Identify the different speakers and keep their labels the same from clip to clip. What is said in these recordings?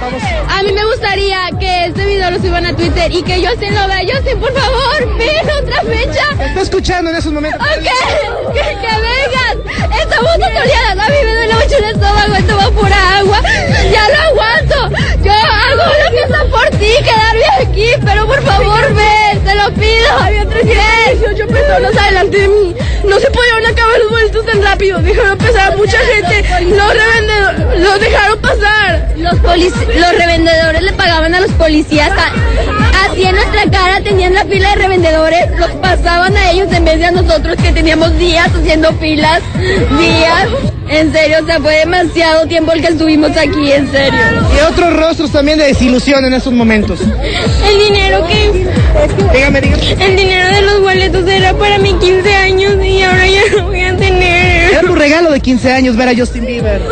Speaker 1: Vamos.
Speaker 2: A mí me gustaría que este video lo suban a Twitter y que yo se lo vea. Yo sé, por favor, ven otra fecha.
Speaker 1: Está escuchando en esos momentos.
Speaker 2: Ok, que, que vengas. Estamos tutoriales. A mí me duele mucho el estómago. Esto va pura agua. Ya lo aguanto. Yo hago lo que está por ti, quedarme aquí. Pero por favor, ven. Te lo pido. Había 318 personas adelante de mí. No se podían acabar los boletos tan rápido. Dejaron pasar a mucha gente. Los revendedores los dejaron pasar. Los, polic- los revendedores le pagaban a los policías. a- así en nuestra cara tenían la fila de revendedores. Los pasaban a ellos en vez de a nosotros que teníamos días haciendo filas. Días. En serio, o sea, fue demasiado tiempo el que estuvimos aquí, en serio.
Speaker 1: Y otros rostros también de desilusión en esos momentos.
Speaker 2: El dinero que
Speaker 1: Dígame, dígame.
Speaker 2: el dinero de los boletos era para mis 15 años y ahora ya no voy a tener.
Speaker 1: Era tu regalo de 15 años ver a Justin Bieber.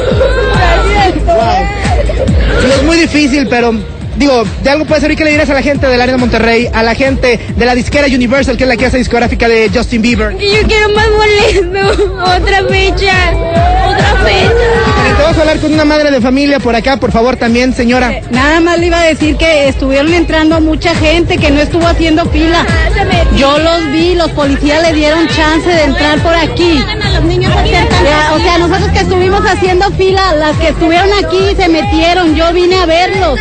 Speaker 1: No es muy difícil, pero digo, de algo puede servir que le dirás a la gente del área de Monterrey, a la gente de la disquera Universal, que es la que hace discográfica de Justin Bieber.
Speaker 2: Que yo quiero más boletos. Otra fecha. Otra fecha.
Speaker 1: Te vas a hablar con una madre de familia por acá, por favor, también, señora.
Speaker 3: Eh, Nada más le iba a decir que estuvieron entrando mucha gente que no estuvo haciendo fila. Yo los vi, los policías le dieron chance de entrar por aquí. Ya, o sea, nosotros que estuvimos haciendo fila, las que estuvieron aquí se metieron, yo vine a verlos.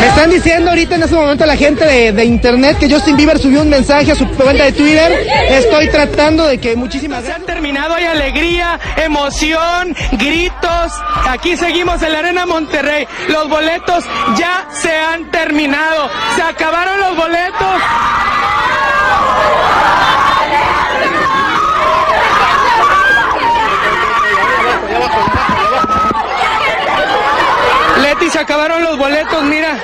Speaker 1: Me están diciendo ahorita en ese momento la gente de, de internet que Justin Bieber subió un mensaje a su cuenta de Twitter. Estoy tratando de que muchísimas
Speaker 4: Se han
Speaker 1: gracias.
Speaker 4: terminado, hay alegría, emoción, gritos. Aquí seguimos en la Arena Monterrey. Los boletos ya se han terminado. Se acabaron los boletos. Leti, se acabaron los boletos, mira.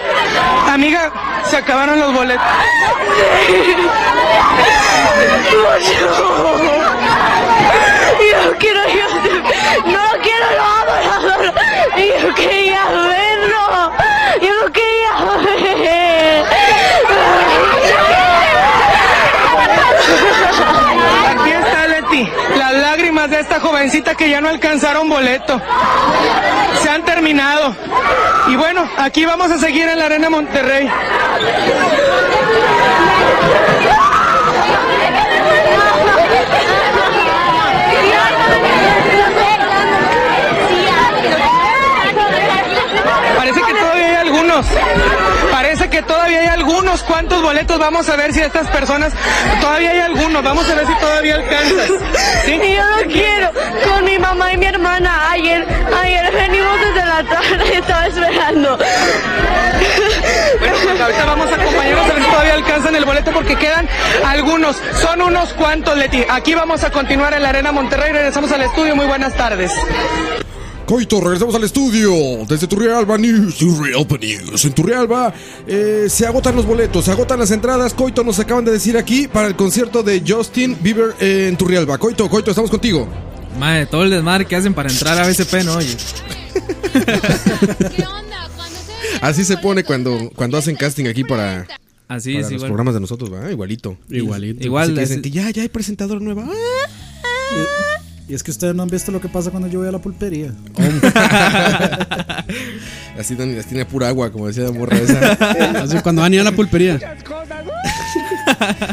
Speaker 4: Amiga, se acabaron los boletos.
Speaker 5: Yo quiero yo no quiero lo adorador. Yo quería verlo. Yo lo quería ver.
Speaker 4: Aquí está Leti, las lágrimas de esta jovencita que ya no alcanzaron boleto. Se han terminado. Y bueno, aquí vamos a seguir en la Arena Monterrey. Parece que todavía hay algunos. Parece que todavía hay algunos. ¿Cuántos boletos? Vamos a ver si estas personas. Todavía hay algunos. Vamos a ver si todavía alcanzas. ¿Sí?
Speaker 5: Y yo lo quiero con mi mamá y mi hermana. Ayer, ayer venimos desde la tarde, estaba esperando.
Speaker 4: Bueno, pues ahorita vamos a acompañarnos a ver si todavía alcanzan el boleto porque quedan algunos. Son unos cuantos, Leti. Aquí vamos a continuar en la Arena Monterrey. Regresamos al estudio. Muy buenas tardes.
Speaker 6: Coito, regresamos al estudio desde Turrialba News. Turrialba News. En Turrialba eh, se agotan los boletos, se agotan las entradas. Coito nos acaban de decir aquí para el concierto de Justin Bieber eh, en Turrialba. Coito, Coito, estamos contigo.
Speaker 7: Madre, todo el desmadre que hacen para entrar a BCP, ¿no? Oye.
Speaker 6: Así se pone cuando, cuando hacen casting aquí para,
Speaker 7: Así
Speaker 6: para los
Speaker 7: es, igual.
Speaker 6: programas de nosotros, ¿verdad? Igualito.
Speaker 8: Igualito.
Speaker 7: Igual,
Speaker 6: Así que
Speaker 7: es-
Speaker 6: dicen que ya, ya hay presentador nueva.
Speaker 8: Y es que ustedes no han visto lo que pasa cuando yo voy a la pulpería.
Speaker 6: Así Dani las tiene a pura agua, como decía la morra esa.
Speaker 8: Así cuando van a ir a la pulpería.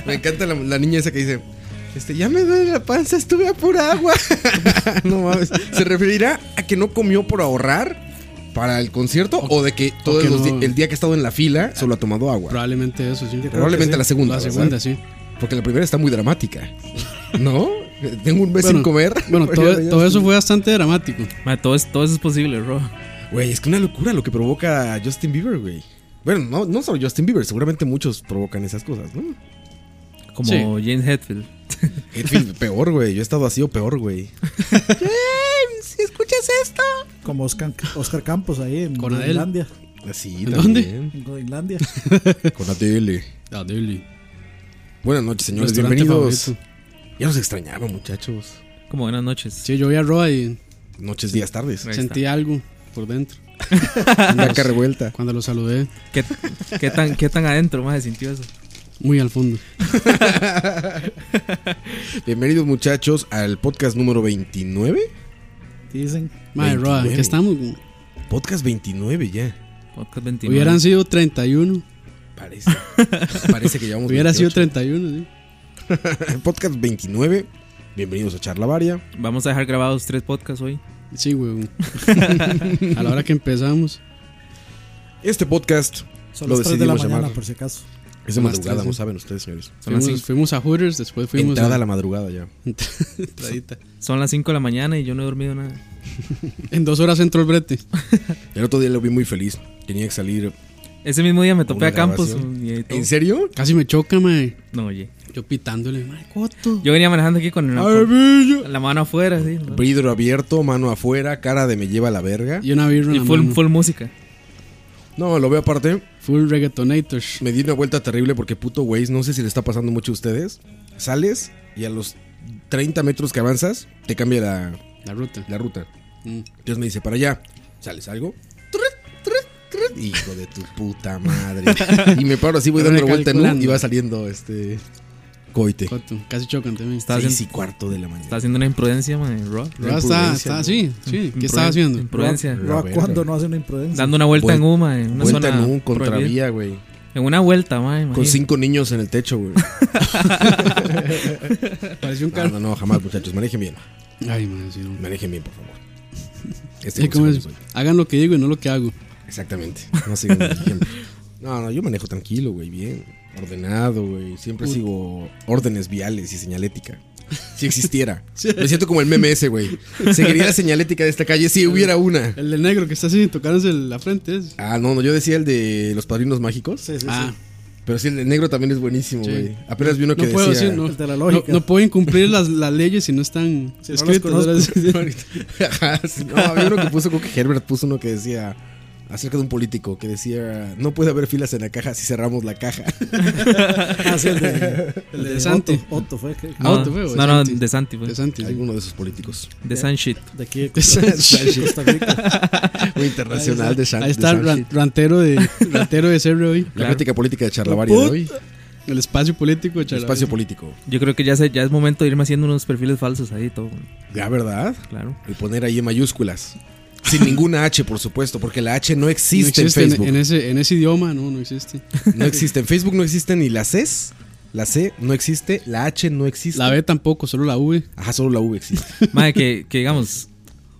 Speaker 6: Me encanta la, la niña esa que dice. Este, ya me duele la panza, estuve a pura agua. no mames. ¿Se referirá a que no comió por ahorrar para el concierto? ¿O, de que todo
Speaker 8: que no.
Speaker 6: el día que ha estado en la fila solo ha tomado agua?
Speaker 8: Probablemente eso, sí.
Speaker 6: Probablemente la segunda,
Speaker 8: La
Speaker 6: ¿verdad?
Speaker 8: segunda, sí.
Speaker 6: Porque la primera está muy dramática. ¿No? Tengo un mes sin comer.
Speaker 8: Bueno, todo, todo eso fue bastante dramático.
Speaker 7: madre, todo, es- todo eso es posible, bro.
Speaker 6: Güey, es que una locura lo que provoca a Justin Bieber, güey. Bueno, no, no solo Justin Bieber, seguramente muchos provocan esas cosas, ¿no?
Speaker 7: Como
Speaker 8: Sí.
Speaker 7: James Hetfield.
Speaker 6: Hetfield, peor, güey. Yo he estado así o peor, güey. James, ¿escuchas esto?
Speaker 9: Como Oscar, Oscar Campos ahí en
Speaker 8: Con Adele.
Speaker 9: Groenlandia.
Speaker 6: Así,
Speaker 8: ¿Dónde?
Speaker 9: En Groenlandia.
Speaker 6: Con ATL.
Speaker 8: Ah, Deli.
Speaker 6: Buenas noches, señores.
Speaker 8: Restaurante
Speaker 6: Bienvenidos.
Speaker 8: favorito.
Speaker 6: Ya nos extrañaba, muchachos.
Speaker 7: Como buenas noches.
Speaker 8: Sí, yo vi a Roa y
Speaker 6: Noches, días, tardes.
Speaker 7: Ahí
Speaker 8: sentí algo por dentro.
Speaker 6: Vaca revuelta.
Speaker 8: Cuando lo saludé,
Speaker 7: ¿Qué, qué tan, ¿Qué tan adentro, madre, sintió eso?
Speaker 8: muy al fondo.
Speaker 6: Bienvenidos, muchachos, al podcast número 29.
Speaker 9: Dicen.
Speaker 8: Madre, Roa,
Speaker 6: 29.
Speaker 8: ¿qué estamos?
Speaker 6: Podcast 29 ya.
Speaker 7: Podcast 29.
Speaker 8: Hubieran sido 31.
Speaker 6: Parece. Parece que llevamos.
Speaker 8: Hubiera sido
Speaker 6: 28.
Speaker 8: 31. ¿sí?
Speaker 6: Podcast 29. Bienvenidos a Charla Varia.
Speaker 7: Vamos a dejar grabados tres podcasts hoy.
Speaker 8: Sí, güey. A la hora que empezamos.
Speaker 6: Este podcast
Speaker 9: Son
Speaker 6: lo
Speaker 9: las 3 de la
Speaker 6: decidimos
Speaker 9: mañana,
Speaker 6: llamar.
Speaker 9: por si acaso.
Speaker 6: Es de
Speaker 8: Son las
Speaker 6: madrugada,
Speaker 8: tres,
Speaker 6: no
Speaker 8: sí.
Speaker 6: saben ustedes, señores.
Speaker 7: Son las,
Speaker 8: Fuimos,
Speaker 7: cinco,
Speaker 8: fuimos a Hooters, después fuimos
Speaker 6: Entrada a
Speaker 8: a
Speaker 6: la madrugada ya.
Speaker 8: Entradita.
Speaker 7: son las 5 de la mañana y yo no he dormido nada.
Speaker 8: En dos horas entró el brete.
Speaker 6: El otro día lo vi muy feliz. Tenía que salir.
Speaker 7: Ese mismo día me topé
Speaker 6: Una
Speaker 7: a Campos.
Speaker 6: grabación.
Speaker 7: y ahí todo.
Speaker 6: ¿En serio?
Speaker 8: Casi me choca, mae.
Speaker 7: No, oye.
Speaker 8: Yo pitándole, mae, coto.
Speaker 7: Yo venía manejando aquí con, la-
Speaker 6: Ay, bello.
Speaker 7: con la mano afuera, sí.
Speaker 6: Vidrio abierto, mano afuera, cara de me lleva a la verga.
Speaker 8: Y una birra en
Speaker 7: Y
Speaker 8: la
Speaker 7: full,
Speaker 8: mano.
Speaker 7: full música.
Speaker 6: No, lo veo aparte.
Speaker 8: Full reggaetonators.
Speaker 6: Me di una vuelta terrible porque puto güey, no sé si le está pasando mucho a ustedes. Sales y a los 30 metros que avanzas, te cambia la,
Speaker 8: La ruta.
Speaker 6: la ruta.
Speaker 8: Mm.
Speaker 6: Entonces me dice, para allá, sales algo. Trut, trut, trut. Hijo de tu puta madre. Y me paro así, voy dando la vuelta en U y va saliendo este coite.
Speaker 8: Coto. Casi chocan también.
Speaker 7: Está
Speaker 6: Seis y
Speaker 7: haciendo-
Speaker 6: cuarto de la
Speaker 7: Está
Speaker 6: mañana.
Speaker 7: haciendo una imprudencia, man. Rock.
Speaker 8: Roa está,
Speaker 6: imprudencia,
Speaker 8: está-
Speaker 6: ¿no?
Speaker 8: sí, sí. ¿Qué estaba haciendo?
Speaker 7: Imprudencia.
Speaker 6: La
Speaker 9: Roa,
Speaker 6: verga.
Speaker 9: ¿Cuándo no hace una imprudencia?
Speaker 7: Dando una vuelta
Speaker 6: Vuel-
Speaker 7: en U, man, En una
Speaker 6: Vuelta
Speaker 7: zona
Speaker 6: en un
Speaker 7: prohibida.
Speaker 6: contravía, güey.
Speaker 7: En una vuelta, man.
Speaker 6: Con
Speaker 7: imagínate.
Speaker 6: cinco niños en el techo, güey.
Speaker 8: Parecía un
Speaker 6: No,
Speaker 8: carro.
Speaker 6: no, no, jamás, muchachos. Manejen bien.
Speaker 8: Ay, mae, sí, no.
Speaker 6: Manejen bien, por favor.
Speaker 8: Sí,
Speaker 6: Este
Speaker 8: ¿cómo
Speaker 6: consejo
Speaker 8: es?
Speaker 6: les doy.
Speaker 8: Hagan lo que digo y no lo que hago.
Speaker 6: Exactamente. No sigan mi ejemplo. No, no, yo manejo tranquilo, güey, bien. Ordenado, güey. Siempre sigo órdenes viales y señalética. Si existiera. Me siento como el meme ese, güey. Seguiría la señalética de esta calle si hubiera una.
Speaker 8: El del negro que está así tocándose la frente. Es.
Speaker 6: Ah, no, no, yo decía el de los padrinos mágicos.
Speaker 8: Ah,
Speaker 6: Pero sí, el de negro también es buenísimo,
Speaker 8: Sí.
Speaker 6: güey. Apenas vi uno que
Speaker 8: no puedo
Speaker 6: decía.
Speaker 8: decir, no,
Speaker 9: el de la
Speaker 8: no,
Speaker 9: lógica.
Speaker 8: no puedo incumplir las, las leyes si no están
Speaker 9: Si no las
Speaker 8: escritas.
Speaker 9: conozco.
Speaker 8: ¿verdad?
Speaker 6: Ajá, sí, no, había uno que puso, creo que Herbert puso uno que decía acerca de un político que decía no puede haber filas en la caja si cerramos la caja.
Speaker 9: Ah, sí, el de, el de
Speaker 8: Santi.
Speaker 9: Otto, Otto fue. que-
Speaker 8: Ah,
Speaker 7: No,
Speaker 8: otro fue, o
Speaker 7: no, no,
Speaker 8: Santi.
Speaker 7: de Santi, fue.
Speaker 8: De Santi, sí.
Speaker 6: Alguno de esos políticos.
Speaker 7: De Sanshit.
Speaker 9: De aquí de
Speaker 8: Santi.
Speaker 9: Costa Rica.
Speaker 6: O internacional de San
Speaker 8: Ahí está
Speaker 6: de
Speaker 8: el
Speaker 6: San
Speaker 8: ran-
Speaker 6: Shit.
Speaker 8: rantero de, rantero de CR hoy.
Speaker 6: La
Speaker 7: Claro.
Speaker 6: práctica política de Charlavaria de hoy.
Speaker 8: El espacio político,
Speaker 6: El
Speaker 8: chaval.
Speaker 6: espacio político.
Speaker 7: Yo creo que ya, se- ya es momento de irme haciendo unos perfiles falsos ahí y todo,
Speaker 6: La verdad.
Speaker 7: claro.
Speaker 6: El poner ahí en mayúsculas. Sin ninguna H, por supuesto, porque la H no
Speaker 8: No
Speaker 6: existe,
Speaker 8: existe en-
Speaker 6: en Facebook.
Speaker 8: En, ese, en ese idioma, no, no existe.
Speaker 6: No existe. En Facebook no existen ni las Cs. La C no existe. La H no existe.
Speaker 8: La B tampoco, solo la V.
Speaker 6: Ajá, solo la V existe.
Speaker 7: Madre, que, que digamos,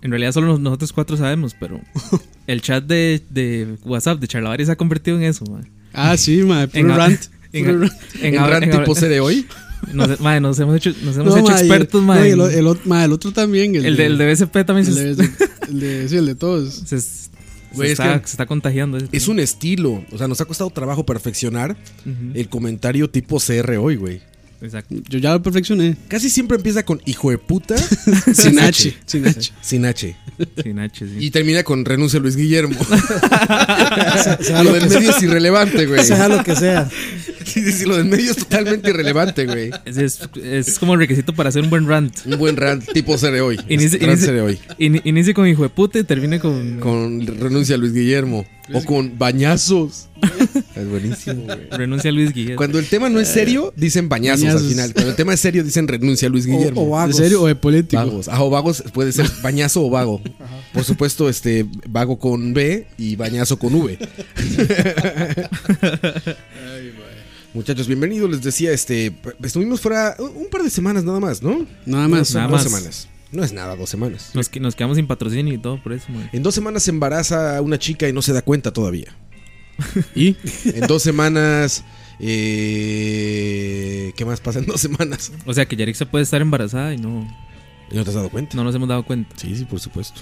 Speaker 7: en realidad solo nos- nosotros cuatro sabemos, pero el chat de, de WhatsApp de Charlavari se ha convertido en eso, madre.
Speaker 8: Ah, sí, madre, puro
Speaker 7: a-
Speaker 8: rant.
Speaker 7: En,
Speaker 8: puro
Speaker 7: a-
Speaker 8: rant.
Speaker 7: en
Speaker 6: En
Speaker 7: a-
Speaker 6: gran
Speaker 7: en a-
Speaker 6: tipo C de hoy.
Speaker 7: Nos, madre, nos hemos hecho, nos hemos
Speaker 8: No,
Speaker 7: hecho
Speaker 8: mae,
Speaker 7: expertos,
Speaker 8: no,
Speaker 7: madre.
Speaker 8: y el, o-
Speaker 7: el,
Speaker 8: el ot- mae, el otro también. El,
Speaker 7: de- el de BCP también
Speaker 8: El
Speaker 7: se,
Speaker 8: de, el de- sí, el de todos.
Speaker 7: se- se
Speaker 6: Güey, es
Speaker 7: está,
Speaker 6: que-
Speaker 7: se está contagiando. ese
Speaker 6: Es
Speaker 7: tipo.
Speaker 6: un estilo. O sea, nos ha costado trabajo perfeccionar el comentario tipo CR hoy, güey.
Speaker 7: Exacto.
Speaker 8: Yo ya lo perfeccioné.
Speaker 6: Casi siempre empieza con hijo de puta
Speaker 8: Sin H. Sin H.
Speaker 6: Sin H.
Speaker 7: Sin H, sí.
Speaker 6: Y termina con renuncia Luis Guillermo. A lo del medio es irrelevante, güey.
Speaker 9: Sea lo que sea.
Speaker 6: Sí, sí, sí, lo del medio es totalmente irrelevante, güey.
Speaker 7: Es, es- es como el requisito para hacer un buen rant.
Speaker 6: Un buen rant tipo CR hoy.
Speaker 7: Inicie,
Speaker 6: Rant
Speaker 7: inicie-
Speaker 6: CR hoy.
Speaker 7: in- inicie con hijo de puta y termine con,
Speaker 6: Con renuncia Luis Guillermo. O con bañazos. Es buenísimo, güey.
Speaker 7: renuncia a Luis Guillermo.
Speaker 6: Cuando el tema no es serio, dicen bañazos,
Speaker 8: Bañazos.
Speaker 6: al final. Cuando el tema es serio, dicen renuncia Luis Guillermo.
Speaker 9: O, o
Speaker 8: ¿De
Speaker 9: vagos.
Speaker 8: serio o de político?
Speaker 6: Vagos. Ah, o vagos puede ser bañazo o vago. Por supuesto, este vago con B y bañazo con V. Muchachos, bienvenidos. Les decía, este, p- estuvimos fuera un un par de semanas nada más, ¿no?
Speaker 8: Nada más.
Speaker 7: Nada
Speaker 6: dos
Speaker 7: más.
Speaker 6: semanas. No es nada, dos semanas.
Speaker 7: Nos, que- nos quedamos sin patrocinio y todo por eso, man.
Speaker 6: En dos semanas se embaraza una chica y no se da cuenta todavía.
Speaker 8: ¿Y?
Speaker 6: En dos semanas, eh, ¿qué más pasa en dos semanas?
Speaker 7: O sea que Yarixa puede estar embarazada y no,
Speaker 6: ¿Y no te has dado cuenta?
Speaker 7: no nos hemos dado cuenta.
Speaker 6: Sí, sí, por supuesto.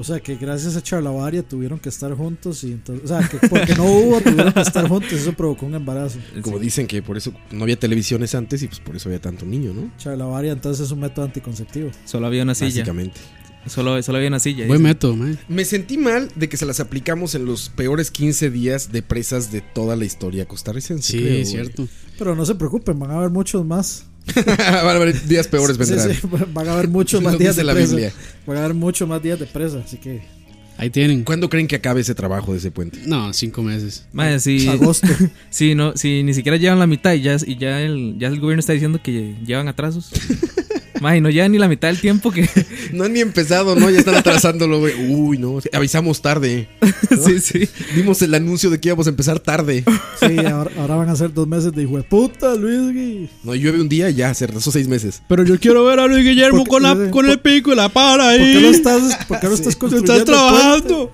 Speaker 9: O sea, que gracias a Charlavaria tuvieron que estar juntos. y entonces, O sea, que porque no hubo, tuvieron que estar juntos. Eso provocó un embarazo.
Speaker 6: Como dicen que por eso no había televisiones antes y pues por eso había tanto niño, ¿no?
Speaker 9: Charlavaria entonces es un método anticonceptivo.
Speaker 7: Solo había una silla.
Speaker 6: Básicamente.
Speaker 7: Solo, solo había una silla.
Speaker 8: Buen
Speaker 7: dice.
Speaker 8: método, mae.
Speaker 6: Me sentí mal de que se las aplicamos en los peores 15 días de presas de toda la historia costarricense.
Speaker 8: Sí,
Speaker 6: creo, güey.
Speaker 8: cierto.
Speaker 9: Pero no se preocupen, van a haber muchos más.
Speaker 6: Van a haber días peores
Speaker 9: Sí,
Speaker 6: Pues vendrán.
Speaker 9: sí, van a haber muchos
Speaker 6: Nos
Speaker 9: más días
Speaker 6: dice
Speaker 9: de
Speaker 6: la
Speaker 9: presa.
Speaker 6: Biblia.
Speaker 9: Van a haber muchos más días de presa. Así que
Speaker 8: Ahí tienen.
Speaker 6: ¿Cuándo creen que acabe ese trabajo de ese puente?
Speaker 8: No, cinco meses.
Speaker 7: Madre, si,
Speaker 9: Pues, agosto.
Speaker 7: si no, si ni siquiera llevan la mitad y ya, y ya, el, ya el gobierno está diciendo que llevan atrasos. Mae, no ya ni la mitad del tiempo que.
Speaker 6: No han ni empezado, ¿no? Ya están atrasándolo, güey. Uy, no. Avisamos tarde.
Speaker 7: Sí, sí.
Speaker 6: Dimos el anuncio de que íbamos a empezar tarde.
Speaker 9: Sí, ahora, ahora van a ser dos meses de hijo de puta, Luis Gui.
Speaker 6: No, llueve un día y ya, se retrasó seis meses.
Speaker 8: Pero yo quiero ver a Luis Guillermo con, la, con el pico y la para ahí.
Speaker 9: ¿Por qué lo estás, por qué lo estás
Speaker 8: Tú
Speaker 9: construyendo?
Speaker 8: estás
Speaker 6: pues?
Speaker 8: trabajando.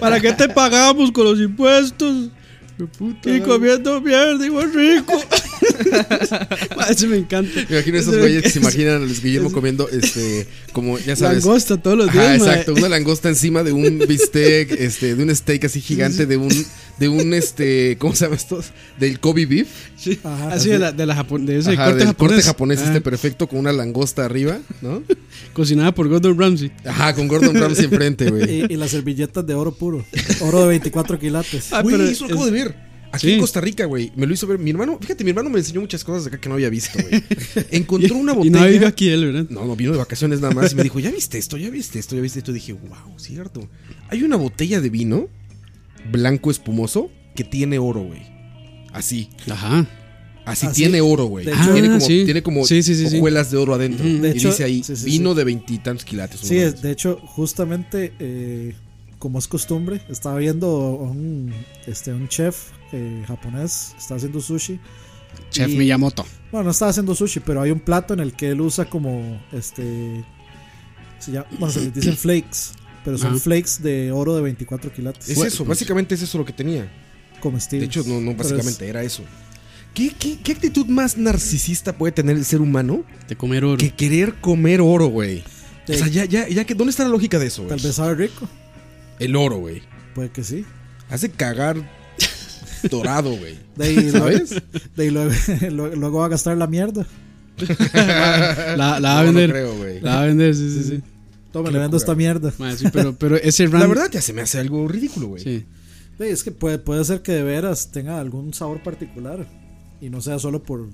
Speaker 8: ¿Para qué te pagamos con los impuestos? y comiendo mierda, igual rico. Ma, Ese me encanta.
Speaker 6: Me imagino esos
Speaker 8: Ese me
Speaker 6: güeyes que se
Speaker 8: encanta.
Speaker 6: imaginan a Luis Guillermo comiendo, este, como, ya sabes.
Speaker 8: Langosta todos los días.
Speaker 6: Ajá,
Speaker 8: ma.
Speaker 6: exacto, una langosta encima de un bistec, este, de un steak así gigante, de un, de un, este, ¿cómo se llama estos? Del Kobe beef.
Speaker 8: Sí, así de la, de la Japón, de ese
Speaker 6: Ajá,
Speaker 8: corte
Speaker 6: del
Speaker 8: japonés.
Speaker 6: corte japonés este
Speaker 8: Ah,
Speaker 6: perfecto con una langosta arriba, ¿no?
Speaker 8: cocinada por Gordon Ramsay.
Speaker 6: Ajá, con Gordon Ramsay enfrente, güey.
Speaker 9: Y, y las servilletas de oro puro. Oro de 24 quilates.
Speaker 8: Ah,
Speaker 6: Güey,
Speaker 8: pero
Speaker 6: eso lo acabo
Speaker 8: es-
Speaker 6: de ver. Aquí en
Speaker 8: Sí.
Speaker 6: Costa Rica, güey. Me lo hizo ver mi hermano. Fíjate, mi hermano me enseñó muchas cosas acá que no había visto, güey. Encontró una
Speaker 8: Y
Speaker 6: botella.
Speaker 8: no vive aquí él, ¿verdad?
Speaker 6: No, no, vino de vacaciones nada más y me dijo, ya viste esto, ya viste esto, ya viste esto. Y dije, wow, cierto. Hay una botella de vino blanco espumoso que tiene oro, güey. Así,
Speaker 8: Ajá.
Speaker 6: así,
Speaker 9: Así.
Speaker 6: tiene oro, güey.
Speaker 9: Ah, De hecho-
Speaker 6: tiene como,
Speaker 8: Ah, sí.
Speaker 6: tiene como
Speaker 8: Sí, sí, sí, sí.
Speaker 6: hojuelas de oro adentro.
Speaker 9: De
Speaker 6: y
Speaker 9: hecho-
Speaker 6: dice ahí,
Speaker 9: sí, sí,
Speaker 6: vino de veintitantos quilates.
Speaker 9: Sí,
Speaker 6: una
Speaker 9: es-
Speaker 6: vez.
Speaker 9: de hecho, justamente eh, como es costumbre, estaba viendo a un, este, un chef eh, japonés que está haciendo sushi.
Speaker 8: Chef
Speaker 9: Y-
Speaker 8: Miyamoto.
Speaker 9: Bueno, no estaba haciendo sushi, pero hay un plato en el que él usa como este. Se llama, bueno, se les dicen flakes, pero son
Speaker 8: Ajá. pues,
Speaker 9: flakes de oro de 24 quilates.
Speaker 6: Es eso, básicamente es eso lo que tenía. De
Speaker 9: comestibles.
Speaker 6: hecho, no,
Speaker 9: Pero
Speaker 6: no,
Speaker 9: es-
Speaker 6: básicamente era eso. ¿Qué, qué, qué actitud más narcisista puede tener el ser humano
Speaker 8: De comer oro.
Speaker 6: que querer comer oro, güey? O
Speaker 9: Sí.
Speaker 6: sea, ya, ya, ya que, ¿dónde está la lógica de eso, güey?
Speaker 9: Tal vez sabe rico.
Speaker 6: El oro, güey.
Speaker 9: Puede que sí.
Speaker 6: Hace cagar dorado, güey.
Speaker 9: De ahí,
Speaker 6: ¿Sabes?
Speaker 9: de ahí luego, luego- luego va a gastar la mierda.
Speaker 8: La, la va a
Speaker 6: No, no
Speaker 8: vender.
Speaker 6: creo, güey.
Speaker 8: la va a vender, sí, sí, sí.
Speaker 9: Toma, le vendo
Speaker 6: locura.
Speaker 9: esta mierda.
Speaker 8: Ma, sí, pero, pero ese ram.
Speaker 6: La verdad ya se me hace algo ridículo, güey.
Speaker 8: Sí.
Speaker 9: Sí, es que puede, puede ser que de veras tenga algún sabor particular y no sea solo por,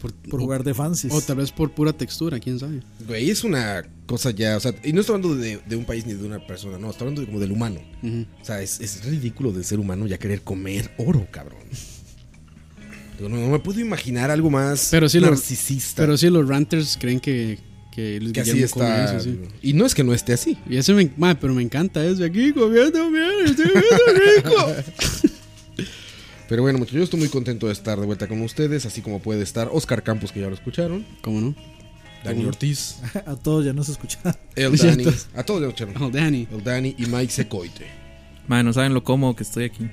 Speaker 8: Por,
Speaker 9: por jugar de fancies.
Speaker 8: O tal vez por pura textura, quién sabe.
Speaker 6: Güey, es una cosa ya, o sea, y no estoy hablando de, de un país ni de una persona, no, estoy hablando de como del humano.
Speaker 8: Ujú.
Speaker 6: O sea, es, es ridículo del ser humano ya querer comer oro, cabrón. Digo, no, no me puedo imaginar algo más
Speaker 8: Pero sí lo-
Speaker 6: narcisista.
Speaker 8: Pero sí, los ranters creen que, que Luis
Speaker 6: que así
Speaker 8: Guillermo come
Speaker 6: está.
Speaker 8: eso, sí.
Speaker 6: Y no es que no esté así.
Speaker 8: Y ese me, ma, pero me encanta eso. Aquí comiendo bien, estoy viendo rico.
Speaker 6: Pero bueno, muchachos, yo estoy muy contento de estar de vuelta con ustedes, así como puede estar Oscar Campos, que ya lo escucharon,
Speaker 8: ¿Cómo no?
Speaker 6: Dani Ortiz,
Speaker 9: A todos ya no se escucha.
Speaker 6: el Dani, a todos ya lo escucharon,
Speaker 8: Oh, Danny.
Speaker 6: el Dani y Mike Secoite.
Speaker 7: Mae, no saben lo cómodo que estoy aquí.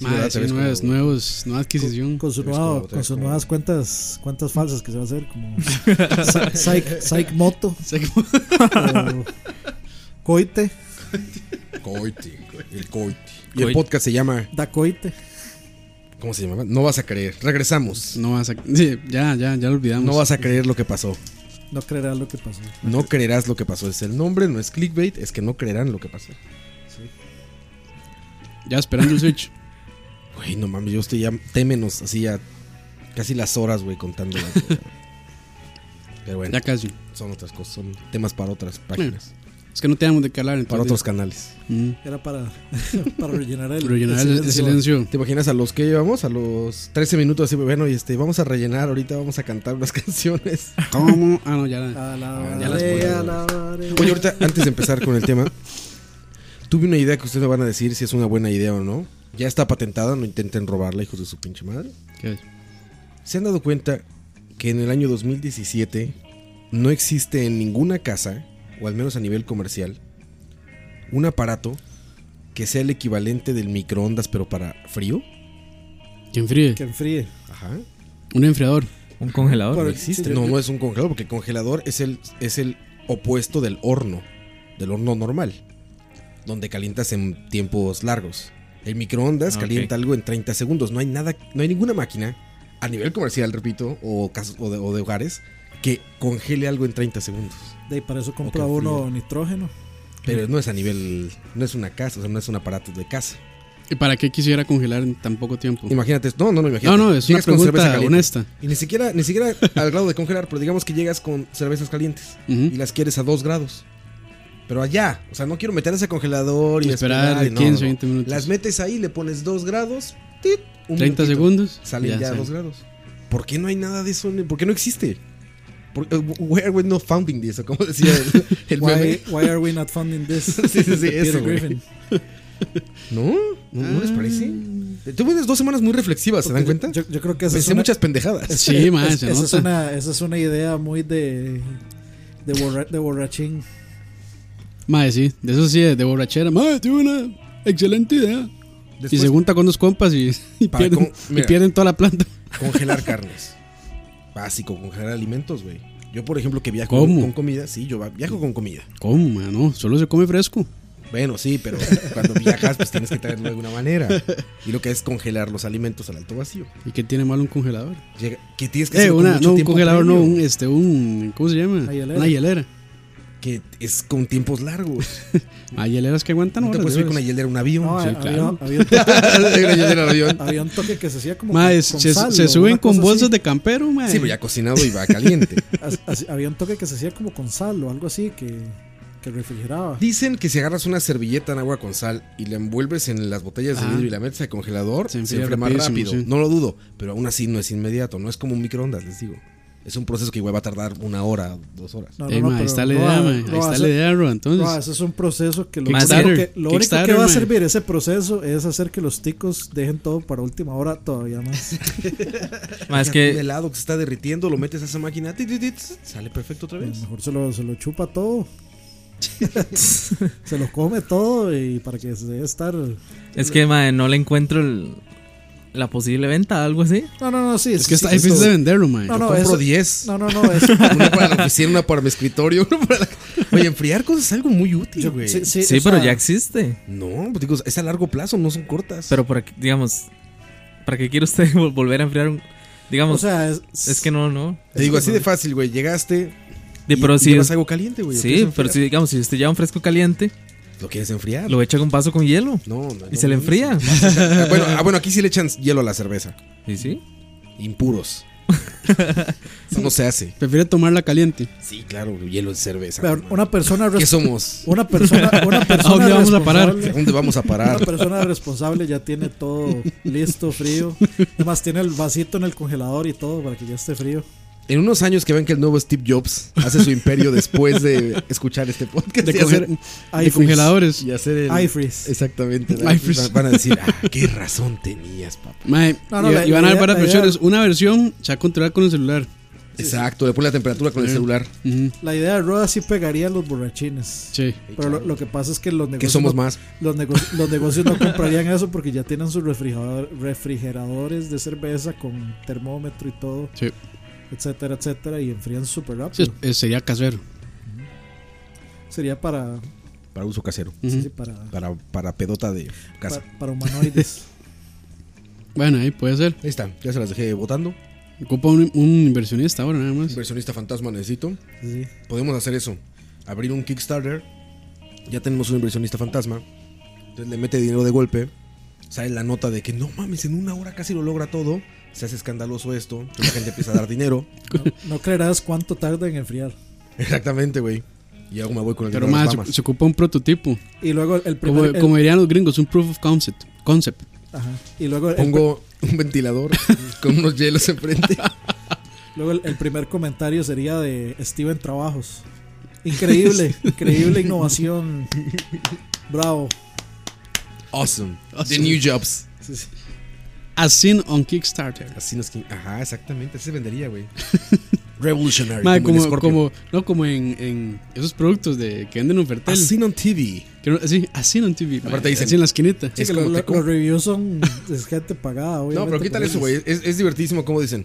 Speaker 8: Ma,
Speaker 6: ¿verdad?
Speaker 8: ese
Speaker 6: Te ves
Speaker 8: nuevo es-
Speaker 6: como-
Speaker 8: nuevo es- nueva adquisición.
Speaker 9: Con, su
Speaker 6: Te ves
Speaker 9: nuevo-
Speaker 6: como- te
Speaker 9: con
Speaker 6: ves
Speaker 9: sus
Speaker 6: como-
Speaker 9: nuevas cuentas cuentas falsas que se va a hacer, como Psy- Psych, Psych Moto o Coite,
Speaker 6: Coite, el Coite. Y el
Speaker 7: Coite.
Speaker 6: podcast se llama,
Speaker 9: Da Coite.
Speaker 6: ¿cómo se llamaba? No vas a creer. Regresamos.
Speaker 8: No vas a. Sí, ya, ya, ya lo olvidamos.
Speaker 6: No vas a creer lo que pasó.
Speaker 9: No creerás lo que pasó.
Speaker 6: No creerás lo que pasó. Es el nombre, no es clickbait, es que no creerán lo que pasó.
Speaker 8: Ya esperando el Switch.
Speaker 6: Güey, no mames, yo estoy ya témenos así ya casi las horas, güey, contando. las cosas. Pero bueno,
Speaker 8: ya casi.
Speaker 6: son otras cosas, son temas para otras páginas,
Speaker 8: Es que no tenemos de qué hablar.
Speaker 6: para otros
Speaker 8: entonces-
Speaker 6: canales.
Speaker 8: Mm.
Speaker 9: Era para, para rellenar el,
Speaker 8: Rellenar el, el silencio.
Speaker 6: ¿Te imaginas a los que llevamos? A los 13 minutos así, bueno, y este, vamos a rellenar, ahorita vamos a cantar unas canciones.
Speaker 8: ¿Cómo? Ah, no, ya la.
Speaker 6: Ya las
Speaker 9: Alabaré,
Speaker 6: puse.
Speaker 9: alabaré.
Speaker 6: Oye, ahorita, antes de empezar con el tema, tuve una idea que ustedes me van a decir si es una buena idea o no. Ya está patentada, no intenten robarla, hijos de su pinche madre.
Speaker 8: ¿Qué es?
Speaker 6: ¿Se han dado cuenta que en el año 2017 no existe en ninguna casa, o al menos a nivel comercial, un aparato que sea el equivalente del microondas, pero para frío?
Speaker 8: ¿Quién fríe?
Speaker 9: Que enfríe.
Speaker 6: Ajá.
Speaker 8: Un enfriador.
Speaker 7: Un congelador.
Speaker 9: Por-
Speaker 6: No
Speaker 9: Pero
Speaker 6: existe.
Speaker 9: sí, yo-
Speaker 6: No, no es un congelador, porque el congelador es el, es el opuesto del horno, del horno normal, donde calientas en tiempos largos. El microondas
Speaker 7: Ah,
Speaker 6: calienta
Speaker 7: ok.
Speaker 6: algo en 30 segundos. No hay nada, no hay ninguna máquina a nivel comercial, repito, o, cas- o, de, o de hogares, que congele algo en 30 segundos.
Speaker 9: De ahí para eso
Speaker 6: O
Speaker 9: compra
Speaker 6: que enfríe.
Speaker 9: uno nitrógeno.
Speaker 6: Pero no es a nivel, no es una casa, o sea, no es un aparato de casa.
Speaker 8: ¿Y para qué quisiera congelar en tan poco tiempo?
Speaker 6: Imagínate, no, no, no,
Speaker 8: No,
Speaker 6: imagínate.
Speaker 8: no, es una
Speaker 6: Llegas con cerveza
Speaker 8: pregunta
Speaker 6: caliente.
Speaker 8: honesta.
Speaker 6: Y ni siquiera, ni siquiera al grado de congelar, pero digamos que llegas con cervezas calientes. y
Speaker 8: Ujú.
Speaker 6: las quieres a 2 grados. Pero allá, o sea, no quiero meter ese congelador y
Speaker 8: Esperar
Speaker 6: esperar. y no,
Speaker 8: 15,
Speaker 6: no.
Speaker 8: 20 minutos.
Speaker 6: Las metes ahí, le pones 2 grados, tit, un
Speaker 8: 30
Speaker 6: minutito,
Speaker 8: segundos.
Speaker 6: Salen ya,
Speaker 8: sale.
Speaker 6: 2 grados. ¿Por qué no hay nada de eso? en el- ¿Por qué no existe? Por- eh, Why are we not founding this? O como decía el, el meme.
Speaker 9: Why, why are we not funding this?
Speaker 6: Sí, sí, sí,
Speaker 9: Peter
Speaker 6: eso, güey.
Speaker 9: Griffin.
Speaker 6: ¿No? ¿No, no les parece?
Speaker 8: Ah.
Speaker 6: Tuve unas dos semanas muy reflexivas, ¿se dan cuenta?
Speaker 9: Yo, yo creo que esa
Speaker 6: Pensé
Speaker 9: es una-
Speaker 6: muchas pendejadas.
Speaker 9: es-
Speaker 8: Sí,
Speaker 9: es-
Speaker 8: ma,
Speaker 9: esa,
Speaker 8: se
Speaker 9: es
Speaker 8: nota.
Speaker 9: una, esa es una idea muy de, de, borra- de borrachín.
Speaker 8: Mae, sí, de eso sí, de borrachera. Mae, tuve una excelente idea. y
Speaker 6: Después,
Speaker 8: se junta con dos compas y, y
Speaker 6: Para
Speaker 8: pierden,
Speaker 6: con-
Speaker 8: y
Speaker 6: mira.
Speaker 8: pierden toda la planta.
Speaker 6: congelar carnes. Básico, congelar alimentos, güey. Yo, por ejemplo, que viajo
Speaker 8: ¿Cómo?
Speaker 6: con, con comida, sí, yo va- viajo con comida.
Speaker 8: ¿Cómo, mae? No, solo se come fresco.
Speaker 6: Bueno, sí, pero cuando viajas, pues tienes que traerlo de alguna manera. Y lo que es congelar los alimentos al alto vacío.
Speaker 8: ¿Y qué tiene malo un congelador?
Speaker 6: Llega, que tienes que
Speaker 8: Eh,
Speaker 6: hacer con
Speaker 8: una,
Speaker 6: mucho
Speaker 8: no, un
Speaker 6: tiempo
Speaker 8: congelador, no,
Speaker 6: previo,
Speaker 8: un, este, un, ¿cómo se llama?
Speaker 9: Una hielera.
Speaker 8: Una hielera.
Speaker 6: Que es con tiempos largos.
Speaker 8: Hay hieleras que aguantan
Speaker 6: No te
Speaker 8: horas.
Speaker 6: puedes
Speaker 8: de
Speaker 6: subir con una
Speaker 8: horas.
Speaker 6: hielera a un avión.
Speaker 9: No,
Speaker 8: sí,
Speaker 9: había,
Speaker 8: claro.
Speaker 9: había un toque,
Speaker 6: Una hielera al avión.
Speaker 9: había un toque que se hacía como.
Speaker 8: Mae,
Speaker 9: con- con
Speaker 8: se,
Speaker 9: sal
Speaker 8: se
Speaker 9: o
Speaker 8: suben
Speaker 9: una
Speaker 8: con
Speaker 9: cosa
Speaker 8: bolsas
Speaker 9: así.
Speaker 8: de campero, mae.
Speaker 6: Sí, pero ya cocinado y va caliente.
Speaker 9: As- así- había un toque que se hacía como con sal o algo así que, que refrigeraba.
Speaker 6: Dicen que si agarras una servilleta en agua con sal y la envuelves en las botellas de
Speaker 8: Ajá.
Speaker 6: vidrio y la metes al congelador,
Speaker 8: Se
Speaker 6: se,
Speaker 8: enfría
Speaker 6: enfría más
Speaker 8: rapidísimo,
Speaker 6: rápido.
Speaker 8: sí.
Speaker 6: No lo dudo, pero aún así no es inmediato. No es como un microondas, les digo. Es un proceso que igual va a tardar una hora, dos horas.
Speaker 9: No,
Speaker 8: Eh,
Speaker 9: no, no,
Speaker 8: mae, ahí
Speaker 9: pero
Speaker 8: está la
Speaker 9: Roa-
Speaker 8: idea, mae. Ahí
Speaker 9: Roa,
Speaker 8: está
Speaker 9: eso-
Speaker 8: la idea, bro. Entonces,
Speaker 9: Roa, eso es un proceso que lo, único
Speaker 8: Kickstarter.
Speaker 9: que, lo único que
Speaker 8: Kickstarter,
Speaker 9: va a
Speaker 8: mae.
Speaker 9: servir ese proceso es hacer que los ticos dejen todo para última hora todavía más.
Speaker 7: Ma, es
Speaker 6: Ya Un
Speaker 7: que
Speaker 6: helado que se está derritiendo, lo metes a esa máquina, tit, tit, tit, sale perfecto otra
Speaker 9: A lo
Speaker 6: vez.
Speaker 9: Pues mejor se lo, se lo chupa todo. se lo come todo y para que se debe estar. No,
Speaker 7: es que mae, no le encuentro el- la posible venta, algo así.
Speaker 9: no, no, sí.
Speaker 8: es
Speaker 9: sí,
Speaker 8: que está difícil
Speaker 9: esto-
Speaker 8: de venderlo, mae.
Speaker 9: No, no,
Speaker 6: Compro
Speaker 9: eso-
Speaker 6: 10.
Speaker 9: No, no, no. eso-
Speaker 6: Una para la oficina, una para mi escritorio, una para la... Oye, enfriar cosas es algo muy útil,
Speaker 9: yo-
Speaker 6: güey.
Speaker 9: sí, sí,
Speaker 7: Sí,
Speaker 9: o
Speaker 7: pero
Speaker 9: sea,
Speaker 7: ya existe.
Speaker 6: No, pues digo, es a largo plazo, no son cortas.
Speaker 7: Pero para qué- digamos, ¿para qué quiere usted vol- volver a enfriar un digamos,
Speaker 9: O sea, es,
Speaker 7: es que no, no.
Speaker 6: Te digo, así de fácil, güey. Llegaste
Speaker 7: De-
Speaker 6: y,
Speaker 7: pero
Speaker 6: y
Speaker 7: si
Speaker 6: llevas algo caliente, güey. lo
Speaker 7: Sí,
Speaker 6: quieres
Speaker 7: pero si
Speaker 6: enfriar.
Speaker 7: digamos, si usted lleva un fresco caliente,
Speaker 6: ¿Lo quieres enfriar?
Speaker 7: lo echa con un vaso con hielo
Speaker 6: No, no.
Speaker 7: y se le enfría.
Speaker 6: Bueno, ah, bueno, aquí sí le echan hielo a la cerveza.
Speaker 7: ¿Y sí?
Speaker 6: Impuros. Eso no se hace.
Speaker 8: Prefiere tomarla caliente.
Speaker 6: Sí, claro, hielo de cerveza.
Speaker 9: pero
Speaker 6: no
Speaker 9: una persona.
Speaker 6: mames. ¿Qué
Speaker 9: res-
Speaker 6: somos?
Speaker 9: Una persona. Una persona
Speaker 8: dónde vamos a parar?
Speaker 9: responsable-
Speaker 6: ¿A dónde vamos a parar?
Speaker 9: Una persona responsable ya tiene todo listo, frío. Además, tiene el vasito en el congelador y todo para que ya esté frío.
Speaker 6: En unos años que ven que el nuevo Steve Jobs hace su imperio después de escuchar este podcast
Speaker 8: De,
Speaker 6: y,
Speaker 8: conge-
Speaker 6: hacer,
Speaker 8: de
Speaker 9: iFreeze.
Speaker 8: congeladores.
Speaker 6: y hacer el...
Speaker 9: iFreeze.
Speaker 6: Exactamente.
Speaker 8: iFreeze.
Speaker 6: Van a decir, ah, qué razón tenías, papá.
Speaker 8: Mae,
Speaker 9: No, no,
Speaker 8: y,
Speaker 9: la-
Speaker 8: y van a
Speaker 9: la
Speaker 8: haber
Speaker 9: idea-
Speaker 8: varias
Speaker 9: la idea-
Speaker 8: versiones. Una versión se va a controlar con el celular.
Speaker 6: Exacto, le pone la temperatura con el celular.
Speaker 8: Ujú,
Speaker 9: La idea de Roda sí pegaría a los borrachines.
Speaker 8: sí.
Speaker 9: Pero lo, lo que pasa es que los negocios.
Speaker 6: Que somos
Speaker 9: no-
Speaker 6: más.
Speaker 9: Los, nego- los negocios no comprarían eso porque ya tienen sus refrigerador- refrigeradores de cerveza con termómetro y todo,
Speaker 8: Sí.
Speaker 9: etcétera, etcétera, y enfrían súper
Speaker 8: Sí,
Speaker 9: rápido.
Speaker 8: es- es- sería casero.
Speaker 9: Sería para,
Speaker 6: Para uso casero.
Speaker 9: sí,
Speaker 8: Ujú.
Speaker 9: sí, para,
Speaker 6: Para, para pedota de casa.
Speaker 9: para, para humanoides.
Speaker 8: Bueno, ahí puede ser.
Speaker 6: Ahí está, ya se las dejé votando.
Speaker 8: Ocupa un, un inversionista ahora, nada más.
Speaker 6: Inversionista fantasma necesito.
Speaker 9: Sí, sí.
Speaker 6: Podemos hacer eso. Abrir un Kickstarter. Ya tenemos un inversionista fantasma. Entonces le mete dinero de golpe. Sale la nota de que no mames, en una hora casi lo logra todo. Se hace escandaloso esto. Entonces la gente empieza a dar dinero.
Speaker 9: No, no creerás cuánto tarda en enfriar.
Speaker 6: Exactamente, güey. Y hago me voy con el
Speaker 8: Pero
Speaker 6: dinero a las
Speaker 8: más, se,
Speaker 6: Bahamas.
Speaker 8: se ocupa un prototipo.
Speaker 9: Y luego el
Speaker 8: Como,
Speaker 9: primer. el-
Speaker 8: como dirían los gringos, un proof of concept. concept.
Speaker 9: ajá. Y luego el-
Speaker 6: Pongo un ventilador con unos hielos enfrente.
Speaker 9: Luego el, el primer comentario sería de Steven Trabajos. Increíble, increíble innovación. Bravo.
Speaker 6: Awesome. The
Speaker 8: Awesome.
Speaker 6: new jobs.
Speaker 9: Sí, sí.
Speaker 8: As seen on Kickstarter.
Speaker 6: Así nos. Ajá, exactamente. Así se vendería, güey. Revolutionary.
Speaker 8: Mae,
Speaker 6: como, el
Speaker 8: como,
Speaker 6: Scorpio.
Speaker 8: como, no, como en, en esos productos de que venden en Fertel.
Speaker 6: As seen on TV.
Speaker 8: Que no- sí, así en TV. mae,
Speaker 6: Aparte dicen-
Speaker 8: así en la esquinita.
Speaker 9: Sí,
Speaker 6: Es
Speaker 9: que lo-
Speaker 6: como
Speaker 9: lo-
Speaker 6: te com-
Speaker 9: los reviews son es gente pagada, obviamente. pues,
Speaker 6: No, pero quítale
Speaker 9: por
Speaker 6: eso, güey. Es, es divertidísimo como dicen.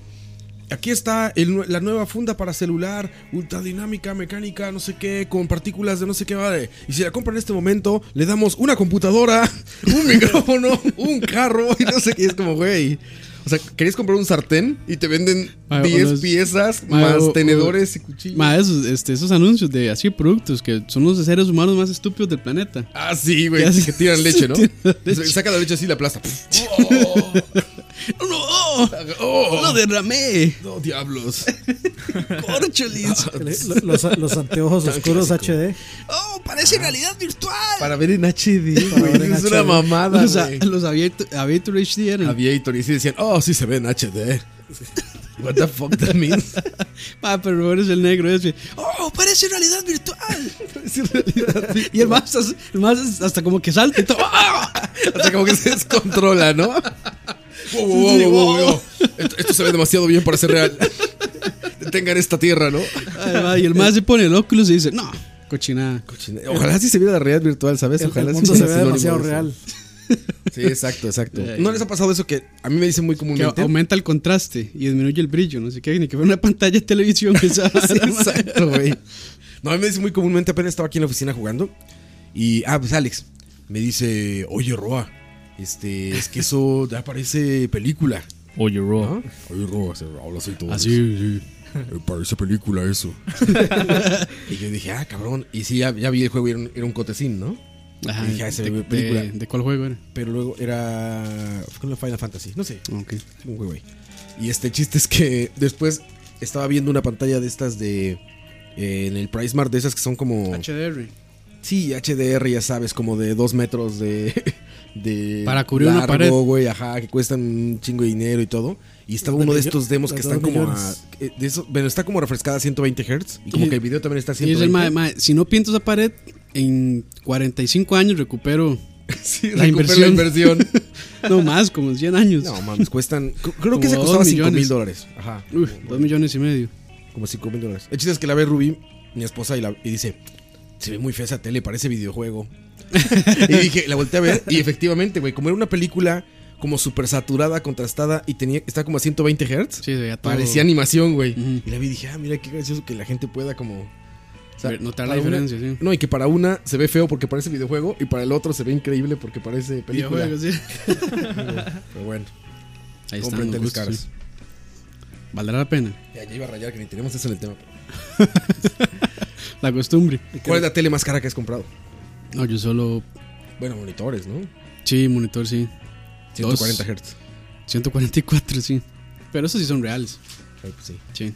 Speaker 6: Aquí está el nue- la nueva funda para celular, ultradinámica, mecánica, no sé qué, con partículas de no sé qué madre. Y si la compran en este momento, le damos una computadora, un micrófono, un carro y no sé qué. Es como, güey. O sea, querías comprar un sartén y te venden
Speaker 8: Mae, o
Speaker 6: 10
Speaker 8: los-
Speaker 6: piezas
Speaker 8: mae,
Speaker 6: más
Speaker 8: o- o-
Speaker 6: tenedores y cuchillos.
Speaker 8: Mae, esos, este, esos anuncios de así productos que son los seres humanos más estúpidos del planeta.
Speaker 6: Ah, sí, güey.
Speaker 8: Ya sé.
Speaker 6: Que tiran leche, ¿no?
Speaker 8: Tiran leche.
Speaker 6: Saca la leche así y la aplasta. ¡Oh! ¡Oh!
Speaker 8: ¡Lo derramé!
Speaker 6: ¡No, diablos!
Speaker 8: ¡Corcholis!
Speaker 9: eso. El- Los, los anteojos oscuros HD.
Speaker 8: ¡Oh, parece realidad virtual!
Speaker 6: Para ver en HD,
Speaker 9: Para ver
Speaker 6: güey.
Speaker 9: en
Speaker 6: Es una
Speaker 9: HD.
Speaker 6: mamada,
Speaker 8: Los, a-
Speaker 6: güey.
Speaker 8: los Aviator Aviator HD eran.
Speaker 6: Aviator y sí decían, oh, sí se ve en HD.
Speaker 8: What the fuck that means? ah, pero Robert es el negro ese. Oh, parece realidad virtual. Parece realidad virtual. Y el más, el más hasta como que salta y todo.
Speaker 6: Hasta como que se descontrola, ¿no? Wow, wow, wow,
Speaker 8: Sí,
Speaker 6: wow,
Speaker 8: wow.
Speaker 6: wow. Esto, esto se ve demasiado bien para ser real. Tengan esta tierra, ¿no?
Speaker 8: Ahí va, y el más se pone el óculos y dice, no, cochinada.
Speaker 6: Ojalá sí se viera la realidad virtual, ¿sabes?
Speaker 8: El- el
Speaker 6: Ojalá sí
Speaker 8: mundo
Speaker 6: fuera
Speaker 8: se vea demasiado
Speaker 6: sinónimo de eso.
Speaker 8: real.
Speaker 6: Sí, exacto, exacto. ¿No les ha pasado eso que a mí me dicen muy comúnmente?
Speaker 8: Que aumenta el contraste y disminuye el brillo, no sé qué, ni que fuera una pantalla de televisión. esa
Speaker 6: Sí,
Speaker 8: vara, ma.
Speaker 6: exacto, güey. No, a mí me dice muy comúnmente, apenas estaba aquí en la oficina jugando. Y, ah, pues Alex me dice, oye, Roa, este, es que eso ya parece película.
Speaker 7: Oye, Roa.
Speaker 6: Ah,
Speaker 7: Ah,
Speaker 6: Oye, Roa, o sea, habla así todo.
Speaker 7: Así,
Speaker 6: Eh, Parece película eso. y yo dije, ah, cabrón. Y sí, ya, ya vi el juego y era un, era un cotecín, ¿no?
Speaker 8: Ajá,
Speaker 6: Y dije, ah, se
Speaker 8: de-
Speaker 6: ve película.
Speaker 8: de- ¿de cuál juego era?
Speaker 6: Pero luego era. Fue con la Final Fantasy, no sé.
Speaker 8: Ok.
Speaker 6: Un juego ahí. Y este el chiste es que después estaba viendo una pantalla de estas de. eh, en el Price Mart, de esas que son como.
Speaker 8: HDR.
Speaker 6: Sí, HDR, ya sabes, como de dos metros de. de
Speaker 8: Para cubrir una pared.
Speaker 6: güey, ajá, que cuestan un chingo de dinero y todo. Y estaba
Speaker 8: De
Speaker 6: uno de
Speaker 8: millo-
Speaker 6: estos demos
Speaker 8: de
Speaker 6: que
Speaker 8: dos
Speaker 6: están como a,
Speaker 8: millones.
Speaker 6: eh, de eso, Bueno, está como refrescada a 120 Hz. Y como
Speaker 8: Y-
Speaker 6: que el video también está a
Speaker 8: Y dice,
Speaker 6: 120
Speaker 8: "Mae, mae, si no pinto esa pared, en 45 años recupero la
Speaker 6: recupero la
Speaker 8: inversión.
Speaker 6: inversión.
Speaker 8: no más, como en 100 años.
Speaker 6: No mames, cuestan. creo que ese costaba 5 mil dólares. Ajá.
Speaker 8: Uf, 2 millones y medio.
Speaker 6: Como 5 mil dólares. El chiste es que la ve Rubí, mi esposa, y, la- y dice: Se ve muy fea esa tele, parece videojuego. y dije, la volteé a ver, y efectivamente, güey, como era una película como súper saturada, contrastada, y tenía, estaba como a 120 Hz.
Speaker 8: todo.
Speaker 6: Parecía animación, güey. Y la vi y dije, ah, mira qué gracioso que la gente pueda como. o sea,
Speaker 8: Ver- notar la
Speaker 6: para una-
Speaker 8: diferencia, sí.
Speaker 6: No, y que para una se ve feo porque parece videojuego y para el otro se ve increíble porque parece película.
Speaker 8: Videojuego, sí.
Speaker 6: Pero bueno.
Speaker 8: Ahí están
Speaker 6: Compren
Speaker 8: los
Speaker 6: teles
Speaker 8: gustos,
Speaker 6: caras.
Speaker 8: sí. ¿Valdrá la pena?
Speaker 6: Ya, ya iba a rayar que ni tenemos eso en el tema.
Speaker 8: La costumbre.
Speaker 6: ¿Cuál es la tele más cara que has comprado?
Speaker 8: No, yo solo.
Speaker 6: Bueno, monitores, ¿no?
Speaker 8: Sí, monitor, sí.
Speaker 6: 140 Hz.
Speaker 8: 144, sí. Pero esos sí son reales.
Speaker 6: pues sí.
Speaker 8: Sí.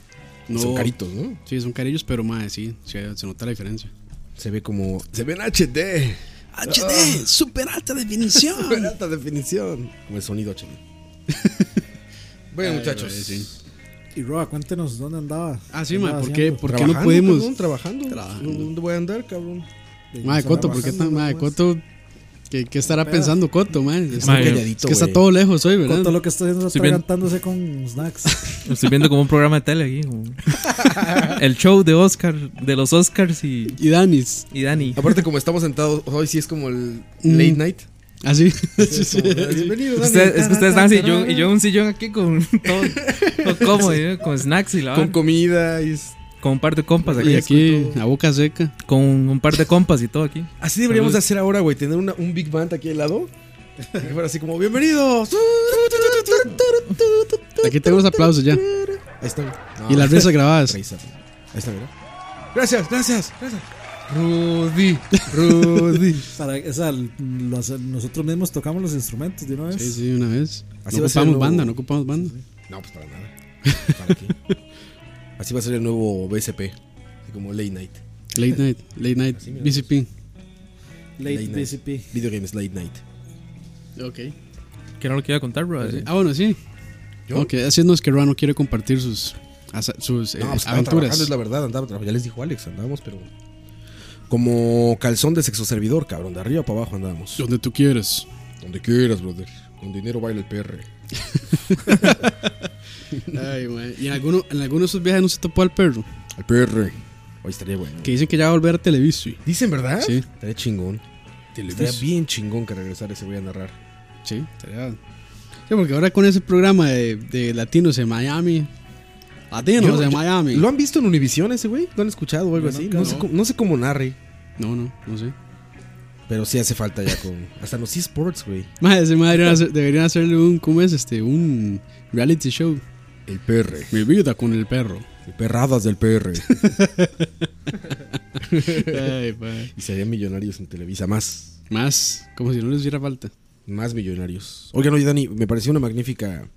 Speaker 6: Son caritos, ¿no?
Speaker 8: Sí, son carillos, pero más, sí, sí, Se nota la diferencia.
Speaker 6: Se ve como. Se ve en HD.
Speaker 8: HD, super alta definición.
Speaker 6: Super alta definición. Como el sonido HD. bueno,
Speaker 8: Ay,
Speaker 6: muchachos.
Speaker 8: güey, sí.
Speaker 9: Y Roa, cuéntenos dónde andaba.
Speaker 8: Ah, sí,
Speaker 9: andaba
Speaker 8: ma, ¿por qué?
Speaker 9: haciendo?
Speaker 8: ¿Por qué no podemos?
Speaker 6: cabrón, trabajando. No, ¿Dónde voy a andar, cabrón?
Speaker 8: Madre, Coto, ¿por qué tan, madre, Coto? ¿Qué, qué estará
Speaker 9: Peda.
Speaker 8: pensando Coto, madre? Está
Speaker 7: Madre,
Speaker 8: calladito, Es que está todo lejos hoy, ¿verdad?
Speaker 9: Coto lo que está haciendo es
Speaker 7: Estoy bien.
Speaker 9: atragantándose con snacks.
Speaker 7: Estoy viendo como un programa de tele aquí. como- El show de Oscar, de los Oscars y.
Speaker 8: Y Danis.
Speaker 7: Y Dani.
Speaker 6: Aparte, como estamos sentados hoy, sí es como el
Speaker 7: Mm.
Speaker 6: late night.
Speaker 8: Así.
Speaker 6: Sí, es como, Bienvenido, Dani.
Speaker 7: Ustedes- es que ustedes están así, yo, y yo en un sillón aquí con todo, todo cómodo, ¿eh? con snacks y la
Speaker 6: Con
Speaker 7: vara.
Speaker 6: comida y.
Speaker 7: Con un par de compas aquí.
Speaker 8: Y aquí, a boca seca.
Speaker 7: Con un par de compas y todo aquí.
Speaker 6: Así deberíamos de
Speaker 7: Salud.
Speaker 6: hacer ahora, güey. Tener una- un Big Band aquí al lado. Y que fuera así como, bienvenidos.
Speaker 8: Aquí tenemos aplausos ya.
Speaker 6: Ahí está, güey.
Speaker 8: Y las risas grabadas.
Speaker 6: Risa. Ahí está, mira. Gracias, gracias, gracias.
Speaker 8: Rudy.
Speaker 6: Rudy.
Speaker 9: Para, o sea, los- nosotros mismos tocamos los instrumentos de una vez.
Speaker 8: Sí, sí, una vez.
Speaker 6: Así
Speaker 8: no
Speaker 6: va a ser
Speaker 8: ocupamos
Speaker 6: lo-
Speaker 8: banda, no ocupamos banda.
Speaker 6: No, pues para nada. ¿Para qué? Así va a ser el nuevo BSP. Así como Late Night.
Speaker 8: Late night, late night,
Speaker 6: mira.
Speaker 8: BCP.
Speaker 9: Late,
Speaker 6: Late night.
Speaker 9: BCP.
Speaker 6: Video Games Late Night. Eh,
Speaker 8: Ok.
Speaker 7: Que no lo que iba a contar, bro.
Speaker 8: Ah, bueno, sí.
Speaker 6: ¿Yo?
Speaker 8: Ok, así es, no, es que Ruano quiere compartir sus, asa- sus eh,
Speaker 6: No, pues estaba
Speaker 8: aventuras.
Speaker 6: trabajando, es la verdad. Andaba trabajando. Ya les dijo Alex, andábamos, pero. Como calzón de sexo servidor, cabrón. De arriba para abajo andábamos.
Speaker 8: Donde tú quieras.
Speaker 6: Donde quieras, brother. Con dinero baila el PR.
Speaker 8: Ay, mae. Y en alguno, en alguno de sus viajes no se topó al perro.
Speaker 6: Al PR. Hoy estaría bueno.
Speaker 8: Que dicen que ya va a volver a Televisa.
Speaker 6: ¿Dicen verdad?
Speaker 8: Sí.
Speaker 6: Estaría chingón. Estaría bien chingón que regresara ese voy a narrar.
Speaker 8: Sí, estaría- Sí, porque ahora con ese programa de, de latinos en Miami. Latinos
Speaker 6: Yo-
Speaker 8: en
Speaker 6: yo-
Speaker 8: Miami.
Speaker 6: ¿Lo han visto en Univision ese güey? ¿Lo han escuchado o algo
Speaker 8: Yo
Speaker 6: así?
Speaker 8: nunca,
Speaker 6: No,
Speaker 8: no.
Speaker 6: Sé cómo, no sé cómo narre.
Speaker 8: No, no, no sé.
Speaker 6: Pero sí hace falta ya con. Hasta los eSports, güey.
Speaker 8: Mae, ese mae deberían, hacer- deberían hacerle un, ¿cómo es este? Un reality show.
Speaker 6: El PR.
Speaker 8: Mi vida con el perro.
Speaker 6: Perradas del PR.
Speaker 8: Ay, mae.
Speaker 6: y serían millonarios en Televisa. Más.
Speaker 8: Más, como si no les hiciera falta.
Speaker 6: Más millonarios. Oigan, oye, Dani, me pareció una magnífica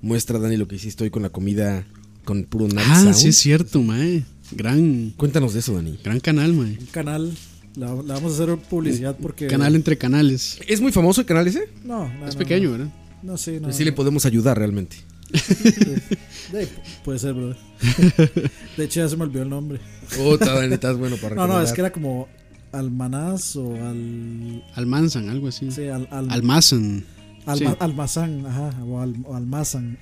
Speaker 6: muestra, Dani, lo que hiciste hoy con la comida con puro night
Speaker 8: Ah,
Speaker 6: sound.
Speaker 8: sí es cierto, mae. Gran,
Speaker 6: Cuéntanos de eso, Dani.
Speaker 8: gran canal, mae.
Speaker 9: Un canal. La, la vamos a hacer publicidad porque.
Speaker 8: Canal entre canales.
Speaker 6: ¿Es muy famoso el canal ese?
Speaker 9: No, no,
Speaker 8: Es
Speaker 9: no,
Speaker 8: pequeño, ¿verdad? Pues
Speaker 9: No, no sí, no.
Speaker 6: sí le podemos ayudar realmente.
Speaker 9: De- puede ser, brother. De hecho, ya se me olvidó el nombre.
Speaker 6: Puta, Dani, estás bueno para
Speaker 9: No, no,
Speaker 6: recordar.
Speaker 9: es que era como Almanaz o al.
Speaker 10: Almanzan, algo así.
Speaker 9: Sí, al, al-
Speaker 10: Almazan.
Speaker 9: Alma-
Speaker 10: Sí.
Speaker 9: Almazán, ajá, o, al- o Almazán.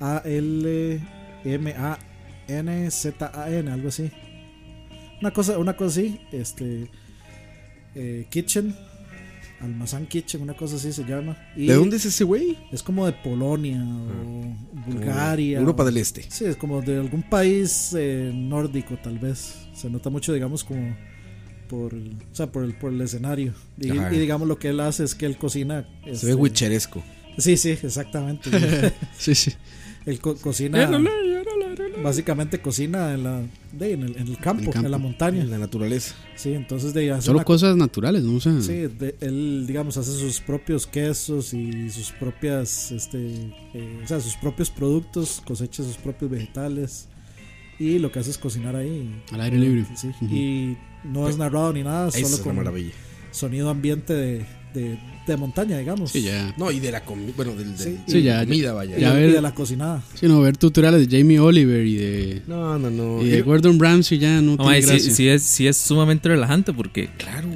Speaker 9: A-L-M-A-N-Z-A-N, algo así. Una cosa, una cosa así, este. eh, kitchen. Almazán Kitchen, una cosa así se llama. Y
Speaker 6: ¿De dónde es ese güey? Ah.
Speaker 9: Es como de Polonia o Bulgaria.
Speaker 6: Europa
Speaker 9: o-
Speaker 6: del Este.
Speaker 9: Sí, es como de algún país eh, nórdico, tal vez. Se nota mucho, digamos, como por el, o sea, por el, por el escenario. Y,
Speaker 6: Ajá.
Speaker 9: y, digamos, lo que él hace es que él cocina. este,
Speaker 6: Se ve witcheresco.
Speaker 9: Sí, sí, exactamente.
Speaker 10: sí, sí.
Speaker 9: Él co- cocina. Básicamente cocina en, la, de- en, el, en el campo,
Speaker 10: campo.
Speaker 9: en la montaña.
Speaker 6: En la naturaleza.
Speaker 9: Sí, entonces de hace
Speaker 10: Solo
Speaker 9: una-
Speaker 10: cosas naturales, ¿no? O sea,
Speaker 9: Sí, de- él, digamos, hace sus propios quesos y sus propias, este, eh, o sea, sus propios productos, cosecha sus propios vegetales y lo que hace es cocinar ahí.
Speaker 10: Al aire libre.
Speaker 9: Sí,
Speaker 10: Ujú.
Speaker 9: y no es narrado ni nada,
Speaker 6: Esa es
Speaker 9: solo
Speaker 6: la
Speaker 9: con
Speaker 6: maravilla.
Speaker 9: sonido ambiente de, de, de montaña, digamos.
Speaker 10: Sí, ya.
Speaker 6: No, y de la comida, bueno, del, del-
Speaker 9: Sí.
Speaker 6: de
Speaker 10: Sí,
Speaker 6: la
Speaker 10: ya,
Speaker 6: comida,
Speaker 10: ya.
Speaker 6: vaya.
Speaker 9: Y,
Speaker 10: Ya
Speaker 9: y
Speaker 10: ver-
Speaker 9: de la cocinada.
Speaker 10: Sí, no, ver tutoriales de Jamie Oliver y de,
Speaker 6: No, no, no.
Speaker 10: y de Gordon Ramsay ya no
Speaker 7: No,
Speaker 10: tiene
Speaker 7: mae, sí,
Speaker 10: gracia.
Speaker 7: sí es, sí es sumamente relajante porque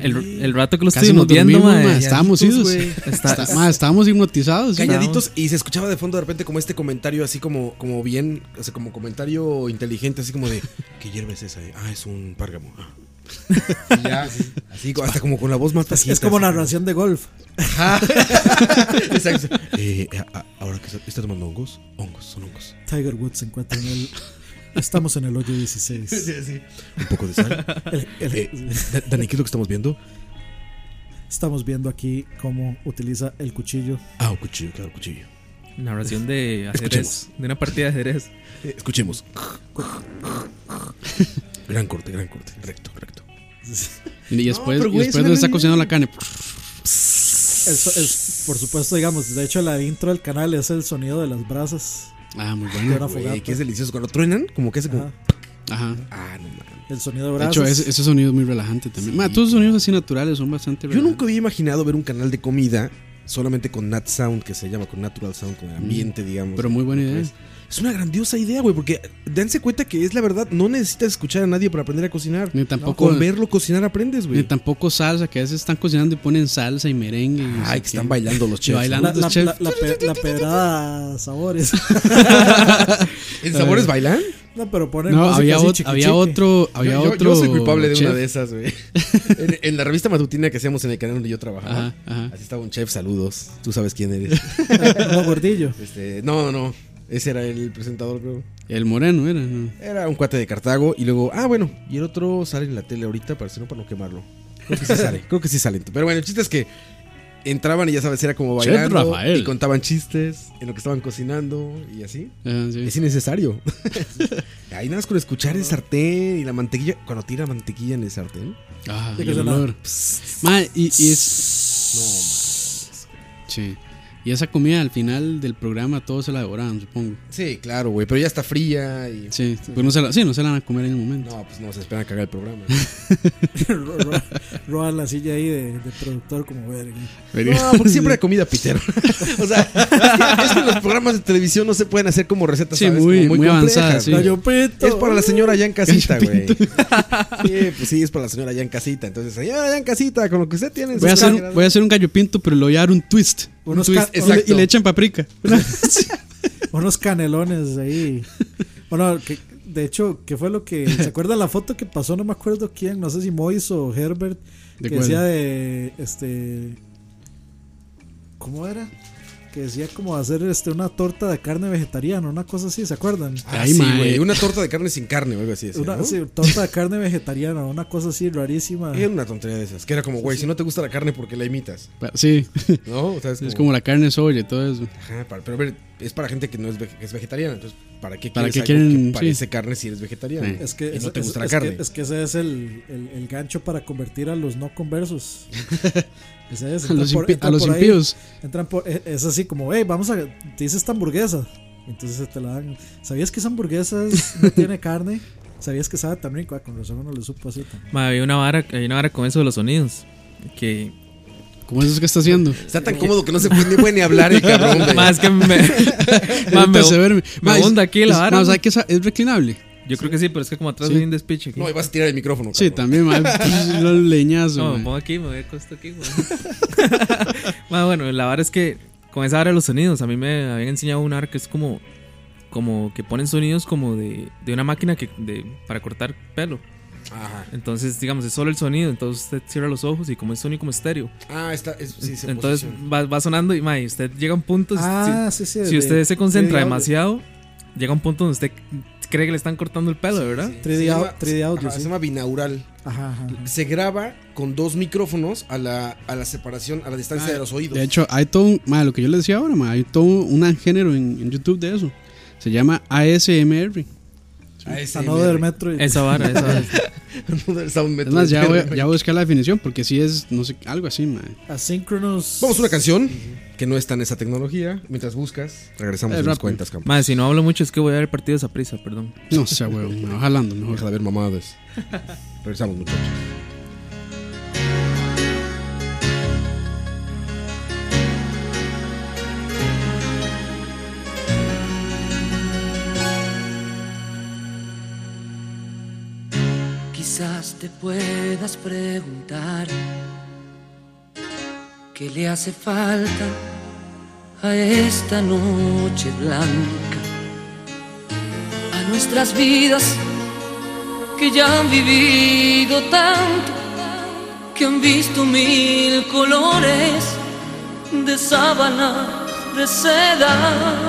Speaker 7: el, el rato que lo
Speaker 10: Casi
Speaker 7: estuvimos
Speaker 10: nos
Speaker 7: viendo,
Speaker 10: dormimos,
Speaker 7: mae,
Speaker 10: mae, estábamos idos.
Speaker 6: güey.
Speaker 7: está-
Speaker 10: Está- mae, estábamos hipnotizados. sí.
Speaker 6: Calladitos y se escuchaba de fondo de repente como este comentario así como, como bien, o sea, como comentario inteligente, así como de, ¿qué hierba es esa? eh? Ah, es un párgamo. Ah. Y ya, así, así, hasta como con la voz más
Speaker 9: Es,
Speaker 6: pasita.
Speaker 9: como
Speaker 6: así.
Speaker 9: narración de golf.
Speaker 6: Ajá. Exacto. Eh, a- a- ahora que está- está tomando hongos, hongos, son
Speaker 10: Pues,
Speaker 6: hongos.
Speaker 9: Tiger Woods se encuentra en el... Estamos en el hoyo 16.
Speaker 6: Un poco de sal.
Speaker 9: El- el-
Speaker 6: Eh, Da- Dani, ¿qué es lo que estamos viendo?
Speaker 9: estamos viendo aquí cómo utiliza el cuchillo.
Speaker 6: Ah, un cuchillo, claro, cuchillo.
Speaker 7: narración de ajedrez,
Speaker 6: Escuchemos.
Speaker 7: de una partida de ajedrez.
Speaker 6: Eh, escuchemos. Gran corte, gran corte. Recto, recto.
Speaker 10: Y después,
Speaker 6: pero,
Speaker 10: y
Speaker 6: güey,
Speaker 10: después
Speaker 6: suena
Speaker 10: le está
Speaker 6: bien.
Speaker 10: cocinando la carne.
Speaker 9: El so- el- por supuesto, digamos, de hecho la intro del canal es el sonido de las brasas
Speaker 10: Ah, muy
Speaker 9: de
Speaker 10: bueno.
Speaker 9: una
Speaker 6: Güey,
Speaker 9: fogata.
Speaker 6: que es delicioso. Cuando truenan, como que hace como.
Speaker 9: Ajá,
Speaker 10: Ajá.
Speaker 6: Ah, no mames.
Speaker 9: el sonido de
Speaker 10: De
Speaker 9: brasas.
Speaker 10: hecho, ese, ese sonido es muy relajante también. Ma, todos los sonidos así naturales son bastante
Speaker 6: Yo
Speaker 10: relajantes.
Speaker 6: nunca había imaginado ver un canal de comida solamente con Nat Sound, que se llama, con Natural Sound, con el ambiente, digamos.
Speaker 10: Mm, Pero muy buena idea.
Speaker 6: Es, es una grandiosa idea, güey, porque dense cuenta que es la verdad, no necesitas escuchar a nadie para aprender a cocinar.
Speaker 10: Ni tampoco,
Speaker 6: Con verlo cocinar aprendes,
Speaker 10: ni
Speaker 6: güey.
Speaker 10: tampoco salsa, que a veces están cocinando y ponen salsa y merengue. y no sé
Speaker 6: Ay, que están
Speaker 10: qué.
Speaker 6: bailando los
Speaker 10: Y
Speaker 6: chefs.
Speaker 10: bailando.
Speaker 9: la, la-
Speaker 10: Chef.
Speaker 9: la- la pe- la pedrada a sabores.
Speaker 6: ¿En sabores bailan?
Speaker 9: No, pero ponen
Speaker 10: No,
Speaker 9: música
Speaker 10: había,
Speaker 9: así,
Speaker 10: ot-
Speaker 9: chiqui,
Speaker 10: había
Speaker 9: chiqui.
Speaker 10: otro. Había
Speaker 6: Yo, yo-
Speaker 10: otro
Speaker 6: yo soy culpable de
Speaker 10: chef.
Speaker 6: una de esas, güey. en, en la revista matutina que hacíamos en el canal donde yo trabajaba.
Speaker 10: Ajá, ajá.
Speaker 6: Así estaba un chef, saludos. Tú sabes quién eres.
Speaker 9: No, gordillo.
Speaker 6: Este, no, no. Ese era el presentador, creo.
Speaker 10: El moreno era. ¿no?
Speaker 6: Era un cuate de Cartago y luego, ah, bueno, y el otro sale en la tele ahorita para, si no, para no quemarlo. Creo que sí sale, creo que sí sale. Pero bueno, el chiste es que entraban y ya sabes, era como
Speaker 10: Chef
Speaker 6: bailando
Speaker 10: Rafael.
Speaker 6: y contaban chistes en lo que estaban cocinando y así.
Speaker 10: Ajá, Ah, sí.
Speaker 6: Es innecesario. Ahí nada más con escuchar el sartén y la mantequilla. Cuando tira mantequilla en el sartén.
Speaker 10: Ah,
Speaker 9: Sí,
Speaker 10: el
Speaker 9: que suena-
Speaker 10: olor. Ma, y, y es.
Speaker 6: No, mames.
Speaker 10: sí. Y esa comida al final del programa todos se la devoraban, supongo.
Speaker 6: Sí, claro, güey, pero ya está fría y.
Speaker 10: Sí, pues no se la, sí, no se la van a comer en el momento.
Speaker 6: No, pues no, se esperan a cagar el programa.
Speaker 9: Ro- ro- Roban la silla ahí de, de productor como verga.
Speaker 6: No, porque siempre hay comida pitera. o sea, es que, es que los programas de televisión no se pueden hacer como recetas
Speaker 10: Sí,
Speaker 6: ¿sabes?
Speaker 10: muy-
Speaker 6: Como
Speaker 10: muy
Speaker 6: complejas,
Speaker 10: avanzadas, sí.
Speaker 6: ¿no?
Speaker 9: Gallo Pinto.
Speaker 6: Es para la señora allá en casita, güey. Sí, pues sí, es para la señora allá en casita. Entonces, señora allá en casita, con lo que usted tiene. en
Speaker 10: Voy a,
Speaker 6: su
Speaker 10: hacer,
Speaker 6: refrigerador.
Speaker 10: voy a hacer un gallo pinto, pero lo voy a dar un twist. Un
Speaker 9: Unos
Speaker 10: twist
Speaker 9: ca-
Speaker 10: y, le,
Speaker 6: exacto.
Speaker 10: y le echan paprika.
Speaker 9: Unos canelones ahí. Bueno, que- de hecho, ¿qué fue lo que. ¿Se acuerdan la foto que pasó? No me acuerdo quién, no sé si Mois o Herbert.
Speaker 10: ¿De
Speaker 9: que
Speaker 10: cuál?
Speaker 9: decía de. Este. ¿Cómo era? Que decía como hacer este, una torta de carne vegetariana, una cosa así, ¿se acuerdan?
Speaker 6: Ah,
Speaker 10: Ay,
Speaker 6: sí,
Speaker 10: mae.
Speaker 6: güey. Una torta de carne sin carne, o algo así. decía,
Speaker 9: Una
Speaker 6: ¿no?
Speaker 9: sí, torta de carne vegetariana, una cosa así rarísima.
Speaker 6: Era una tontería de esas. Que era como, güey, si no te gusta la carne, ¿por qué la imitas?
Speaker 10: Pa- Sí,
Speaker 6: ¿No? Oh, O sea, es como.
Speaker 10: es como la carne soya y todo eso.
Speaker 6: Ajá, para- pero a ver, es para gente que no es, vege- que es vegetariana. Entonces, ¿para qué
Speaker 10: ¿Para
Speaker 6: quieres
Speaker 10: qué
Speaker 6: algo
Speaker 10: quieren?
Speaker 6: que parece
Speaker 10: Sí.
Speaker 6: carne si eres vegetariana?
Speaker 10: Sí.
Speaker 9: Es que,
Speaker 6: Y
Speaker 9: es,
Speaker 6: no te
Speaker 9: es-
Speaker 6: gusta la
Speaker 9: es
Speaker 6: carne.
Speaker 9: que, es que ese es el, el- el gancho para convertir a los no conversos. Ese es,
Speaker 10: A
Speaker 9: entran
Speaker 10: los,
Speaker 9: por-
Speaker 10: impi- a
Speaker 9: entran
Speaker 10: los
Speaker 9: por ahí,
Speaker 10: impíos.
Speaker 9: entran por- e- es así como, hey, vamos a. Te dice esta hamburguesa. Entonces te la dan. ¿Sabías que esa hamburguesa es- no tiene carne? ¿Sabías que sabe Ah, también? Con razón no lo supo así. tan-
Speaker 7: Mae, había una vara, había una vara con eso de los sonidos. Que
Speaker 10: ¿Cómo eso es que está haciendo?
Speaker 6: Está tan cómodo que no se puede ni, puede ni hablar el cabrón. güey.
Speaker 7: Más que me. Ma, me,
Speaker 10: Entonces, verme.
Speaker 7: me
Speaker 10: Ma, es-
Speaker 7: hunda aquí la
Speaker 10: es-
Speaker 7: vara.
Speaker 10: ma, o sea, que esa- es reclinable.
Speaker 7: Yo creo que sí, pero es que como atrás
Speaker 10: Sí.
Speaker 7: hay un despiche. aquí.
Speaker 6: No, y vas a tirar el micrófono.
Speaker 10: Sí, también, ma, pues, los leñazos.
Speaker 7: No,
Speaker 10: ma.
Speaker 7: me pongo aquí, me voy a costo aquí, güey. Ma, Ah, bueno, la vara es que con esa vara de los sonidos, a mí me habían enseñado una vara que es como, como que ponen sonidos como de, de una máquina que, de, para cortar pelo.
Speaker 6: Ajá.
Speaker 7: Entonces, digamos, es solo el sonido, entonces usted cierra los ojos y como es sonido como estéreo.
Speaker 6: Ah, está. es- sí, se
Speaker 7: Entonces
Speaker 6: posiciona.
Speaker 7: va, va sonando y ma, y usted llega a un punto, si-
Speaker 6: Ah,
Speaker 7: si,
Speaker 6: sí, sí,
Speaker 7: si
Speaker 6: de-
Speaker 7: usted se concentra
Speaker 6: 3D audio.
Speaker 7: demasiado, llega a un punto donde usted cree que le están cortando el pelo, ¿verdad?
Speaker 6: Se
Speaker 9: 3D, au-
Speaker 6: llama-
Speaker 9: 3D audio,
Speaker 6: ajá,
Speaker 9: sí.
Speaker 6: Se llama binaural.
Speaker 9: Ajá, ajá, ajá.
Speaker 6: Se graba con dos micrófonos a la, a la separación, a la distancia de los oídos.
Speaker 10: De hecho, hay todo un, ma, lo que yo les decía ahora, ma, hay todo un género en, en YouTube de eso. Se llama ASMR.
Speaker 6: ASMR.
Speaker 9: Another Metroid.
Speaker 7: Esa vara, esa vara.
Speaker 6: Another Sound
Speaker 10: Es más, ya voy,
Speaker 6: Metroid.
Speaker 10: ya voy a buscar la definición porque si es, no sé, algo así, ma.
Speaker 9: Asynchronous.
Speaker 6: Vamos a una canción que no está en esa tecnología. Mientras buscas, regresamos
Speaker 10: Eh,
Speaker 6: a las
Speaker 10: rápido.
Speaker 6: cuentas, campo.
Speaker 7: Ma, si no hablo mucho es que voy a ver el partido esa prisa, perdón.
Speaker 10: No sea huevón, me va jalando mejor.
Speaker 6: Deja de ver mamadas. Regresamos, muchachos.
Speaker 2: Quizás te puedas preguntar qué le hace falta a esta noche blanca, a nuestras vidas que ya han vivido tanto, que han visto mil colores de sábana, de seda.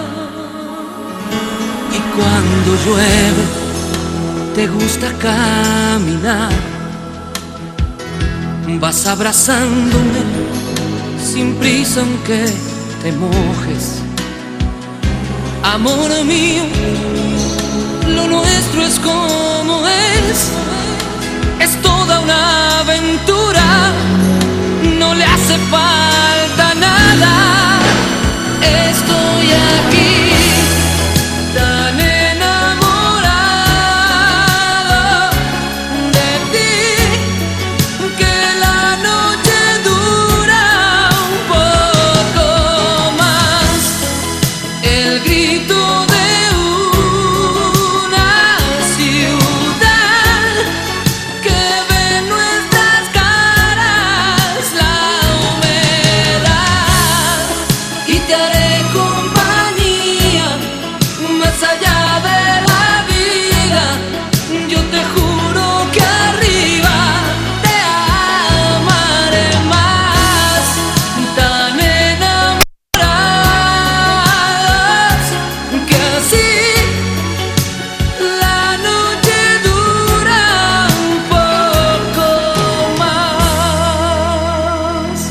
Speaker 2: Y cuando llueve, te gusta caminar. Vas abrazándome sin prisa aunque te mojes. Amor mío, lo nuestro es como es. Es toda una aventura, no le hace falta nada. Estoy aquí tan enamorado de ti que la noche dura un poco más. El grito de una ciudad que ve en nuestras caras la humedad y te haré compañía más allá de la vida. Yo te juro que arriba te amaré más. Tan enamorados que así la noche dura un poco más.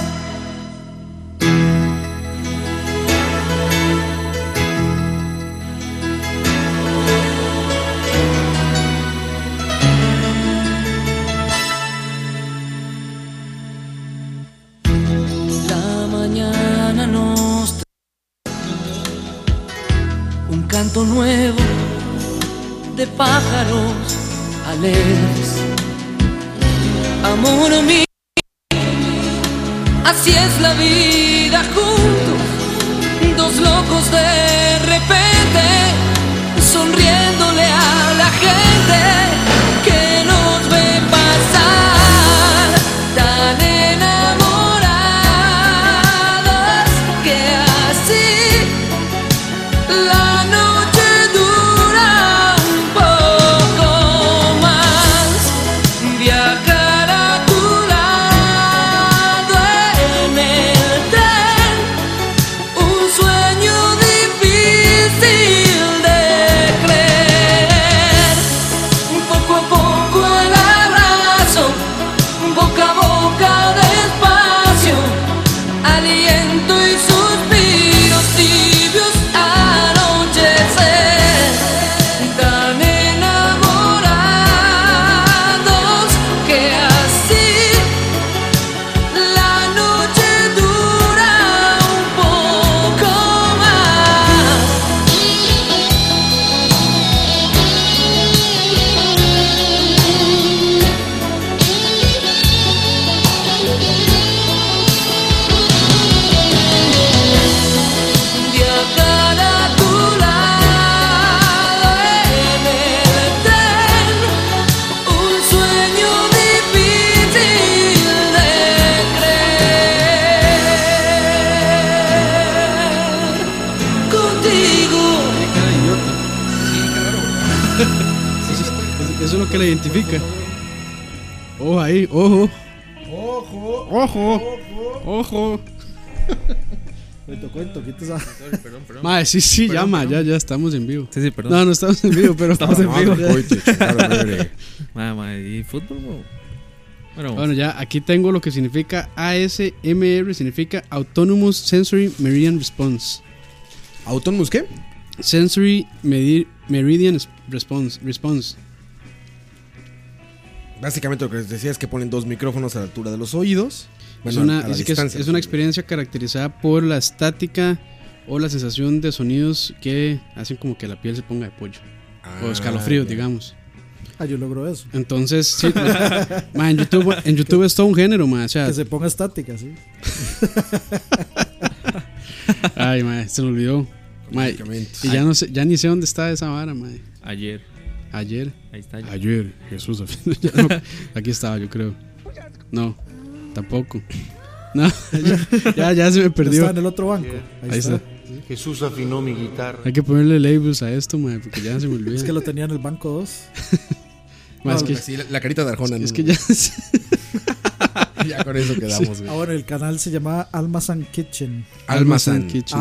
Speaker 2: La mañana nos trae un canto nuevo de pájaros alegres. Amor mío, así es la vida juntos, dos locos de repente, sonriéndole a la gente que nos ve pasar tan enamorados que así la noche dura un poco más. Viajar a tu lado en el tren, un sueño difícil de creer. Poco a poco el abrazo, boca a boca despacio aliento y suspiros tibios anochecer tan enamorados que así la noche dura un poco más contigo.
Speaker 8: Eso, es- eso es lo que la identifica. Ojo ahí, ojo.
Speaker 9: Ojo.
Speaker 8: Ojo. Ojo.
Speaker 9: Cuento, cuento, quita esa. Perdón, perdón.
Speaker 8: Mae, sí, sí, ya, ma, ya, ya estamos en vivo.
Speaker 7: Sí, sí, perdón.
Speaker 8: No, no estamos en vivo, pero
Speaker 7: estamos en vivo.
Speaker 8: Ya.
Speaker 7: Mae, mae, ¿y fútbol, bro? Bueno,
Speaker 8: Bueno, ya aquí tengo lo que significa ASMR, significa Autonomous Sensory Meridian Response.
Speaker 6: ¿Autonomous qué?
Speaker 8: Sensory Medi- Meridian Response. response.
Speaker 6: Básicamente lo que les decía es que ponen dos micrófonos a la altura de los oídos.
Speaker 8: es,
Speaker 6: Bueno,
Speaker 8: una,
Speaker 6: a la
Speaker 8: dice que es-
Speaker 6: distancia.
Speaker 8: es una experiencia caracterizada por la estática o la sensación de sonidos que hacen como que la piel se ponga de pollo.
Speaker 6: Ah,
Speaker 8: o escalofríos,
Speaker 9: ya.
Speaker 8: digamos.
Speaker 9: Ah, yo logro eso.
Speaker 8: Entonces, sí, pues, ma, en YouTube, en YouTube es todo un género, ma, o sea,
Speaker 6: Pues
Speaker 9: Que se ponga estática, sí.
Speaker 8: Ay, mae, se me olvidó. Mae, y ya, no sé, ya ni sé dónde está esa vara, mae.
Speaker 7: Ayer.
Speaker 8: Ayer.
Speaker 7: Ahí está.
Speaker 8: Ayer, Jesús. ya no- aquí estaba, yo creo. No, tampoco. No, ya, ya, ya se me perdió.
Speaker 9: Está en el otro banco.
Speaker 8: Ahí, está.
Speaker 11: Jesús afinó mi guitarra.
Speaker 8: Hay que ponerle labels a esto, mae, porque ya se me olvidó.
Speaker 9: Es que lo tenía en el banco 2.
Speaker 8: Mae, es que-
Speaker 6: Sí, la, la carita de Arjona.
Speaker 8: Es
Speaker 6: ¿no?
Speaker 8: que ya.
Speaker 6: Ya con eso quedamos, güey.
Speaker 9: Ah, bueno, el canal se llamaba Almazan Kitchen.
Speaker 6: Almazan Kitchen.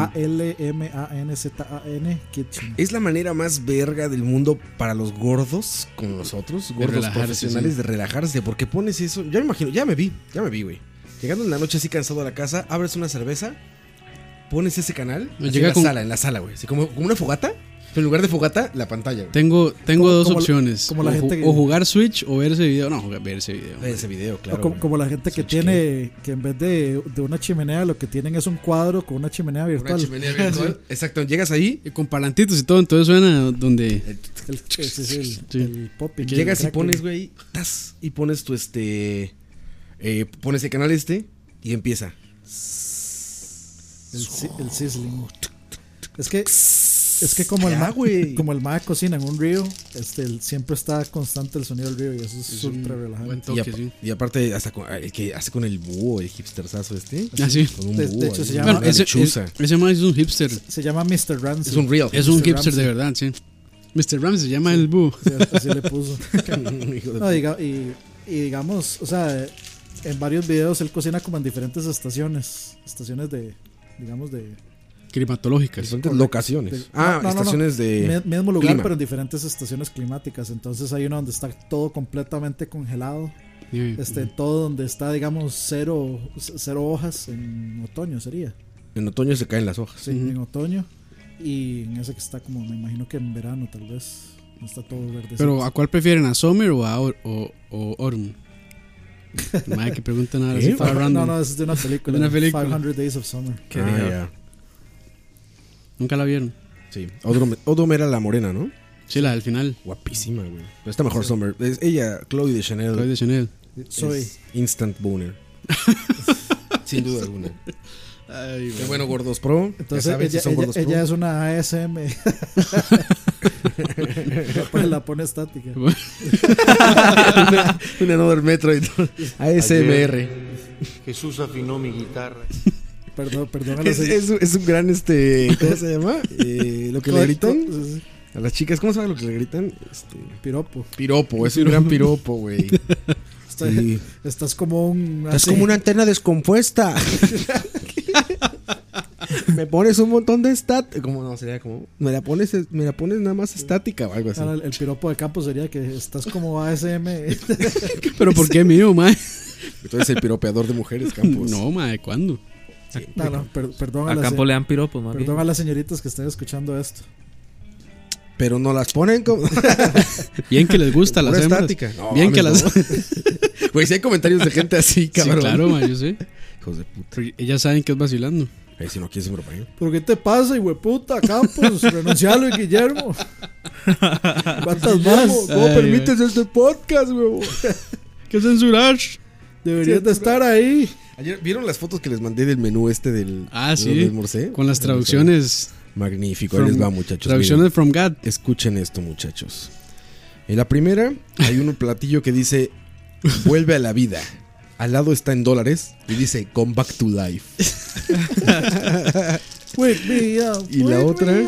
Speaker 9: A-L-M-A-N-Z-A-N Kitchen.
Speaker 6: Es la manera más verga del mundo para los gordos como nosotros, gordos
Speaker 9: relajarse,
Speaker 6: profesionales,
Speaker 9: sí.
Speaker 6: de relajarse, porque pones eso. Ya me imagino, ya me vi, ya me vi, güey. Llegando en la noche así cansado a la casa, abres una cerveza, pones ese canal
Speaker 8: Me
Speaker 6: así
Speaker 8: llega
Speaker 6: en la
Speaker 8: con-
Speaker 6: sala, en la sala, güey. Así como, como una fogata, pero en lugar de fogata, la pantalla, güey.
Speaker 8: Tengo, tengo
Speaker 6: Como-
Speaker 8: dos
Speaker 6: como la-
Speaker 8: opciones.
Speaker 6: como la
Speaker 8: o, ju-
Speaker 6: gente que-
Speaker 8: o jugar Switch o ver ese video. No, jugar- ver ese video.
Speaker 6: Ese video,
Speaker 9: O como, como la gente que tiene, que en vez de, de una chimenea, lo que tienen es un cuadro con una chimenea virtual.
Speaker 6: Exacto, llegas ahí.
Speaker 8: Y con palantitos y todo, entonces suena donde.
Speaker 9: El- ese es el,
Speaker 8: Sí.
Speaker 9: el popping.
Speaker 6: Llegas
Speaker 9: el
Speaker 6: y pones,
Speaker 9: crackling.
Speaker 6: güey, tas, y pones tu este. eh, pones el canal este y empieza.
Speaker 9: El, si- el sizzling. Es que, es que como el
Speaker 6: Ya,
Speaker 9: ma,
Speaker 6: güey.
Speaker 9: como el ma cocina en un río, este, el- siempre está constante el sonido del río y eso es,
Speaker 8: un
Speaker 9: ultra relajante.
Speaker 8: buen
Speaker 6: Y, ap- y aparte, hasta con- el que hace con el búho, el hipsterzazo este.
Speaker 8: Ah, sí.
Speaker 6: Con un
Speaker 9: De-
Speaker 6: búho.
Speaker 9: de hecho,
Speaker 6: ahí,
Speaker 9: se
Speaker 6: una
Speaker 9: llama-
Speaker 8: Ese,
Speaker 6: lechuza.
Speaker 8: es- ese man es un hipster.
Speaker 9: Se llama Mr. Ramsey.
Speaker 6: Es un real
Speaker 8: Es un
Speaker 9: Mr.
Speaker 8: hipster
Speaker 9: Ramsey.
Speaker 8: de verdad, sí. Mr. Ram se llama el búho.
Speaker 9: Así, así le puso.
Speaker 6: Hijo de
Speaker 9: No, diga- y, y digamos, o sea, en varios videos él cocina como en diferentes estaciones. Estaciones de, digamos, de.
Speaker 8: Climatológicas.
Speaker 6: Diferentes locaciones.
Speaker 9: de-
Speaker 6: ah,
Speaker 9: no, no, no,
Speaker 6: estaciones
Speaker 9: no,
Speaker 6: de.
Speaker 9: mi- Mismo lugar,
Speaker 6: clima.
Speaker 9: pero en diferentes estaciones climáticas. Entonces hay una donde está todo completamente congelado.
Speaker 8: Sí.
Speaker 9: Este, todo donde está, digamos, cero, c- cero hojas en otoño sería.
Speaker 6: En otoño se caen las hojas.
Speaker 9: Sí, en otoño. Y en ese que está como, me imagino que en verano tal vez. no Está todo verde.
Speaker 8: Pero ¿a cuál prefieren? ¿A Summer o a Or- o, o Orm? Madre, que preguntan
Speaker 6: ¿Eh?
Speaker 8: ahora. así, para
Speaker 9: no,
Speaker 8: random.
Speaker 9: no, es de una película.
Speaker 8: De una película.
Speaker 9: 500 Days of Summer.
Speaker 8: Qué
Speaker 6: Ah,
Speaker 8: diablo.
Speaker 6: ya.
Speaker 8: Nunca la vieron.
Speaker 6: Sí. Odom, Odom era la morena, ¿no?
Speaker 8: Sí, la del final.
Speaker 6: Guapísima, güey. Pero está mejor Summer. Es ella, Chloe de Chanel.
Speaker 8: Chloe de Chanel.
Speaker 9: Soy.
Speaker 6: Es Instant Boner. Sin duda alguna.
Speaker 8: Ay,
Speaker 6: Qué bueno, Gordos Pro. Ya
Speaker 9: Entonces
Speaker 6: saben, si
Speaker 9: ella,
Speaker 6: son
Speaker 9: ella-
Speaker 6: Gordos Pro.
Speaker 9: ella es una ASM. la, pone, Pues, la pone estática.
Speaker 6: una, una Another Metroid. ASMR.
Speaker 11: Ayer, Jesús afinó mi guitarra.
Speaker 9: Perdón, perdón.
Speaker 6: Es, es, es un gran este. ¿Cómo se llama? Eh, lo que
Speaker 8: Pues,
Speaker 6: le gritan. A las chicas, ¿cómo se llama lo que le gritan? Este,
Speaker 9: piropo.
Speaker 6: Piropo, es un gran piropo, güey.
Speaker 9: Estoy-
Speaker 6: Sí.
Speaker 9: Estás como un.
Speaker 6: Estás
Speaker 9: así.
Speaker 6: como una antena descompuesta. me pones un montón de stat. Como no, sería como. Me la pones, me la pones nada más estática o algo así.
Speaker 9: Ah, no, el, el piropo de campo sería que estás como ASM.
Speaker 8: Pero ¿por qué mío, mae?
Speaker 6: Entonces el piropeador de mujeres, Campos.
Speaker 8: No, mae, ¿cuándo?
Speaker 9: No, no, per- perdón
Speaker 7: A
Speaker 9: las
Speaker 7: campo
Speaker 9: se-
Speaker 7: le dan piropos, más
Speaker 9: Perdón
Speaker 7: bien.
Speaker 9: a las señoritas que estén escuchando esto.
Speaker 6: Pero no las ponen como.
Speaker 8: Bien que les gusta las
Speaker 6: Pura
Speaker 8: hembras.
Speaker 6: estática. No,
Speaker 8: Bien que
Speaker 6: mames,
Speaker 8: las.
Speaker 6: no. Güey, si hay comentarios de gente así, cabrón.
Speaker 8: Sí, claro, mae, yo sé.
Speaker 6: Hijos de puta.
Speaker 8: Porque ellas saben que es vacilando.
Speaker 6: Ahí si no quieres un grupo, ¿eh?
Speaker 9: ¿Pero qué te pasa, hueputa, Campos? Renuncialo, eh, Guillermo. ¿Cuántas más?
Speaker 6: Guillermo, ¿cómo Ay, permites este podcast, huevo?
Speaker 8: ¿Qué censurar?
Speaker 9: Deberías de estar ahí.
Speaker 6: Ayer, ¿vieron las fotos que les mandé del menú este del.
Speaker 8: Ah,
Speaker 6: de
Speaker 8: sí.
Speaker 6: donde almorcé?
Speaker 8: Con las traducciones.
Speaker 6: Magnífico,
Speaker 8: From-
Speaker 6: ahí les va, muchachos.
Speaker 8: Traducciones from God.
Speaker 6: Escuchen esto, muchachos. En la primera hay un platillo que dice vuelve a la vida. Al lado está en dólares y dice come back to life. Y la otra.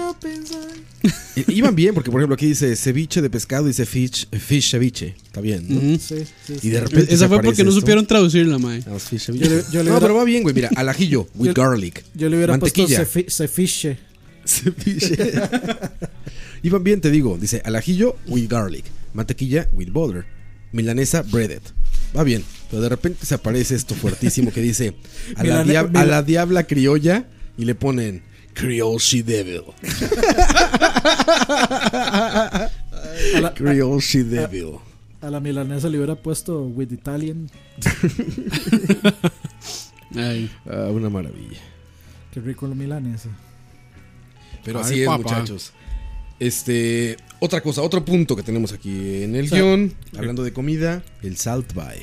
Speaker 6: I- Iban bien, porque por ejemplo aquí dice ceviche de pescado y dice fish, fish ceviche. Está bien, ¿no?
Speaker 10: Ujú.
Speaker 6: Sí, sí, Y de repente.
Speaker 10: Esa
Speaker 6: se
Speaker 10: fue porque
Speaker 6: aparece
Speaker 10: no
Speaker 6: esto. Ah,
Speaker 10: supieron traducirla, mae.
Speaker 6: Los fish ceviche. no, pero va bien, güey. Mira, al ajillo, with
Speaker 10: Yo-
Speaker 6: garlic.
Speaker 10: yo le hubiera
Speaker 6: mantequilla.
Speaker 10: puesto
Speaker 9: cefi- cefiche.
Speaker 6: Cefiche. Iban bien, te digo. Dice al ajillo, with garlic. Mantequilla, with butter. Milanesa, breaded. Va bien, pero de repente se aparece esto fuertísimo que dice a la,
Speaker 12: Milane-
Speaker 6: diab-
Speaker 12: mil-
Speaker 6: a la diabla criolla y le ponen Creole She Devil. Creole She Devil.
Speaker 9: A la milanesa le hubiera puesto with Italian.
Speaker 6: Ah, una maravilla.
Speaker 9: Qué rico la milanesa.
Speaker 6: Pero
Speaker 9: Ay,
Speaker 6: así es,
Speaker 9: papá.
Speaker 6: muchachos. Este, otra cosa, otro punto que tenemos aquí en el
Speaker 9: Sí.
Speaker 6: guión, hablando de comida, el salt by.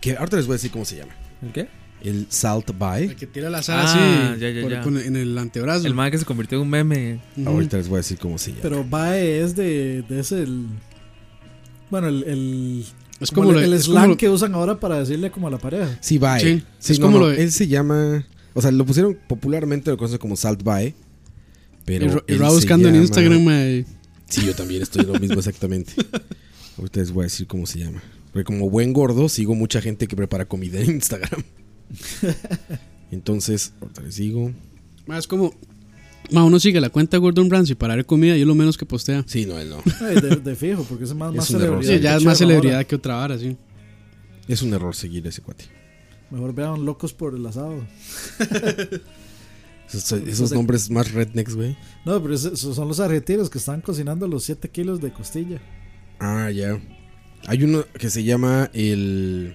Speaker 6: Que ahorita les voy a decir cómo se llama.
Speaker 7: ¿El qué?
Speaker 6: El salt Ah, by.
Speaker 10: Que tira la sal
Speaker 7: Ah,
Speaker 10: así por- con- en el antebrazo.
Speaker 7: El mae que se convirtió en un meme.
Speaker 6: Ahorita les voy a decir cómo se llama.
Speaker 9: Pero Bae es de, de ese. el- bueno, el. el
Speaker 10: Es
Speaker 6: como
Speaker 9: el,
Speaker 6: lo-
Speaker 9: el
Speaker 6: es como
Speaker 9: slang
Speaker 6: lo-
Speaker 9: que usan ahora para decirle como a la pareja.
Speaker 6: Sí, eh. by.
Speaker 10: Sí,
Speaker 6: Sí,
Speaker 10: es
Speaker 6: no,
Speaker 10: como
Speaker 6: no,
Speaker 10: lo de-
Speaker 6: él se llama, o sea, lo pusieron popularmente lo conocen como salt by. Pero
Speaker 10: Y Ra- y
Speaker 6: él
Speaker 10: Ra
Speaker 6: se
Speaker 10: buscando en
Speaker 6: llama-
Speaker 10: Instagram, mae.
Speaker 6: Sí, yo también estoy lo mismo exactamente. Ahorita les voy a decir cómo se llama. Porque como buen gordo, sigo mucha gente que prepara comida en Instagram. Entonces, ahorita les digo.
Speaker 10: Mae, es como. Mae, uno sigue la cuenta de Gordon Ramsay para ver comida y es lo menos que postea.
Speaker 6: Sí, no, él no.
Speaker 9: Ay, de, de fijo, porque ese es más,
Speaker 10: Es
Speaker 9: más
Speaker 10: un error,
Speaker 9: celebridad.
Speaker 10: sí, ya
Speaker 9: que
Speaker 10: es más
Speaker 9: chef ahora.
Speaker 10: celebridad que otra vara, sí.
Speaker 6: Es un error seguir a ese cuate.
Speaker 9: Mejor vean locos por el asado.
Speaker 6: Esos, esos nombres más rednecks, güey.
Speaker 9: No, pero ese- esos son los argentinos que están cocinando los 7 kilos de costilla.
Speaker 6: Ah, ya. Hay uno que se llama el.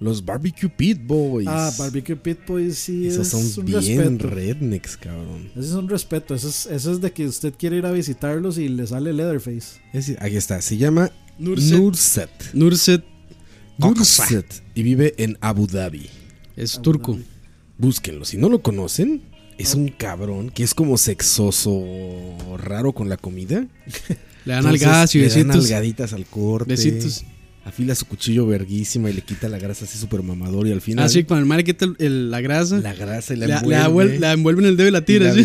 Speaker 6: Los Barbecue Pit Boys.
Speaker 9: Ah, Barbecue Pit Boys sí
Speaker 6: Esos
Speaker 9: es
Speaker 6: son
Speaker 9: un
Speaker 6: bien
Speaker 9: respeto.
Speaker 6: rednecks, cabrón.
Speaker 9: Ese es un respeto. Eso es, eso es de que usted quiere ir a visitarlos y le sale Leatherface.
Speaker 6: Es decir, aquí está, se llama
Speaker 9: Nurset.
Speaker 6: Nurset.
Speaker 10: Nurset.
Speaker 6: Nurset. Y vive en Abu Dhabi.
Speaker 10: Es turco.
Speaker 6: Búsquenlo. Si no lo conocen, es un cabrón que es como sexoso, raro con la comida.
Speaker 10: Le dan
Speaker 6: Entonces,
Speaker 10: algadas y
Speaker 6: le dan
Speaker 10: besitos.
Speaker 6: algaditas al corte.
Speaker 10: Besitos.
Speaker 6: Afila su cuchillo verguísima y le quita la grasa así súper mamador y al final...
Speaker 10: Así, Ah, cuando el mae le quita el- el- la grasa.
Speaker 6: La grasa y la
Speaker 10: le,
Speaker 6: envuelve.
Speaker 10: envuelven el dedo y la tira.
Speaker 6: y la
Speaker 10: así.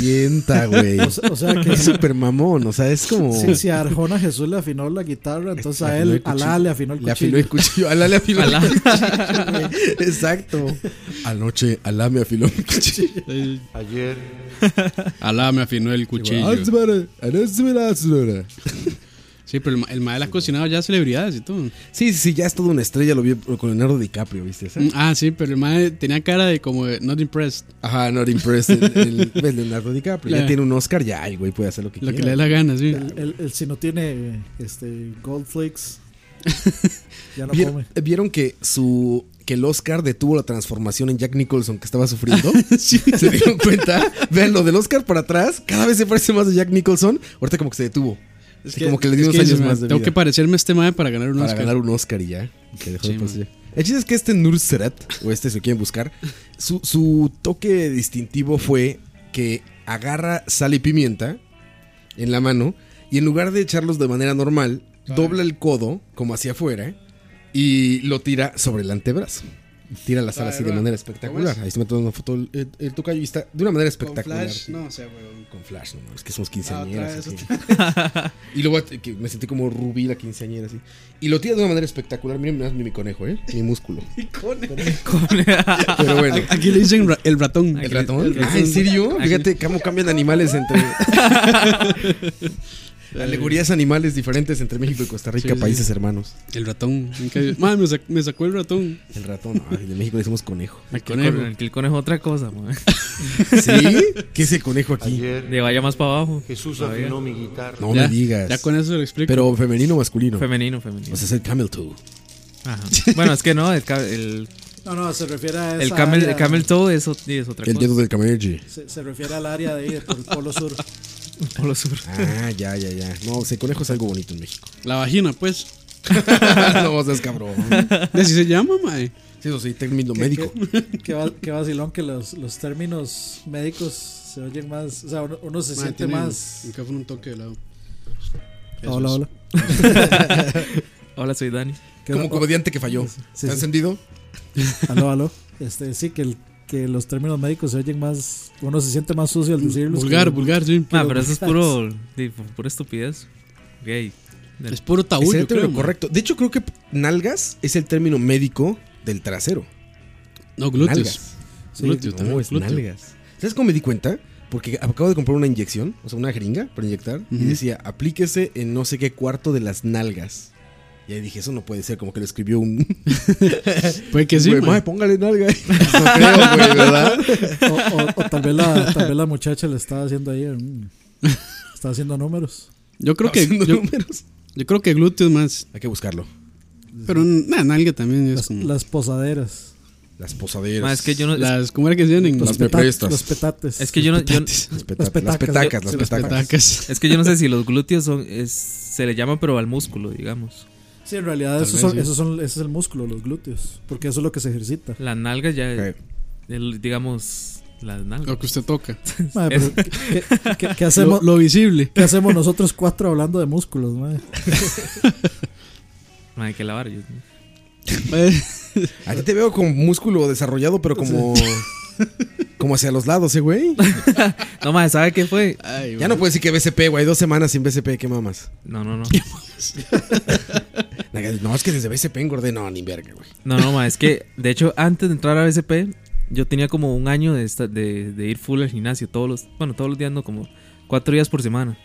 Speaker 6: avienta, güey.
Speaker 9: O sea- o sea que-
Speaker 6: es súper mamón, o sea, es como...
Speaker 9: Si, si a Arjona Jesús le afinó la guitarra, entonces a
Speaker 6: afinó el
Speaker 9: él,
Speaker 6: cuchillo.
Speaker 9: Alá le afinó el
Speaker 6: Le
Speaker 9: cuchillo.
Speaker 6: afiló el cuchillo. Alá le afiló el cuchillo, güey. Exacto. Anoche Alá me afiló mi cuchillo.
Speaker 13: Ayer.
Speaker 10: Alá me afinó el
Speaker 8: Ah,
Speaker 10: cuchillo.
Speaker 6: Ah,
Speaker 10: Sí, pero el, ma- el mae la ha cocinado ya celebridades y todo.
Speaker 6: Sí, sí, sí, ya es toda una estrella, lo vi con Leonardo DiCaprio, ¿viste? esa?
Speaker 10: Mm, Ah, sí, pero el mae tenía cara de como de not impressed.
Speaker 6: Ajá, not impressed. El, el- ves, Leonardo DiCaprio. Ya
Speaker 10: La-
Speaker 6: tiene un Oscar, ya el güey puede hacer lo que
Speaker 10: Lo que
Speaker 6: quiera.
Speaker 10: le dé la gana, sí.
Speaker 9: El, el- el- si no tiene este, Gold Flakes, ya no
Speaker 6: ¿Vieron,
Speaker 9: come.
Speaker 6: vieron que su que el Oscar detuvo la transformación en Jack Nicholson que estaba sufriendo? ¿Se dieron cuenta? Vean, lo del Oscar para atrás, cada vez se parece más a Jack Nicholson. Ahorita como que se detuvo.
Speaker 10: Es
Speaker 6: Así como que le dio
Speaker 10: es
Speaker 6: unos
Speaker 10: dice,
Speaker 6: años
Speaker 10: mae,
Speaker 6: más de
Speaker 10: Tengo
Speaker 6: vida.
Speaker 10: que parecerme a este mae para ganar un
Speaker 6: para
Speaker 10: Oscar.
Speaker 6: ganar un Oscar y ya. Que dejó de
Speaker 10: Sí,
Speaker 6: pasar.
Speaker 10: man.
Speaker 6: El chiste es que este Nurserat, o este si lo quieren buscar, su, su toque distintivo fue que agarra sal y pimienta en la mano y en lugar de echarlos de manera normal, dobla el codo como hacia afuera y lo tira sobre el antebrazo. Tira la sal
Speaker 10: Suave,
Speaker 6: así de
Speaker 10: ¿verdad?
Speaker 6: manera
Speaker 10: ¿Cómo
Speaker 6: espectacular.
Speaker 10: es?
Speaker 6: Ahí se me tomando una foto el, el- el tocayo y está de una manera espectacular.
Speaker 10: no sé, weón.
Speaker 6: Con flash, no, es que somos
Speaker 10: Ah,
Speaker 6: quinceañeras.
Speaker 10: otra vez,
Speaker 6: así. y luego at- que me sentí como rubí la quinceañera así. Y lo tira de una manera espectacular. Miren, miren mi conejo, ¿eh? Mi músculo. Pero bueno.
Speaker 10: A- Aquí le dicen ra- el ratón.
Speaker 6: ¿El ratón? Ah, ¿En serio? Fíjate cómo cambian animales entre. Alegorías animales diferentes entre México y Costa Rica,
Speaker 10: Sí, sí.
Speaker 6: países hermanos.
Speaker 10: El ratón. Nunca- Mae, me, sac- me sacó el ratón.
Speaker 6: El ratón, no, de México le decimos conejo.
Speaker 10: El
Speaker 7: Que El,
Speaker 10: conejo.
Speaker 7: conejo. que el conejo es otra cosa, mae.
Speaker 6: ¿Sí? ¿Qué es el conejo aquí?
Speaker 7: Le vaya más para abajo.
Speaker 13: Jesús
Speaker 7: todavía.
Speaker 13: afinó mi guitarra.
Speaker 6: No
Speaker 7: Ya,
Speaker 6: me digas.
Speaker 7: ya con eso
Speaker 10: lo explico.
Speaker 6: Pero femenino o masculino.
Speaker 7: Femenino, femenino.
Speaker 6: O sea, es el camel toe.
Speaker 7: Ajá. Bueno, es que no, el, ca- el,
Speaker 9: No, no, se refiere a
Speaker 7: el
Speaker 9: esa
Speaker 7: camel,
Speaker 9: área-
Speaker 7: el camel toe es, ot- es otra
Speaker 6: El
Speaker 7: cosa.
Speaker 6: dedo del camelje.
Speaker 9: Se, se refiere al área de ahí, de por el Polo Sur.
Speaker 7: Polo Sur.
Speaker 6: Ah, ya, ya, ya. No, o sea, el conejo es algo bonito en México.
Speaker 10: La vagina, pues.
Speaker 6: no seas cabrón.
Speaker 10: ¿Y así se llama, mae?
Speaker 6: Sí, eso sí, término
Speaker 9: Qué-
Speaker 6: médico.
Speaker 9: Qué, qué va- qué vacilón que los, los términos médicos se oyen más. O sea, uno, uno se
Speaker 10: Mae,
Speaker 9: siente
Speaker 10: tiene
Speaker 9: más.
Speaker 10: Un café un toque de lado. Eso
Speaker 9: Hola,
Speaker 10: es.
Speaker 9: hola.
Speaker 7: Hola, soy Dani.
Speaker 9: Que-
Speaker 6: Como comediante que falló.
Speaker 9: Sí, sí.
Speaker 6: ¿Está encendido?
Speaker 9: Aló, aló. Este, sí, que el, que los términos médicos se oyen más, uno se siente más sucio al decirlos.
Speaker 10: Vulgar, vulgar, sí.
Speaker 7: Ah, pero eso es
Speaker 9: pues,
Speaker 7: puro, di- pura estupidez. Gay. Del-
Speaker 6: Es el término correcto. De hecho, creo que nalgas es el término médico del trasero.
Speaker 10: No, glúteos.
Speaker 6: Nalgas.
Speaker 10: Sí, glúteo
Speaker 6: no,
Speaker 10: también,
Speaker 6: es
Speaker 10: glúteo.
Speaker 6: nalgas. ¿Sabes cómo me di cuenta? Porque acabo de comprar una inyección, o sea, una jeringa para inyectar, y
Speaker 10: Ujú.
Speaker 6: decía, aplíquese en no sé qué cuarto de las nalgas. Y ahí dije, eso no puede ser, como que lo escribió un...
Speaker 10: Puede que sí,
Speaker 6: Güey,
Speaker 10: man.
Speaker 6: mae, póngale nalga. no creo, güey, ¿verdad?
Speaker 9: O, o- o tal, vez la, tal vez la muchacha le estaba haciendo ahí, mm, estaba haciendo números.
Speaker 10: Yo creo que.
Speaker 9: Haciendo
Speaker 10: Yo,
Speaker 9: números.
Speaker 10: yo creo que glúteos más.
Speaker 6: Hay que buscarlo.
Speaker 10: Pero una nalga también es
Speaker 9: Las,
Speaker 10: como.
Speaker 9: las posaderas.
Speaker 6: Las posaderas.
Speaker 7: Ma, es que yo no-
Speaker 10: Las, ¿Cómo era que se llaman?
Speaker 9: Los Las peta- peprestas. los petates.
Speaker 7: Es que yo no. yo-
Speaker 6: Las peta- Las petacas. las petacas, las
Speaker 7: Sí,
Speaker 6: petacas.
Speaker 7: Es que yo no sé si los glúteos son. es- se le llama, pero al músculo, digamos.
Speaker 9: Sí, en realidad
Speaker 7: Tal
Speaker 9: esos
Speaker 7: vez,
Speaker 9: son,
Speaker 7: sí.
Speaker 9: esos son, ese es el músculo, los glúteos, porque eso es lo que se ejercita.
Speaker 7: La nalga ya. el- digamos. Las nalgas.
Speaker 10: Lo que usted toca.
Speaker 9: Madre,
Speaker 7: Es-
Speaker 9: pero ¿qué- qué- qué- qué hacemos?
Speaker 10: Lo- lo visible.
Speaker 9: ¿Qué hacemos nosotros cuatro hablando de músculos, madre?
Speaker 7: Ma, hay que lavar. yo-
Speaker 6: A ti te veo con músculo desarrollado, pero como... Como hacia los lados, ¿eh, güey?
Speaker 7: No, más, ¿sabe qué fue?
Speaker 6: ya no puedes decir que BCP, Eh, güey. Dos semanas sin BCP, ¿qué mamas?
Speaker 7: No, no, no.
Speaker 6: no, es que desde BCP engordé. No, ni verga, güey.
Speaker 7: No, no, ma, es que de hecho antes de entrar a BCP yo tenía como un año de, esta- de, de ir full al gimnasio todos los, bueno, todos los días no, como cuatro días por semana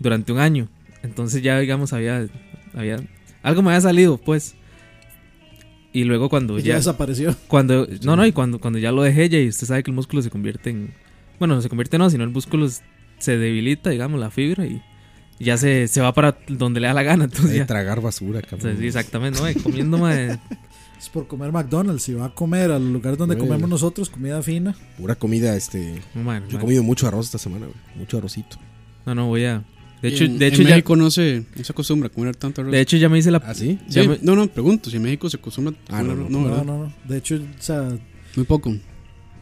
Speaker 7: durante un año. Entonces ya digamos había, había algo me había salido, pues. Y luego cuando
Speaker 9: Y ya desapareció.
Speaker 7: Cuando no, no, y cuando cuando ya lo dejé ya y usted sabe que el músculo se convierte en bueno, no se convierte no, sino el músculo s- se debilita, digamos, la fibra y y ya se, se va para donde le da la gana. Entonces,
Speaker 6: Hay que
Speaker 7: ya-
Speaker 6: tragar basura, cabrón.
Speaker 7: Sí, exactamente, ¿no? Eh, Comiendo mae,
Speaker 9: Es por comer McDonald's, si va a comer a los lugares donde
Speaker 6: Güey.
Speaker 9: comemos nosotros comida fina.
Speaker 6: Pura comida, este...
Speaker 7: Bueno,
Speaker 6: yo he
Speaker 7: bueno.
Speaker 6: comido mucho arroz esta semana, güey. Mucho arrocito.
Speaker 7: No, no, voy a. De
Speaker 10: Y
Speaker 7: hecho,
Speaker 10: en-
Speaker 7: de hecho
Speaker 10: en
Speaker 7: ya.
Speaker 10: México no se, no se acostumbra a comer tanto arroz.
Speaker 7: De hecho, ya me hice la-
Speaker 6: ¿Ah, sí?
Speaker 7: ya
Speaker 10: Sí,
Speaker 7: me-
Speaker 10: No, no, pregunto si en México se acostumbra a
Speaker 9: Ah,
Speaker 10: comer arroz. No,
Speaker 9: no,
Speaker 10: ¿verdad?
Speaker 9: no. De hecho, o sea,
Speaker 10: Muy poco.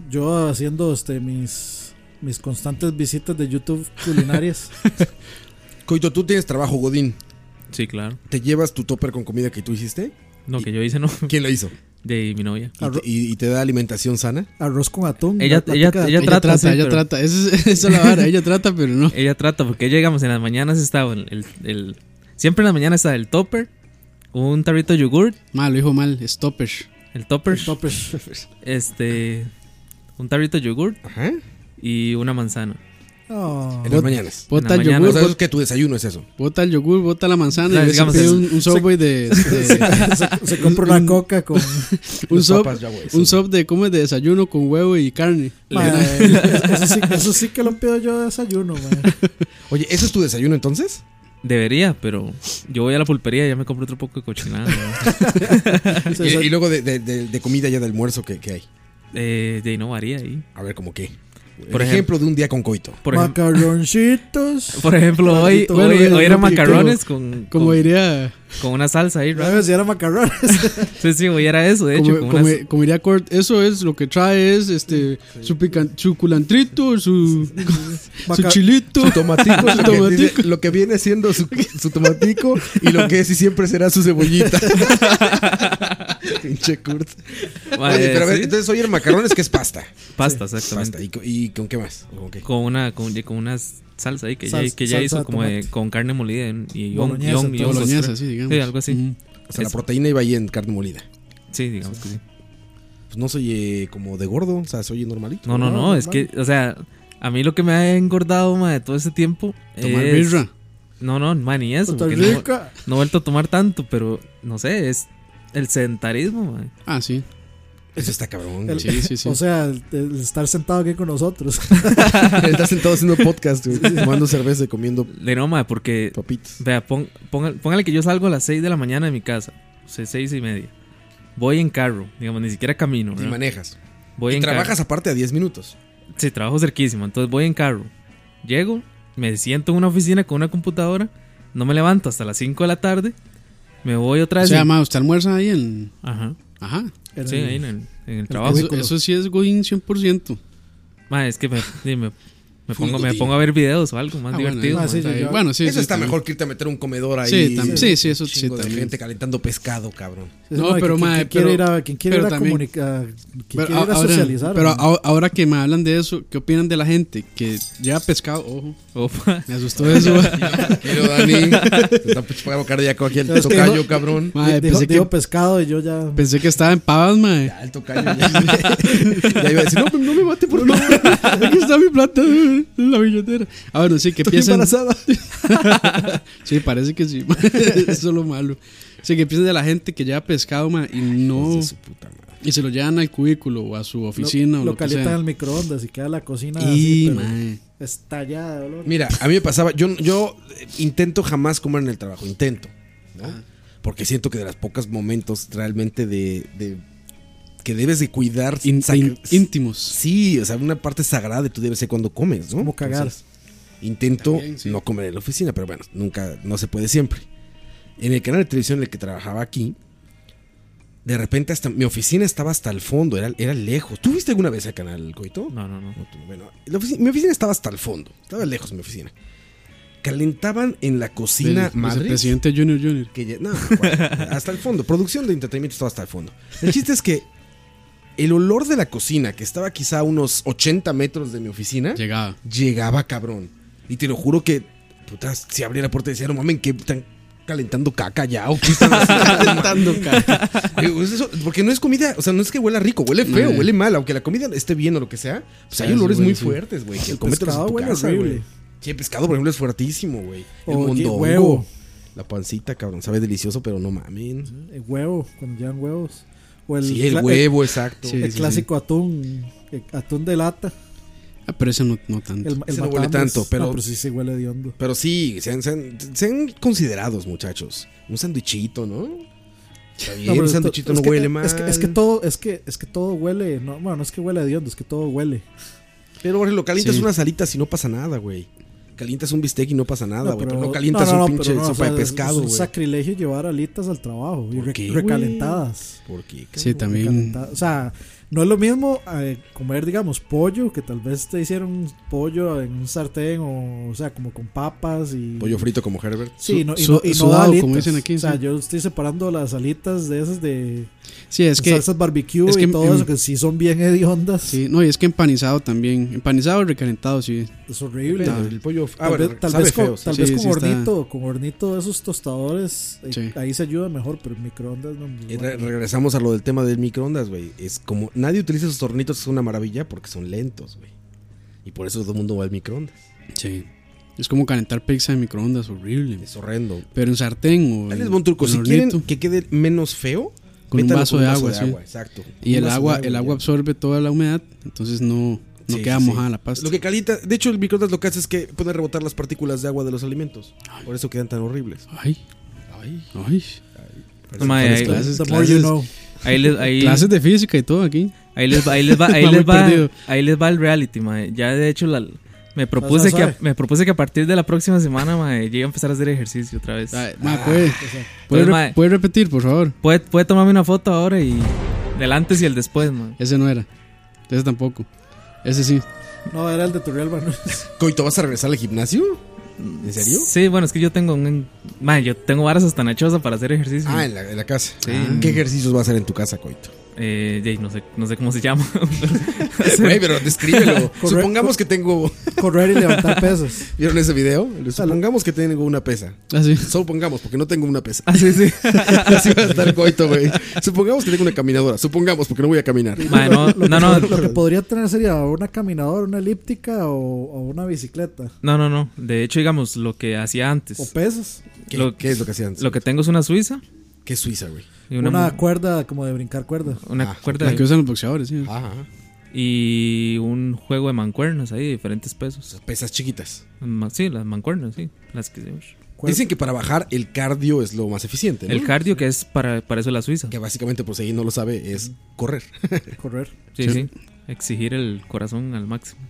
Speaker 9: yo haciendo este mis mis constantes visitas de YouTube culinarias.
Speaker 6: Coito, tú tienes trabajo, Godín.
Speaker 7: Sí, claro.
Speaker 6: ¿Te llevas tu topper con comida que tú hiciste?
Speaker 7: No, que yo hice, no.
Speaker 6: ¿Quién la hizo? Ah,
Speaker 7: De mi novia.
Speaker 6: ¿Y te, y- y te da alimentación sana?
Speaker 9: Arroz con atún.
Speaker 7: Ella,
Speaker 9: la
Speaker 7: ella,
Speaker 9: plática-
Speaker 7: ella trata, sí,
Speaker 10: ella
Speaker 7: pero-
Speaker 10: trata. Esa es- esa es la vara, ella trata, pero no.
Speaker 7: Ella trata, porque ella, digamos, en las mañanas está el, el- el- Siempre en las mañanas está el topper, un tarrito de yogur.
Speaker 10: Mal, lo dijo mal, es topper.
Speaker 7: El topper.
Speaker 9: El topper.
Speaker 7: Este. Un tarrito de yogur. Y una manzana.
Speaker 9: Oh.
Speaker 6: En las mañanas.
Speaker 10: Bota el
Speaker 7: En la
Speaker 10: yogur,
Speaker 7: mañana.
Speaker 6: O sea,
Speaker 10: bota-
Speaker 6: es que tu desayuno es eso.
Speaker 10: bota el yogur, bota la manzana
Speaker 7: Claro,
Speaker 10: y
Speaker 7: digamos,
Speaker 10: digamos, pide
Speaker 7: es-
Speaker 10: un, un Subway de... de-
Speaker 9: Se- se- se compra una coca con-
Speaker 10: un
Speaker 9: Las
Speaker 10: sub,
Speaker 9: papas ya, güey,
Speaker 10: un sub de, ¿cómo es? De desayuno con huevo y carne.
Speaker 9: Madre, eso, sí, eso sí que lo pido yo de desayuno, madre.
Speaker 6: Oye, ¿eso es tu desayuno entonces?
Speaker 7: Debería, pero yo voy a la pulpería y ya me compro otro poco de cochinada. ¿no?
Speaker 6: y, y luego de, de- de- de comida ya de almuerzo, ¿qué, qué hay?
Speaker 7: Eh, de ahí no varía ahí.
Speaker 6: A ver, ¿cómo qué?
Speaker 7: Por
Speaker 6: Por ejemplo, de un día con coito.
Speaker 7: Por ejemplo,
Speaker 9: Macarroncitos.
Speaker 7: Por ejemplo, hoy,
Speaker 9: Macarroncito,
Speaker 7: hoy,
Speaker 9: bueno,
Speaker 7: hoy era
Speaker 9: como-
Speaker 7: macarrones
Speaker 9: como-
Speaker 7: con.
Speaker 10: como
Speaker 7: con-
Speaker 10: diría-
Speaker 7: Con una salsa ahí,
Speaker 9: A
Speaker 7: ¿verdad?
Speaker 9: ver si era macarrones.
Speaker 7: Sí, sí, hoy era eso, de
Speaker 10: Como,
Speaker 7: hecho. con
Speaker 10: como-
Speaker 7: unas-
Speaker 6: eh,
Speaker 7: eh,
Speaker 10: como diría Cort, eso es lo que trae es este su, pican- su culantrito, su, su
Speaker 6: Maca-
Speaker 10: chilito,
Speaker 6: Su tomatico,
Speaker 10: su
Speaker 6: lo, que
Speaker 10: tomatico.
Speaker 6: dice- lo que viene siendo su, su tomatico y lo que es y siempre será su cebollita. Pinche Kurt.
Speaker 7: Vale,
Speaker 6: Oye, pero a ver,
Speaker 7: sí.
Speaker 6: entonces hoy el macarrón es que es pasta.
Speaker 7: Pasta, exactamente.
Speaker 6: Pasta. ¿Y, co- y con qué más? ¿O con qué?
Speaker 7: Con una, con, con una salsa ahí que
Speaker 6: Salsa-
Speaker 7: ya, que ya
Speaker 6: salsa
Speaker 7: hizo
Speaker 6: de
Speaker 7: como de-
Speaker 6: tomate.
Speaker 7: con carne molida en- y hon- y
Speaker 6: Boloñesa,
Speaker 7: hon- y
Speaker 6: entonces.
Speaker 7: hongos,
Speaker 6: Boloñesa,
Speaker 7: creo.
Speaker 6: sí, digamos.
Speaker 7: Sí, algo así.
Speaker 6: Ujú. O sea, la
Speaker 7: Es-
Speaker 6: proteína iba ahí en carne molida.
Speaker 7: Sí, digamos que sí.
Speaker 6: Pues no soy eh, como de gordo, o sea, soy normalito.
Speaker 7: No, no, no, es que, o sea, a mí lo que me ha engordado, ma, de todo ese tiempo.
Speaker 6: Tomar
Speaker 7: es-
Speaker 6: birra.
Speaker 7: No, no, ma, ni eso.
Speaker 10: Costa
Speaker 7: porque No,
Speaker 10: Rica.
Speaker 7: no he vuelto a tomar tanto, pero no sé, es el sedentarismo, ma.
Speaker 10: Ah, sí.
Speaker 6: Eso está cabrón.
Speaker 9: El-
Speaker 10: Mm, Sí, sí, sí.
Speaker 9: O sea, el, el estar sentado aquí con nosotros.
Speaker 6: Está sentado haciendo podcast, güey, tomando cerveza y comiendo.
Speaker 7: De no, ma, porque. Vea, pon- ponga- póngale que yo salgo a las 6 de la mañana de mi casa. O sea, 6 y media. Voy en carro, digamos, ni siquiera camino.
Speaker 6: Y
Speaker 7: ¿verdad?
Speaker 6: manejas.
Speaker 7: Voy
Speaker 6: y
Speaker 7: en
Speaker 6: trabajas
Speaker 7: carro.
Speaker 6: aparte a 10 minutos.
Speaker 7: Sí, trabajo cerquísimo. Entonces voy en carro. Llego, me siento en una oficina con una computadora. No me levanto hasta las 5 de la tarde. Me voy otra
Speaker 10: O
Speaker 7: vez.
Speaker 10: sea,
Speaker 7: y-
Speaker 10: ma, usted almuerza ahí en...
Speaker 7: Ajá.
Speaker 10: Ajá.
Speaker 7: En Sí, el- ahí en el- en el el trabajo.
Speaker 10: Eso,
Speaker 7: cubículo.
Speaker 10: eso sí es godín 100%.
Speaker 7: Ma, es que me, sí, me, Me pongo, me pongo a ver videos o algo más
Speaker 6: Ah, bueno,
Speaker 7: divertido.
Speaker 6: ah,
Speaker 7: más
Speaker 6: sí, sí,
Speaker 7: ahí.
Speaker 6: ya. Eso está mejor que irte a meter un comedor ahí.
Speaker 7: Sí, tam- sí, sí, eso
Speaker 6: Un
Speaker 7: sí,
Speaker 6: chingo de
Speaker 7: también.
Speaker 6: gente calentando pescado, cabrón.
Speaker 10: No, pero mae,
Speaker 6: madre,
Speaker 10: pero-
Speaker 9: quien quiere
Speaker 10: pero
Speaker 9: ir a
Speaker 10: también-
Speaker 9: comunicar- quien
Speaker 10: pero
Speaker 9: quiere ir
Speaker 10: ahora-
Speaker 9: a socializar,
Speaker 10: Pero
Speaker 9: ¿no?
Speaker 10: a- ahora que me hablan de eso, ¿qué opinan de la gente que lleva pescado? Ojo. Me asustó eso.
Speaker 6: Tranquilo, Dani. Te está pegando cardíaco aquí el
Speaker 10: Es que
Speaker 6: tocayo,
Speaker 10: dijo-
Speaker 6: cabrón.
Speaker 10: Mae,
Speaker 9: Dijo-
Speaker 10: pensé que
Speaker 9: dijo pescado y yo ya.
Speaker 10: Pensé que estaba en pavas, mae. Ya,
Speaker 6: el tocayo ya. Ya iba a decir, no, pues, no me mate por favor.
Speaker 10: Aquí está mi plata en la billetera. Ah, bueno, sí, que
Speaker 6: Estoy
Speaker 10: piensen.
Speaker 6: embarazada.
Speaker 10: sí, parece que sí. ma. Eso es lo malo. Sí, que piensen de la gente que lleva pescado, ma, y no. Y se lo llevan al cubículo o a su oficina
Speaker 9: lo,
Speaker 10: o
Speaker 9: lo
Speaker 10: lo que
Speaker 9: calientan
Speaker 10: sea.
Speaker 9: al microondas y queda la cocina
Speaker 10: Y,
Speaker 9: así, pero
Speaker 10: mae.
Speaker 9: estallada de olor.
Speaker 6: Mira, a mí me pasaba, yo, yo eh, intento jamás comer en el trabajo, intento, ¿no? Porque siento que de los pocos momentos realmente de, de- que debes de cuidar sac-
Speaker 10: íntimos.
Speaker 6: Sí, o sea, una parte sagrada de tu debe ser cuando comes, ¿no? Como
Speaker 9: cagar.
Speaker 6: intento no comer en la oficina, pero bueno, nunca, no se puede siempre. En el canal de televisión en el que trabajaba aquí, de repente hasta mi oficina estaba hasta el fondo, era, era lejos. ¿Tú viste alguna vez el canal, Coito?
Speaker 7: No, no, no.
Speaker 6: tú, Bueno, la ofici- mi oficina estaba hasta el fondo, estaba lejos mi oficina. Calentaban en la cocina
Speaker 10: Del
Speaker 6: madre.
Speaker 10: vicepresidente Junior Junior.
Speaker 6: Que ya- no, bueno, hasta el fondo. Producción de entretenimiento estaba hasta el fondo. El chiste es que el olor de la cocina, que estaba quizá a unos 80 metros de mi oficina,
Speaker 10: llegaba.
Speaker 6: Llegaba, cabrón. Y te lo juro que, putas, si abría la puerta y decía, no mames, ¿qué están calentando caca ya? ¿O qué están calentando caca? Digo, "Es eso", porque no es comida, o sea, no es que huela rico, huele feo,
Speaker 10: No.
Speaker 6: huele mal, aunque la comida esté bien o lo que sea. Pues
Speaker 10: Mm. Sí,
Speaker 6: hay olores
Speaker 10: sí,
Speaker 6: muy
Speaker 10: huele, sí.
Speaker 6: fuertes, güey. Que
Speaker 10: El
Speaker 6: cometes en
Speaker 10: pescado
Speaker 6: tu
Speaker 10: huele
Speaker 6: casa,
Speaker 10: horrible.
Speaker 6: güey. Sí, el pescado, por ejemplo, es fuertísimo, güey. El
Speaker 9: Oye,
Speaker 6: mondongo.
Speaker 9: huevo.
Speaker 6: La pancita, cabrón, sabe delicioso, pero no mamen.
Speaker 9: El huevo, cuando llevan huevos. O el,
Speaker 6: Sí, el
Speaker 9: cla-
Speaker 6: huevo, exacto. Sí,
Speaker 9: el
Speaker 6: sí,
Speaker 9: clásico atún, el atún de lata.
Speaker 10: Ah, pero ese no, no tanto.
Speaker 9: El, el
Speaker 6: Ese no huele
Speaker 9: matambres.
Speaker 6: tanto, pero-
Speaker 9: No, sí se huele de hondo.
Speaker 6: Pero sí, sean, sean, sean considerados, muchachos. Un sandwichito, ¿no? Está bien, un sanduchito no huele mal.
Speaker 9: Es que, es que todo, es que, es que todo huele. No, bueno, no es que huele de hondo, es que todo huele.
Speaker 6: Pero, por ejemplo, calientas
Speaker 9: Sí.
Speaker 6: unas alitas y no pasa nada, güey. Calientas un bistec y no pasa nada,
Speaker 9: No,
Speaker 6: güey. Pero,
Speaker 9: pero-
Speaker 6: no calientas
Speaker 9: no, no,
Speaker 6: un
Speaker 9: no,
Speaker 6: pinche
Speaker 9: pero no, o
Speaker 6: sopa
Speaker 9: sea,
Speaker 6: de pescado,
Speaker 9: Es un
Speaker 6: güey.
Speaker 9: sacrilegio llevar alitas al trabajo y re-
Speaker 6: qué, güey?
Speaker 9: recalentadas.
Speaker 6: ¿Por qué, cabrón?
Speaker 10: Sí, también.
Speaker 9: Recalentadas. O sea, no es lo mismo eh, comer, digamos, pollo, que tal vez te hicieron un pollo en un sartén o, o sea, como con papas y.
Speaker 6: Pollo frito como Herbert.
Speaker 9: Sí,
Speaker 6: Su-
Speaker 9: no, y,
Speaker 6: su-
Speaker 9: no, y no
Speaker 6: sudado,
Speaker 9: alitas.
Speaker 6: como dicen aquí,
Speaker 9: O sea,
Speaker 6: sí.
Speaker 9: yo estoy separando las alitas de esas de.
Speaker 10: Sí, es
Speaker 9: de
Speaker 10: que-
Speaker 9: Salsas barbecue
Speaker 10: es que-
Speaker 9: y todo
Speaker 10: em-
Speaker 9: eso, que sí son bien hediondas.
Speaker 10: Sí, no, y es que empanizado también. Empanizado y recalentado, sí.
Speaker 9: Es horrible.
Speaker 10: Está-
Speaker 6: El pollo- ah,
Speaker 9: tal
Speaker 6: bueno,
Speaker 9: vez, tal
Speaker 10: sabe
Speaker 9: vez con,
Speaker 10: feo, sí.
Speaker 9: tal vez
Speaker 10: Sí,
Speaker 9: con
Speaker 10: sí está.
Speaker 9: hornito, con hornito de esos tostadores, eh,
Speaker 6: Sí.
Speaker 9: ahí se ayuda mejor, pero en microondas no.
Speaker 6: Y re- regresamos a lo del tema del microondas, güey. Es como nadie utiliza esos tornitos, es una maravilla porque son lentos, güey. Y por eso todo el mundo va al microondas.
Speaker 10: Sí. Es como calentar pizza en microondas, horrible.
Speaker 6: Es horrendo.
Speaker 10: Pero en sartén o.
Speaker 6: Ahí
Speaker 10: en-
Speaker 6: les va un truco.
Speaker 10: en
Speaker 6: Si
Speaker 10: hornito,
Speaker 6: quieren que quede menos feo,
Speaker 10: Con un
Speaker 6: métanlo
Speaker 10: vaso,
Speaker 6: con
Speaker 10: de, agua, sí.
Speaker 6: exacto.
Speaker 10: Y
Speaker 6: Un
Speaker 10: el
Speaker 6: vaso de
Speaker 10: agua, el
Speaker 6: ya.
Speaker 10: agua absorbe toda la humedad, entonces no, no
Speaker 6: Sí,
Speaker 10: queda
Speaker 6: sí, sí.
Speaker 10: mojada la pasta.
Speaker 6: Lo que calienta, de hecho, el microondas lo que hace es que puede rebotar las partículas de agua de los alimentos. Por eso quedan tan horribles.
Speaker 10: Ay.
Speaker 6: Ay.
Speaker 10: Ay.
Speaker 6: Parece
Speaker 7: No, mae,
Speaker 6: que
Speaker 7: ahí-
Speaker 6: fueron
Speaker 7: The more you know. Ahí les- ahí-
Speaker 10: Clases de física y todo aquí.
Speaker 7: Ahí les va, ahí les va, ahí
Speaker 10: Va muy
Speaker 7: les va,
Speaker 10: perdido.
Speaker 7: ahí les va el reality, mae. Ya de hecho la- me propuse
Speaker 10: Vas a
Speaker 7: que a-
Speaker 10: saber.
Speaker 7: me propuse que a partir de la próxima semana, mae, yo iba a empezar a hacer ejercicio otra vez.
Speaker 10: Ah,
Speaker 7: Ah,
Speaker 10: Ma,
Speaker 6: Ah,
Speaker 10: puede, puede,
Speaker 7: Pues,
Speaker 10: re-
Speaker 7: mae.
Speaker 10: puede repetir, por favor.
Speaker 7: Puede, puede tomarme una foto ahora y del antes y el después, mae.
Speaker 10: Ese no era. Ese tampoco. Ese sí.
Speaker 9: No, era el de Turrial Barnum.
Speaker 6: Coito, ¿vas a regresar al gimnasio? ¿En serio?
Speaker 7: Sí, bueno, es que yo tengo un mae, yo tengo varas hasta nachosa para hacer ejercicio.
Speaker 6: Ah, en la, en la casa. Ah.
Speaker 7: Sí.
Speaker 10: Ah.
Speaker 6: ¿Qué ejercicios vas a hacer en tu casa, Coito?
Speaker 7: Eh, de ahí, no sé, no sé cómo se llama.
Speaker 10: Este,
Speaker 6: Güey, pero descríbelo. Supongamos que tengo.
Speaker 9: Correr y levantar pesas.
Speaker 6: ¿Vieron ese video? Supongamos que tengo una pesa.
Speaker 10: Así.
Speaker 6: Solo pongamos, porque no tengo una pesa.
Speaker 7: Así, Ah, sí.
Speaker 6: Así va a estar coito, güey. Supongamos que tengo una caminadora. Supongamos, porque no voy a caminar.
Speaker 9: Lo que- Lo que podría tener sería una caminadora, una elíptica o, o una bicicleta.
Speaker 7: No, no, no. De hecho, digamos, lo que hacía antes.
Speaker 9: ¿O pesas?
Speaker 6: ¿Qué- es lo que hacía antes?
Speaker 7: Lo que tengo es una suiza.
Speaker 6: ¿Qué suiza, güey?
Speaker 7: Y
Speaker 9: Una,
Speaker 7: una,
Speaker 9: cuerda como de brincar cuerda.
Speaker 6: Ah,
Speaker 7: una cuerda.
Speaker 10: La
Speaker 7: de-
Speaker 10: que usan los boxeadores, sí.
Speaker 7: Y un juego de mancuernas ahí de diferentes pesos.
Speaker 6: Pesas chiquitas.
Speaker 7: Sí, las mancuernas, sí. Las que
Speaker 6: Dicen que para bajar el cardio es lo más eficiente, ¿no?
Speaker 7: El cardio que es para, para eso la suiza.
Speaker 6: Que básicamente, por si alguien no lo sabe, es correr.
Speaker 9: Correr.
Speaker 7: Sí, sí. Exigir el corazón al máximo.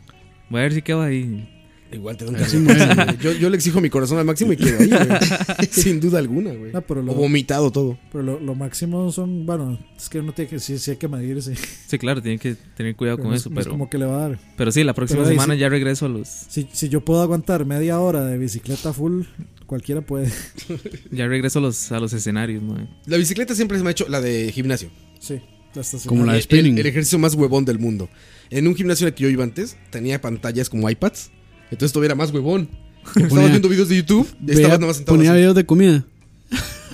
Speaker 7: Voy a ver si quedo ahí.
Speaker 6: Igual te da un
Speaker 12: Así
Speaker 6: calor.
Speaker 12: muere, güey.
Speaker 6: yo, yo le exijo mi corazón al máximo y quedo ahí, güey. Sin duda alguna, güey.
Speaker 9: No, pero lo-
Speaker 6: o vomitado todo.
Speaker 9: Pero lo, lo máximo son, bueno, es que uno tiene que, sí, sí hay que medirse.
Speaker 7: Sí, claro, tienen que tener cuidado
Speaker 9: Pero
Speaker 7: con
Speaker 9: no es-
Speaker 7: eso,
Speaker 9: no es
Speaker 7: pero...
Speaker 9: como que le va a dar.
Speaker 7: Pero sí, la próxima
Speaker 9: Pero ahí
Speaker 7: semana
Speaker 9: sí-
Speaker 7: ya regreso a los...
Speaker 9: Si, si yo puedo aguantar media hora de bicicleta full, cualquiera puede.
Speaker 7: Ya regreso a los, a los escenarios, mae.
Speaker 6: La bicicleta siempre se me ha hecho la de gimnasio.
Speaker 9: Sí, la estacionaria.
Speaker 7: Como la de
Speaker 6: El-
Speaker 7: spinning.
Speaker 6: El, el ejercicio más huevón del mundo. En un gimnasio en el que yo iba antes, tenía pantallas como iPads. Entonces todavía era más huevón. Estabas viendo videos de YouTube, y
Speaker 10: Veía-
Speaker 6: estabas nada más sentado.
Speaker 10: Ponía
Speaker 6: así.
Speaker 10: videos de comida.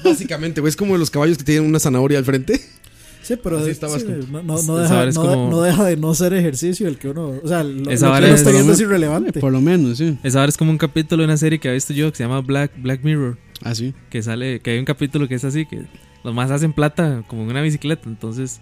Speaker 6: Básicamente, güey, es como los caballos que tienen una zanahoria al frente.
Speaker 9: Sí, pero
Speaker 6: Así
Speaker 9: de-
Speaker 6: estabas
Speaker 9: sí,
Speaker 6: como-
Speaker 9: no, no- no
Speaker 6: Esa
Speaker 9: deja,
Speaker 6: vara es
Speaker 9: no-
Speaker 6: como-
Speaker 9: no deja de no ser ejercicio el que uno. O sea, lo,
Speaker 7: Esa
Speaker 9: lo que
Speaker 7: vara
Speaker 9: uno
Speaker 7: es-
Speaker 9: está
Speaker 7: por lo
Speaker 9: viendo es
Speaker 7: menos-
Speaker 9: irrelevante.
Speaker 10: Por lo menos, sí.
Speaker 7: Esa ahora es como un capítulo de una serie que he visto yo que se llama Black, Black Mirror.
Speaker 10: Ah, sí.
Speaker 7: Que sale, que hay un capítulo que es así, que los más hacen plata como en una bicicleta. Entonces,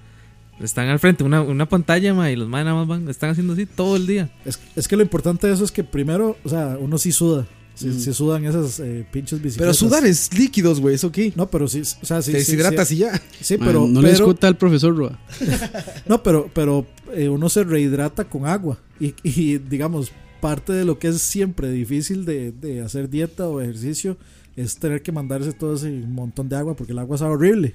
Speaker 7: están al frente una, una pantalla, mae, y los más nada más van, están haciendo así todo el día.
Speaker 9: Es, es que lo importante de eso es que primero, o sea, uno sí suda. Sí,
Speaker 7: Mm.
Speaker 9: sí sudan esas eh, pinches
Speaker 6: Pero
Speaker 9: bicicletas.
Speaker 6: sudar es líquidos, güey, ¿eso qué?
Speaker 9: No, pero sí, o sea, sí.
Speaker 6: Te
Speaker 9: sí,
Speaker 6: deshidratas
Speaker 9: sí.
Speaker 6: y ya.
Speaker 9: Sí,
Speaker 10: Man,
Speaker 9: pero.
Speaker 10: no le
Speaker 9: pero-
Speaker 10: discuta al profesor Roa.
Speaker 9: No, pero, pero eh, uno se rehidrata con agua. Y, y, digamos, parte de lo que es siempre difícil de, de hacer dieta o ejercicio es tener que mandarse todo ese montón de agua porque el agua sabe horrible.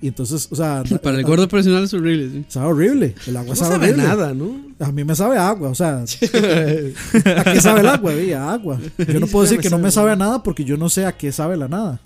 Speaker 9: Y entonces, o sea.
Speaker 10: Para el gordo personal es horrible, sí.
Speaker 9: Sabe horrible. El agua
Speaker 10: No
Speaker 9: Pues
Speaker 8: Pues
Speaker 9: sabe,
Speaker 10: sabe
Speaker 9: horrible.
Speaker 10: nada, ¿no?
Speaker 9: A mí me sabe a agua, o sea. ¿A qué sabe el agua? vi? A agua. Yo no puedo decir que no me sabe a nada porque yo no sé a qué sabe la nada.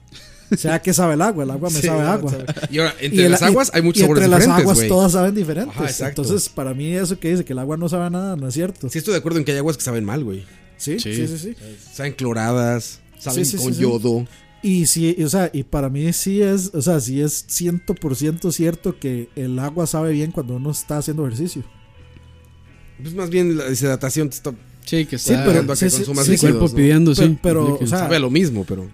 Speaker 9: O sea, ¿a qué sabe el agua? El agua me
Speaker 6: Sí,
Speaker 9: sabe a
Speaker 6: no,
Speaker 9: agua.
Speaker 6: sabe. Y ahora, entre
Speaker 9: el-
Speaker 6: las aguas hay muchos
Speaker 9: y
Speaker 6: sabores
Speaker 9: Entre las
Speaker 6: diferentes,
Speaker 9: aguas
Speaker 6: güey.
Speaker 9: todas saben diferentes.
Speaker 6: Ajá, exacto.
Speaker 9: Entonces, para mí, eso que dice que el agua no sabe a nada no es cierto.
Speaker 6: Sí, estoy de acuerdo en que hay aguas que saben mal, güey.
Speaker 9: Sí, sí, sí, sí.
Speaker 6: Saben cloradas, saben
Speaker 9: Sí, sí, sí,
Speaker 6: con
Speaker 9: sí.
Speaker 6: yodo.
Speaker 9: Y sí, y, o sea, y para mí sí es, o sea, sí es 100% cierto que el agua sabe bien cuando uno está haciendo ejercicio.
Speaker 6: Pues más bien la deshidratación te está.
Speaker 10: Sí, que
Speaker 9: está
Speaker 6: a que
Speaker 9: sí, sí,
Speaker 6: consumas
Speaker 9: sí, sí.
Speaker 6: líquidos,
Speaker 9: Cuerpo
Speaker 6: ¿no?
Speaker 9: pidiendo, sí, Pero- pero, líquidos. o sea-
Speaker 6: sabe a lo mismo, pero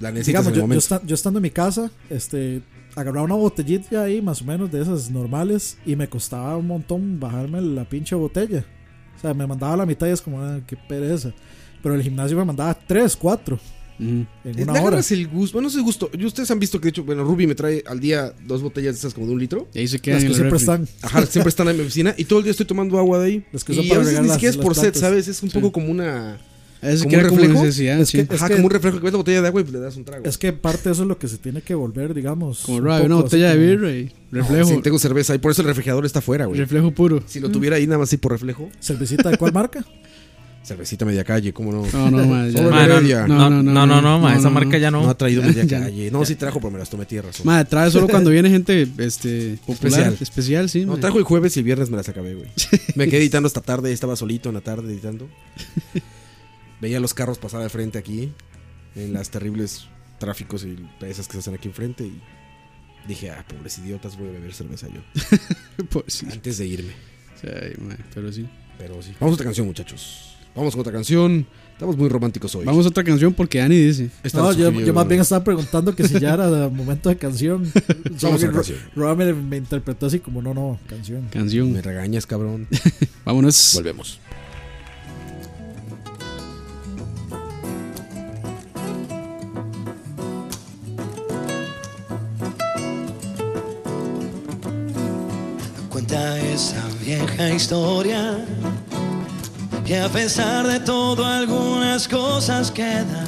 Speaker 6: la necesitas
Speaker 9: Digamos,
Speaker 6: en el
Speaker 9: yo, yo,
Speaker 6: momento.
Speaker 9: esta- yo estando en mi casa, este, agarraba una botellita ahí, más o menos de esas normales, y me costaba un montón bajarme la pinche botella. O sea, me mandaba la mitad y es como, ah, qué pereza. Pero el gimnasio me mandaba 3, 4
Speaker 10: Mm.
Speaker 9: en
Speaker 6: Le
Speaker 9: una hora.
Speaker 6: agarras el gusto. Bueno, no es el gusto. Y ustedes han visto que, de hecho, bueno, Ruby me trae al día dos botellas de esas como de un litro.
Speaker 10: Y ahí se
Speaker 9: quedan Las que en el siempre refri. están.
Speaker 6: Ajá, las que siempre están en mi oficina. Y todo el día estoy tomando agua de ahí.
Speaker 9: Las
Speaker 10: que
Speaker 6: y
Speaker 10: son
Speaker 6: a
Speaker 10: para
Speaker 6: veces ni
Speaker 10: regalar
Speaker 6: siquiera es
Speaker 10: las
Speaker 6: por sed,
Speaker 10: latas.
Speaker 6: ¿sabes? Es un
Speaker 10: Sí.
Speaker 6: poco como una.
Speaker 10: Es
Speaker 6: como
Speaker 10: que
Speaker 6: un
Speaker 10: era como
Speaker 6: reflejo.
Speaker 10: necesidad,
Speaker 6: Es
Speaker 10: sí.
Speaker 6: que-
Speaker 10: Es
Speaker 6: Ajá,
Speaker 10: que-
Speaker 6: como un reflejo que ves la botella de agua y le das un trago.
Speaker 9: Es que parte de eso es lo que se tiene que volver, digamos.
Speaker 10: Como
Speaker 9: un
Speaker 10: Roa, una
Speaker 9: poco así
Speaker 10: botella de
Speaker 9: como-
Speaker 10: birra y reflejo.
Speaker 6: sí, tengo cerveza ahí. Por eso el refrigerador está afuera, güey.
Speaker 10: Reflejo puro.
Speaker 6: Si lo tuviera ahí nada más así por reflejo.
Speaker 9: ¿Cervecita de cuál marca?
Speaker 6: Cervecita media calle, ¿cómo no?
Speaker 10: No, no, ma, ya.
Speaker 6: Solo
Speaker 10: Ma, no,
Speaker 6: Heredia.
Speaker 10: no, no, no, No, no, no, ma, no, esa no, marca ya no.
Speaker 6: No ha traído
Speaker 10: Ya,
Speaker 6: media
Speaker 10: ya.
Speaker 6: calle. No, sí trajo, pero me las tomé tierras.
Speaker 10: Madre, trae solo cuando viene gente este, popular.
Speaker 6: Especial.
Speaker 10: Especial, sí.
Speaker 6: No,
Speaker 10: madre.
Speaker 6: trajo el jueves y el viernes me las acabé, güey. Me quedé editando hasta tarde, estaba solito en la tarde editando. Veía los carros pasar al frente aquí, en las terribles tráficos y pesas que se hacen aquí enfrente. Y dije, ah, pobres idiotas, voy a beber cerveza yo.
Speaker 10: Pues
Speaker 6: Antes de irme.
Speaker 10: pero sí.
Speaker 6: Pero sí. Vamos a otra canción, muchachos. Vamos con otra canción. Estamos muy románticos hoy.
Speaker 10: Vamos a otra canción porque Dani dice.
Speaker 6: Esta
Speaker 9: No,
Speaker 6: nos
Speaker 9: yo,
Speaker 6: sugirió-
Speaker 9: yo más bien estaba preguntando que si ya era momento de canción.
Speaker 6: Vamos a la
Speaker 9: Ro-
Speaker 6: canción.
Speaker 9: Roa me, me interpretó así como, no, no, canción.
Speaker 10: Canción.
Speaker 6: Me regañas, cabrón.
Speaker 10: Vámonos.
Speaker 6: Volvemos.
Speaker 14: Cuenta esa vieja historia y a pesar de todo algunas cosas quedan.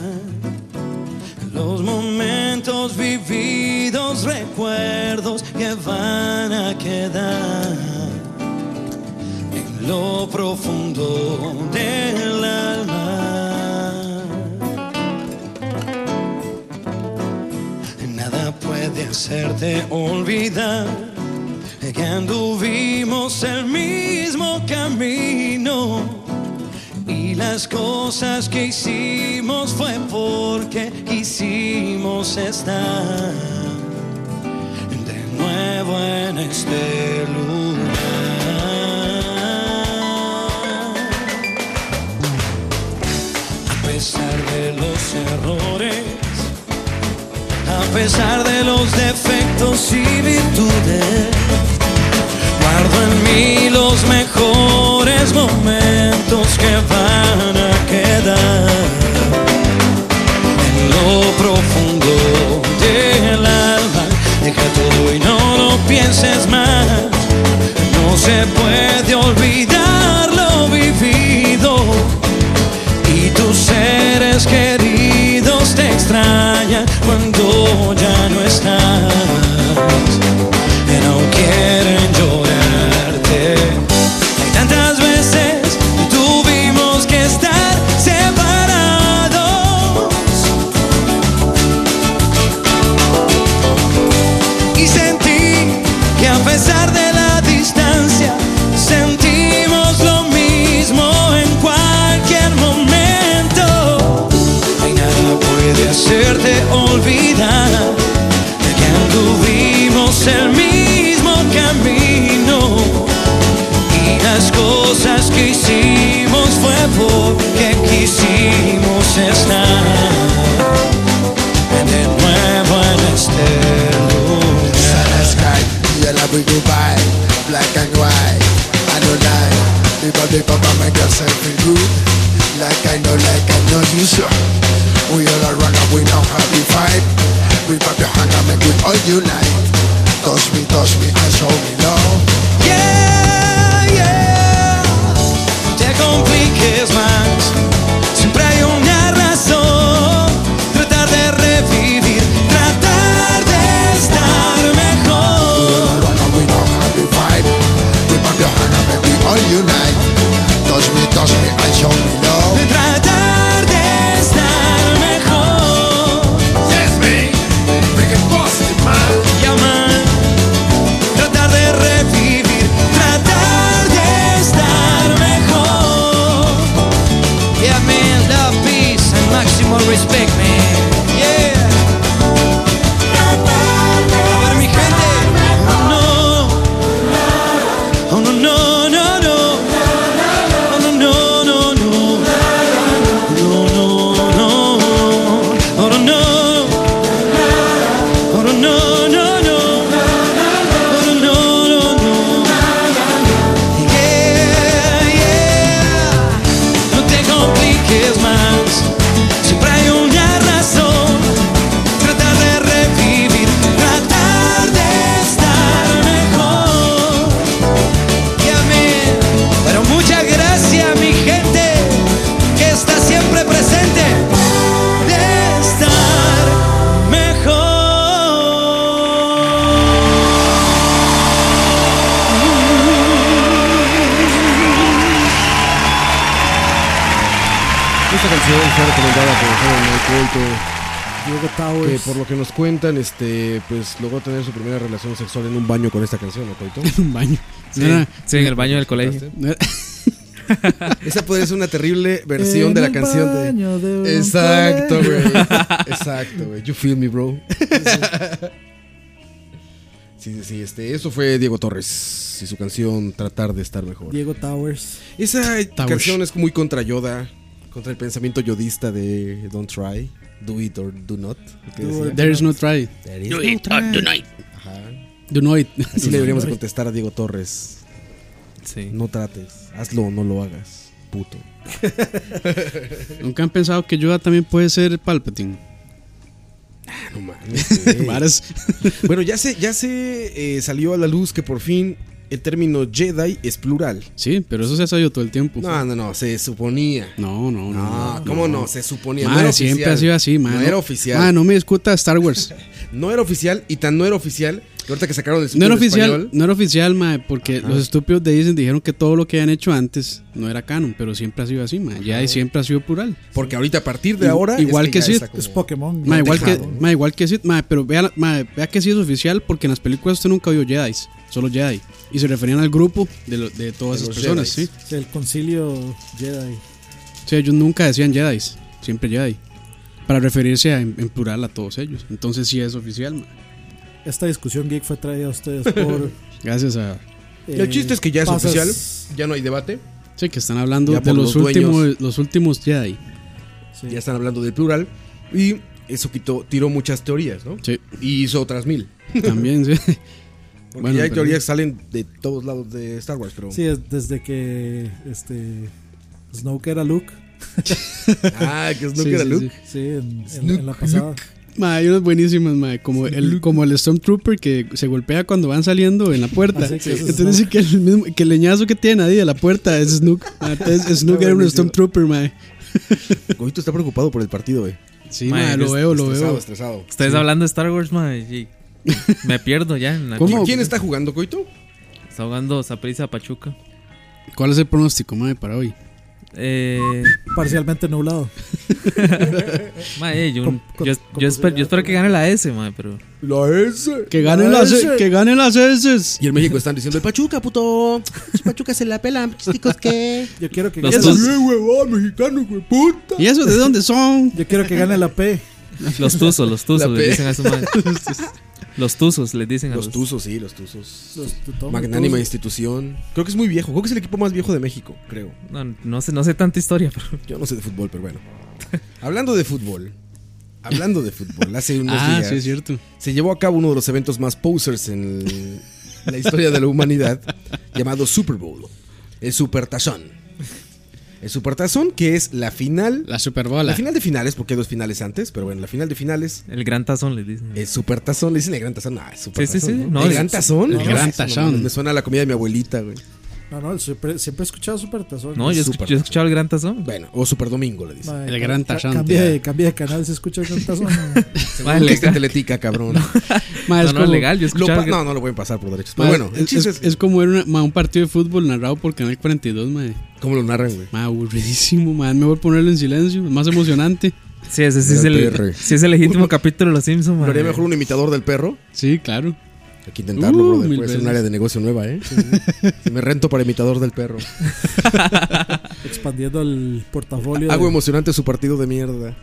Speaker 14: Los momentos vividos, recuerdos que van a quedar en lo profundo del alma. Nada puede hacerte olvidar que anduvimos el mismo camino y las cosas que hicimos fue porque quisimos estar de nuevo en este lugar. A pesar de los errores, a pesar de los defectos y virtudes, Guardo en mí los mejores momentos que van a quedar en lo profundo del alma. Deja todo y no lo pienses más. No se puede olvidar lo vivido.
Speaker 15: kind of like a notice. We all around and we now happy vibe. We pop your hand and make we all unite. Touch me, touch me, and show me love.
Speaker 14: te compliques más. Siempre hay una razón. Tratar de revivir, tratar de estar mejor.
Speaker 15: We all unite. Touch me, touch me, and show me love.
Speaker 14: Tratar de estar mejor. Yes, me. Make it positive, man. Yeah, man. Tratar de revivir, tratar de estar mejor. Yeah, man. Love, peace, and maximum respect, man. Yeah. A ver, mi gente. No. Oh, no, no, no, no. Oh, no, no, no, no. No, no, no. Oh, no, no. Oh, no, no, no, no. Oh, no, no, no, no. Yeah, yeah. No te compliques más. Siempre hay una razón. Tratar de revivir, tratar de estar mejor. Yeah, man. Pero muchas gracias, mi gente, que está siempre presente. De estar mejor.
Speaker 6: Esta canción fue recomendada por el joven Mike Walter,
Speaker 9: Diego Towers.
Speaker 6: Que por lo que nos cuentan, este, pues logró tener su primera relación sexual en un baño con esta canción, ¿no, Coito?
Speaker 8: En un baño.
Speaker 7: Sí, sí, en el baño del colegio.
Speaker 6: No era- Esa podría ser una terrible versión
Speaker 7: En
Speaker 6: de la
Speaker 7: un
Speaker 6: canción
Speaker 7: baño de un
Speaker 6: de. Exacto, güey.
Speaker 7: colegio.
Speaker 6: Exacto, güey. You feel me, bro. Sí, sí, sí, este, eso fue Diego Torres y su canción Tratar de estar mejor.
Speaker 9: Diego Towers.
Speaker 6: Esa canción es muy contra Yoda, contra el pensamiento yodista de Don't try, do it or do not. ¿Qué
Speaker 8: Do
Speaker 6: decía?
Speaker 8: it. There is no try.
Speaker 6: There is
Speaker 8: Do
Speaker 6: no
Speaker 8: it or
Speaker 6: try.
Speaker 8: do not.
Speaker 6: Ajá.
Speaker 8: Do not.
Speaker 6: Así
Speaker 8: Do
Speaker 6: le deberíamos
Speaker 8: not.
Speaker 6: contestar a Diego Torres. No trates, hazlo o no lo hagas, puto.
Speaker 8: Nunca han pensado que Yoda también puede ser Palpatine.
Speaker 6: No mames, güey.
Speaker 8: Varas.
Speaker 6: bueno, ya se, ya se eh, salió a la luz que por fin el término Jedi es plural.
Speaker 8: Sí, pero eso se ha sabido todo el tiempo.
Speaker 6: No, no, no, se suponía.
Speaker 8: No, no,
Speaker 6: no. ¿Cómo no? Se suponía.
Speaker 8: Madre,
Speaker 6: no era
Speaker 8: siempre
Speaker 6: oficial.
Speaker 8: ha sido así, man.
Speaker 6: No era oficial.
Speaker 8: Ah, no me discuta Star Wars.
Speaker 6: No era oficial y tan no era oficial que ahorita que sacaron el
Speaker 8: No era
Speaker 6: super
Speaker 8: oficial,
Speaker 6: español,
Speaker 8: no era oficial, mae, porque
Speaker 6: Ajá.
Speaker 8: los estúpidos de Disney dijeron que todo lo que habían hecho antes no era canon, pero siempre ha sido así, mae. Ya y siempre ha sido plural.
Speaker 6: Porque ahorita a partir de ahora
Speaker 8: igual
Speaker 6: es
Speaker 8: que,
Speaker 6: que ya
Speaker 8: Sid,
Speaker 6: está como Es Pokémon,
Speaker 8: Mae, igual que,
Speaker 6: dejado.
Speaker 8: mae, igual que Sid, mae, pero vea, la- mae, vea que sí es oficial porque en las películas usted nunca vio Jedi, solo Jedi y se referían al grupo de, lo- de todas esas personas, sí.
Speaker 9: El concilio Jedi.
Speaker 8: Sí, ellos nunca decían Jedi, siempre Jedi. Para referirse a- en, en plural a todos ellos. Entonces sí es oficial, mae.
Speaker 9: Esta discusión geek fue traída a ustedes por.
Speaker 8: Gracias a
Speaker 6: El chiste es que ya es
Speaker 9: pasas-
Speaker 6: oficial, ya no hay debate.
Speaker 8: Sí, que están hablando
Speaker 6: Ya
Speaker 8: de
Speaker 6: por
Speaker 8: los,
Speaker 6: los dueños.
Speaker 8: últimos, los últimos Jedi.
Speaker 6: Ya están hablando del plural. Y eso quitó, tiró muchas teorías, ¿no?
Speaker 8: Sí.
Speaker 6: Y hizo otras mil.
Speaker 8: También, sí.
Speaker 6: Porque
Speaker 8: Bueno,
Speaker 6: ya hay
Speaker 8: pero-
Speaker 6: teorías que salen de todos lados de Star Wars, pero.
Speaker 9: Sí, es desde que este Snoke era Luke.
Speaker 6: Ah, que Snoke Sí, era sí, Luke.
Speaker 9: Sí, en, en- en la pasada.
Speaker 8: Ma, hay unas buenísimas, ma, como el, como el Stormtrooper que se golpea cuando van saliendo en la puerta.
Speaker 9: Así Ah, que eso es
Speaker 8: Entonces dice que el, mismo, que el leñazo que tiene ahí de la puerta es Snook. Ma, entonces Snook era un Stormtrooper, ma.
Speaker 6: Goito está preocupado por el partido, eh.
Speaker 8: Sí, ma, lo veo, lo veo.
Speaker 7: Ustedes hablando de Star Wars, mae, y me pierdo ya. en la-
Speaker 6: ¿Cómo? ¿Quién está jugando, Coito?
Speaker 7: Está jugando Zaprisa Pachuca.
Speaker 8: ¿Cuál es el pronóstico, ma, para hoy?
Speaker 7: Eh,
Speaker 9: Parcialmente nublado.
Speaker 7: mae, yo,
Speaker 9: Con-
Speaker 7: yo, yo espero, yo espero que gane la S, mae, pero.
Speaker 6: La S.
Speaker 8: Que ganen las,
Speaker 9: E,
Speaker 8: que ganen las heces.
Speaker 6: Y en México están diciendo el Pachuca, puto.
Speaker 16: Pachuca se la pelan, chicos, que.
Speaker 9: Yo quiero que
Speaker 8: Los
Speaker 9: gane-
Speaker 8: dos-
Speaker 9: Sí,
Speaker 6: huevón, mexicano, güey, puta.
Speaker 8: ¿Y eso de dónde son?
Speaker 9: Yo quiero que gane la P.
Speaker 7: Los tuzos, los tuzos,
Speaker 6: La
Speaker 7: le
Speaker 6: P.
Speaker 7: dicen a su madre. Los tuzos, les dicen a
Speaker 6: Los
Speaker 7: los
Speaker 6: Tuzos, sí, los Tuzos.
Speaker 9: Los Tutos.
Speaker 6: Magnánima
Speaker 9: Tuzos.
Speaker 6: institución. Creo que es muy viejo. Creo que es el equipo más viejo de México, creo.
Speaker 7: No, no sé, no sé tanta historia, pero.
Speaker 6: Yo no sé de fútbol, pero bueno. Hablando de fútbol. Hablando de fútbol, hace unos
Speaker 8: Ah,
Speaker 6: días.
Speaker 8: sí, es cierto.
Speaker 6: Se llevó a cabo uno de los eventos más posers en el- la historia de la humanidad, llamado Super Bowl, el Super Tazón. El Supertazón, que es la final.
Speaker 8: La Superbola.
Speaker 6: La final de finales, porque hay dos finales antes, pero bueno, la final de finales.
Speaker 7: El gran tazón le dicen.
Speaker 6: El Supertazón, le dicen el gran tazón. No, el Supertazón.
Speaker 7: sí, sí.
Speaker 6: ¿no?
Speaker 7: No,
Speaker 6: el
Speaker 7: es-
Speaker 6: gran tazón.
Speaker 7: el
Speaker 6: No,
Speaker 7: gran
Speaker 6: no,
Speaker 7: tazón.
Speaker 6: Me suena a la comida de mi abuelita, güey.
Speaker 9: No, no, el super- siempre he escuchado Super Tazón.
Speaker 7: No, yo, he escuch- yo he escuchado el gran tazón.
Speaker 6: Bueno, o Super Domingo le dicen.
Speaker 9: Madre, ca- Cambia, de- cambia de canal, se escucha el Gran Tazón.
Speaker 6: Según que esté en Teletica, cabrón.
Speaker 8: Ma, es como-
Speaker 6: Lo pa- No, no lo pueden pasar por derechos. Pero
Speaker 8: Ma,
Speaker 6: bueno, el
Speaker 8: Pues, es,
Speaker 6: chiste es.
Speaker 8: es- es como ver una- ma, un partido de fútbol narrado por Canal 42, madre.
Speaker 6: ¿Cómo lo narran, güey?
Speaker 8: aburridísimo, madre. Mejor ponerlo en silencio, es más emocionante.
Speaker 7: Sí, ese sí es el-
Speaker 8: LTR.
Speaker 7: sí es el legítimo capítulo de Los Simpsons,
Speaker 6: ¿Lo haría mejor un imitador del perro?
Speaker 8: Sí, claro.
Speaker 6: Hay que intentarlo,
Speaker 8: Uh,
Speaker 6: brother.
Speaker 8: mil
Speaker 6: Puede ser un
Speaker 8: veces.
Speaker 6: área de negocio nueva, ¿eh? Si me rento para imitador del perro.
Speaker 9: Expandiendo el portafolio.
Speaker 6: Hago
Speaker 9: de-
Speaker 6: emocionante su partido de mierda.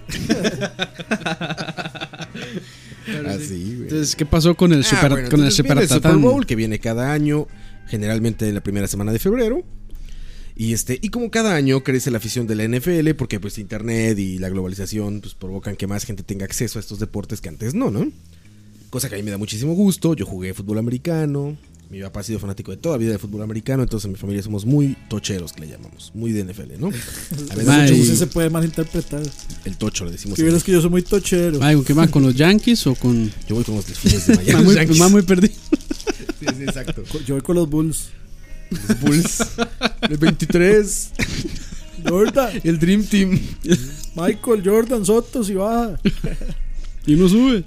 Speaker 8: Claro,
Speaker 6: Así,
Speaker 8: sí.
Speaker 6: Ah, güey. Ah,
Speaker 8: Entonces, ¿qué pasó con el super- con el
Speaker 6: entonces viene el
Speaker 8: supertatán?
Speaker 6: Super Bowl que viene cada año, generalmente en la primera semana de febrero. Y este, y como cada año crece la afición de la NFL, porque pues internet y la globalización pues provocan que más gente tenga acceso a estos deportes que antes no, ¿no? Cosa que a mí me da muchísimo gusto. Yo jugué fútbol americano. Mi papá ha sido fanático de toda la vida de fútbol americano, entonces en mi familia somos muy tocheros, que le llamamos, muy de NFL, ¿no? A veces
Speaker 9: Ay.
Speaker 6: mucho
Speaker 9: Sí
Speaker 6: gusto.
Speaker 9: se puede malinterpretar.
Speaker 6: el tocho le decimos.
Speaker 9: Si vieras que yo soy muy tochero.
Speaker 8: Ma, ¿Con qué más? ¿Con los Yankees o con.?
Speaker 6: Yo voy con los delfines de Miami.
Speaker 8: Ma, muy-
Speaker 6: Yankees.
Speaker 8: ma, muy perdido.
Speaker 6: Sí, sí, exacto.
Speaker 9: Yo voy con los Bulls.
Speaker 6: Los Bulls. El 23.
Speaker 9: Jordan.
Speaker 6: El Dream Team.
Speaker 9: Michael Jordan Soto, si baja.
Speaker 8: Y no sube.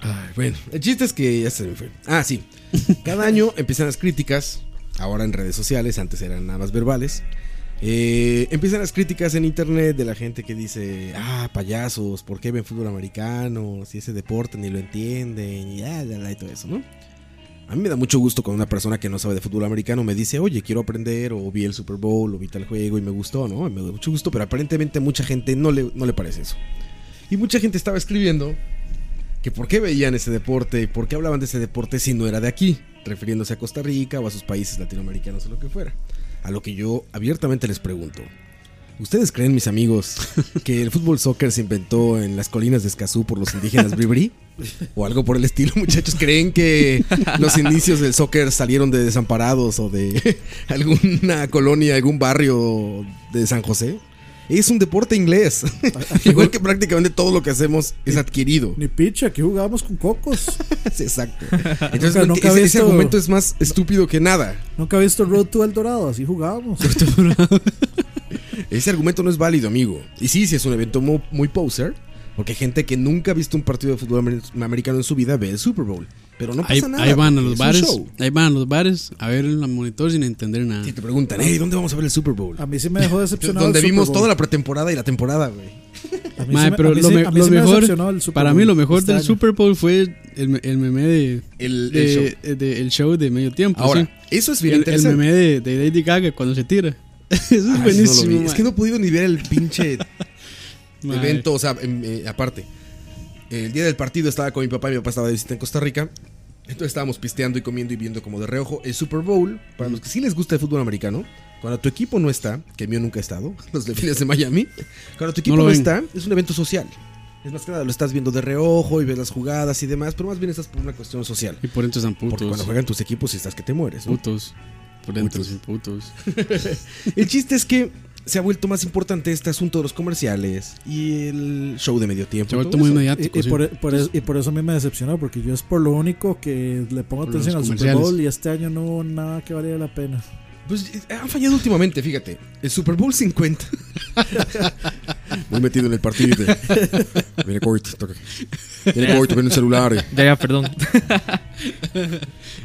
Speaker 6: Ay, bueno, el chiste es que ya se me fue. Ah, sí. Cada año empiezan las críticas, ahora en redes sociales, antes eran nada más verbales. Eh, empiezan las críticas en internet de la gente que dice, ah, payasos, ¿por qué ven fútbol americano? Si ese deporte ni lo entienden, y ya, ya, ya, y todo eso, ¿no? A mí me da mucho gusto cuando una persona que no sabe de fútbol americano me dice, oye, quiero aprender, o vi el Super Bowl, o vi tal juego y me gustó, ¿no? Me da mucho gusto, pero aparentemente mucha gente no le, no le parece eso. Y mucha gente estaba escribiendo que por qué veían ese deporte, por qué hablaban de ese deporte si no era de aquí, refiriéndose a Costa Rica o a sus países latinoamericanos o lo que fuera. A lo que yo abiertamente les pregunto. ¿Ustedes creen, mis amigos, que el fútbol soccer se inventó en las colinas de Escazú por los indígenas bribri? ¿O algo por el estilo, muchachos? ¿Creen que los inicios del soccer salieron de desamparados o de alguna colonia, algún barrio de San José? Es un deporte inglés. Igual que prácticamente todo lo que hacemos es adquirido.
Speaker 9: Ni picha, aquí jugábamos con cocos.
Speaker 6: Exacto.
Speaker 9: Entonces,
Speaker 6: Entonces, no enti- ese, ese argumento es más estúpido que nada.
Speaker 9: Nunca he visto Road to El Dorado, así jugábamos.
Speaker 6: Ese argumento no es válido, amigo. Y sí, sí es un evento mu- muy, poser, porque gente que nunca ha visto un partido de fútbol amer- americano en su vida ve el Super Bowl. Pero no pasa
Speaker 8: ahí,
Speaker 6: nada.
Speaker 8: ahí van a
Speaker 6: porque
Speaker 8: los
Speaker 6: es un
Speaker 8: bares.
Speaker 6: show.
Speaker 8: Ahí van a los bares a ver el monitor sin entender nada. Si
Speaker 6: te preguntan, hey, ¿dónde vamos a ver el Super Bowl?
Speaker 9: A mí sí me dejó decepcionado.
Speaker 6: Donde
Speaker 9: el Super
Speaker 6: vimos
Speaker 9: Bowl.
Speaker 6: toda la pretemporada y la temporada, güey.
Speaker 9: A mí sí
Speaker 8: Madre,
Speaker 9: me- a
Speaker 8: pero
Speaker 9: mí
Speaker 8: lo,
Speaker 9: sí-
Speaker 8: me-
Speaker 9: a mí
Speaker 8: lo
Speaker 9: sí me decepcionó
Speaker 8: mejor,
Speaker 9: el Super
Speaker 8: para
Speaker 9: Bowl
Speaker 8: mí lo mejor
Speaker 9: este
Speaker 8: del
Speaker 9: año.
Speaker 8: Super Bowl fue el, me- el meme de,
Speaker 6: el,
Speaker 8: de-
Speaker 6: show.
Speaker 8: eh, de- el show de medio tiempo.
Speaker 6: Ahora,
Speaker 8: sí.
Speaker 6: eso es bien
Speaker 8: el,
Speaker 6: interesante.
Speaker 8: El meme de, de Lady Gaga cuando se tira. Eso es
Speaker 6: Ah, eso no lo
Speaker 8: buenísimo.
Speaker 6: vi. es
Speaker 8: madre.
Speaker 6: que no he podido ni ver el pinche
Speaker 8: Madre.
Speaker 6: evento, o sea, em, eh, aparte. El día del partido estaba con mi papá, y mi papá estaba de visita en Costa Rica. Entonces estábamos pisteando y comiendo y viendo como de reojo el Super Bowl. Para los que sí les gusta el fútbol americano, cuando tu equipo no está, que el mío nunca ha estado, los delfines de Miami, cuando tu equipo
Speaker 8: No
Speaker 6: no,
Speaker 8: lo ven.
Speaker 6: está, es un evento social. Es más que nada, lo estás viendo de reojo y ves las jugadas y demás, pero más bien estás por una cuestión social.
Speaker 8: Y por dentro están putos.
Speaker 6: Porque cuando juegan tus equipos, estás que te mueres. ¿no?
Speaker 8: Putos. Por dentro son putos.
Speaker 6: El chiste es que se ha vuelto más importante este asunto de los comerciales y el show de medio tiempo. todo eso.
Speaker 9: Y, y por, por es- y por eso a mí me decepcionó, porque yo es por lo único que le pongo
Speaker 6: Por
Speaker 9: atención al
Speaker 6: los
Speaker 9: Super
Speaker 6: comerciales.
Speaker 9: Bowl y este año no hubo nada que valiera la pena.
Speaker 6: Pues eh, han fallado últimamente, fíjate. El Super Bowl 50. Muy metido en el partido. y te- Viene Coit, toca. Viene Coit, viene el celular. eh.
Speaker 7: Ya, ya, perdón.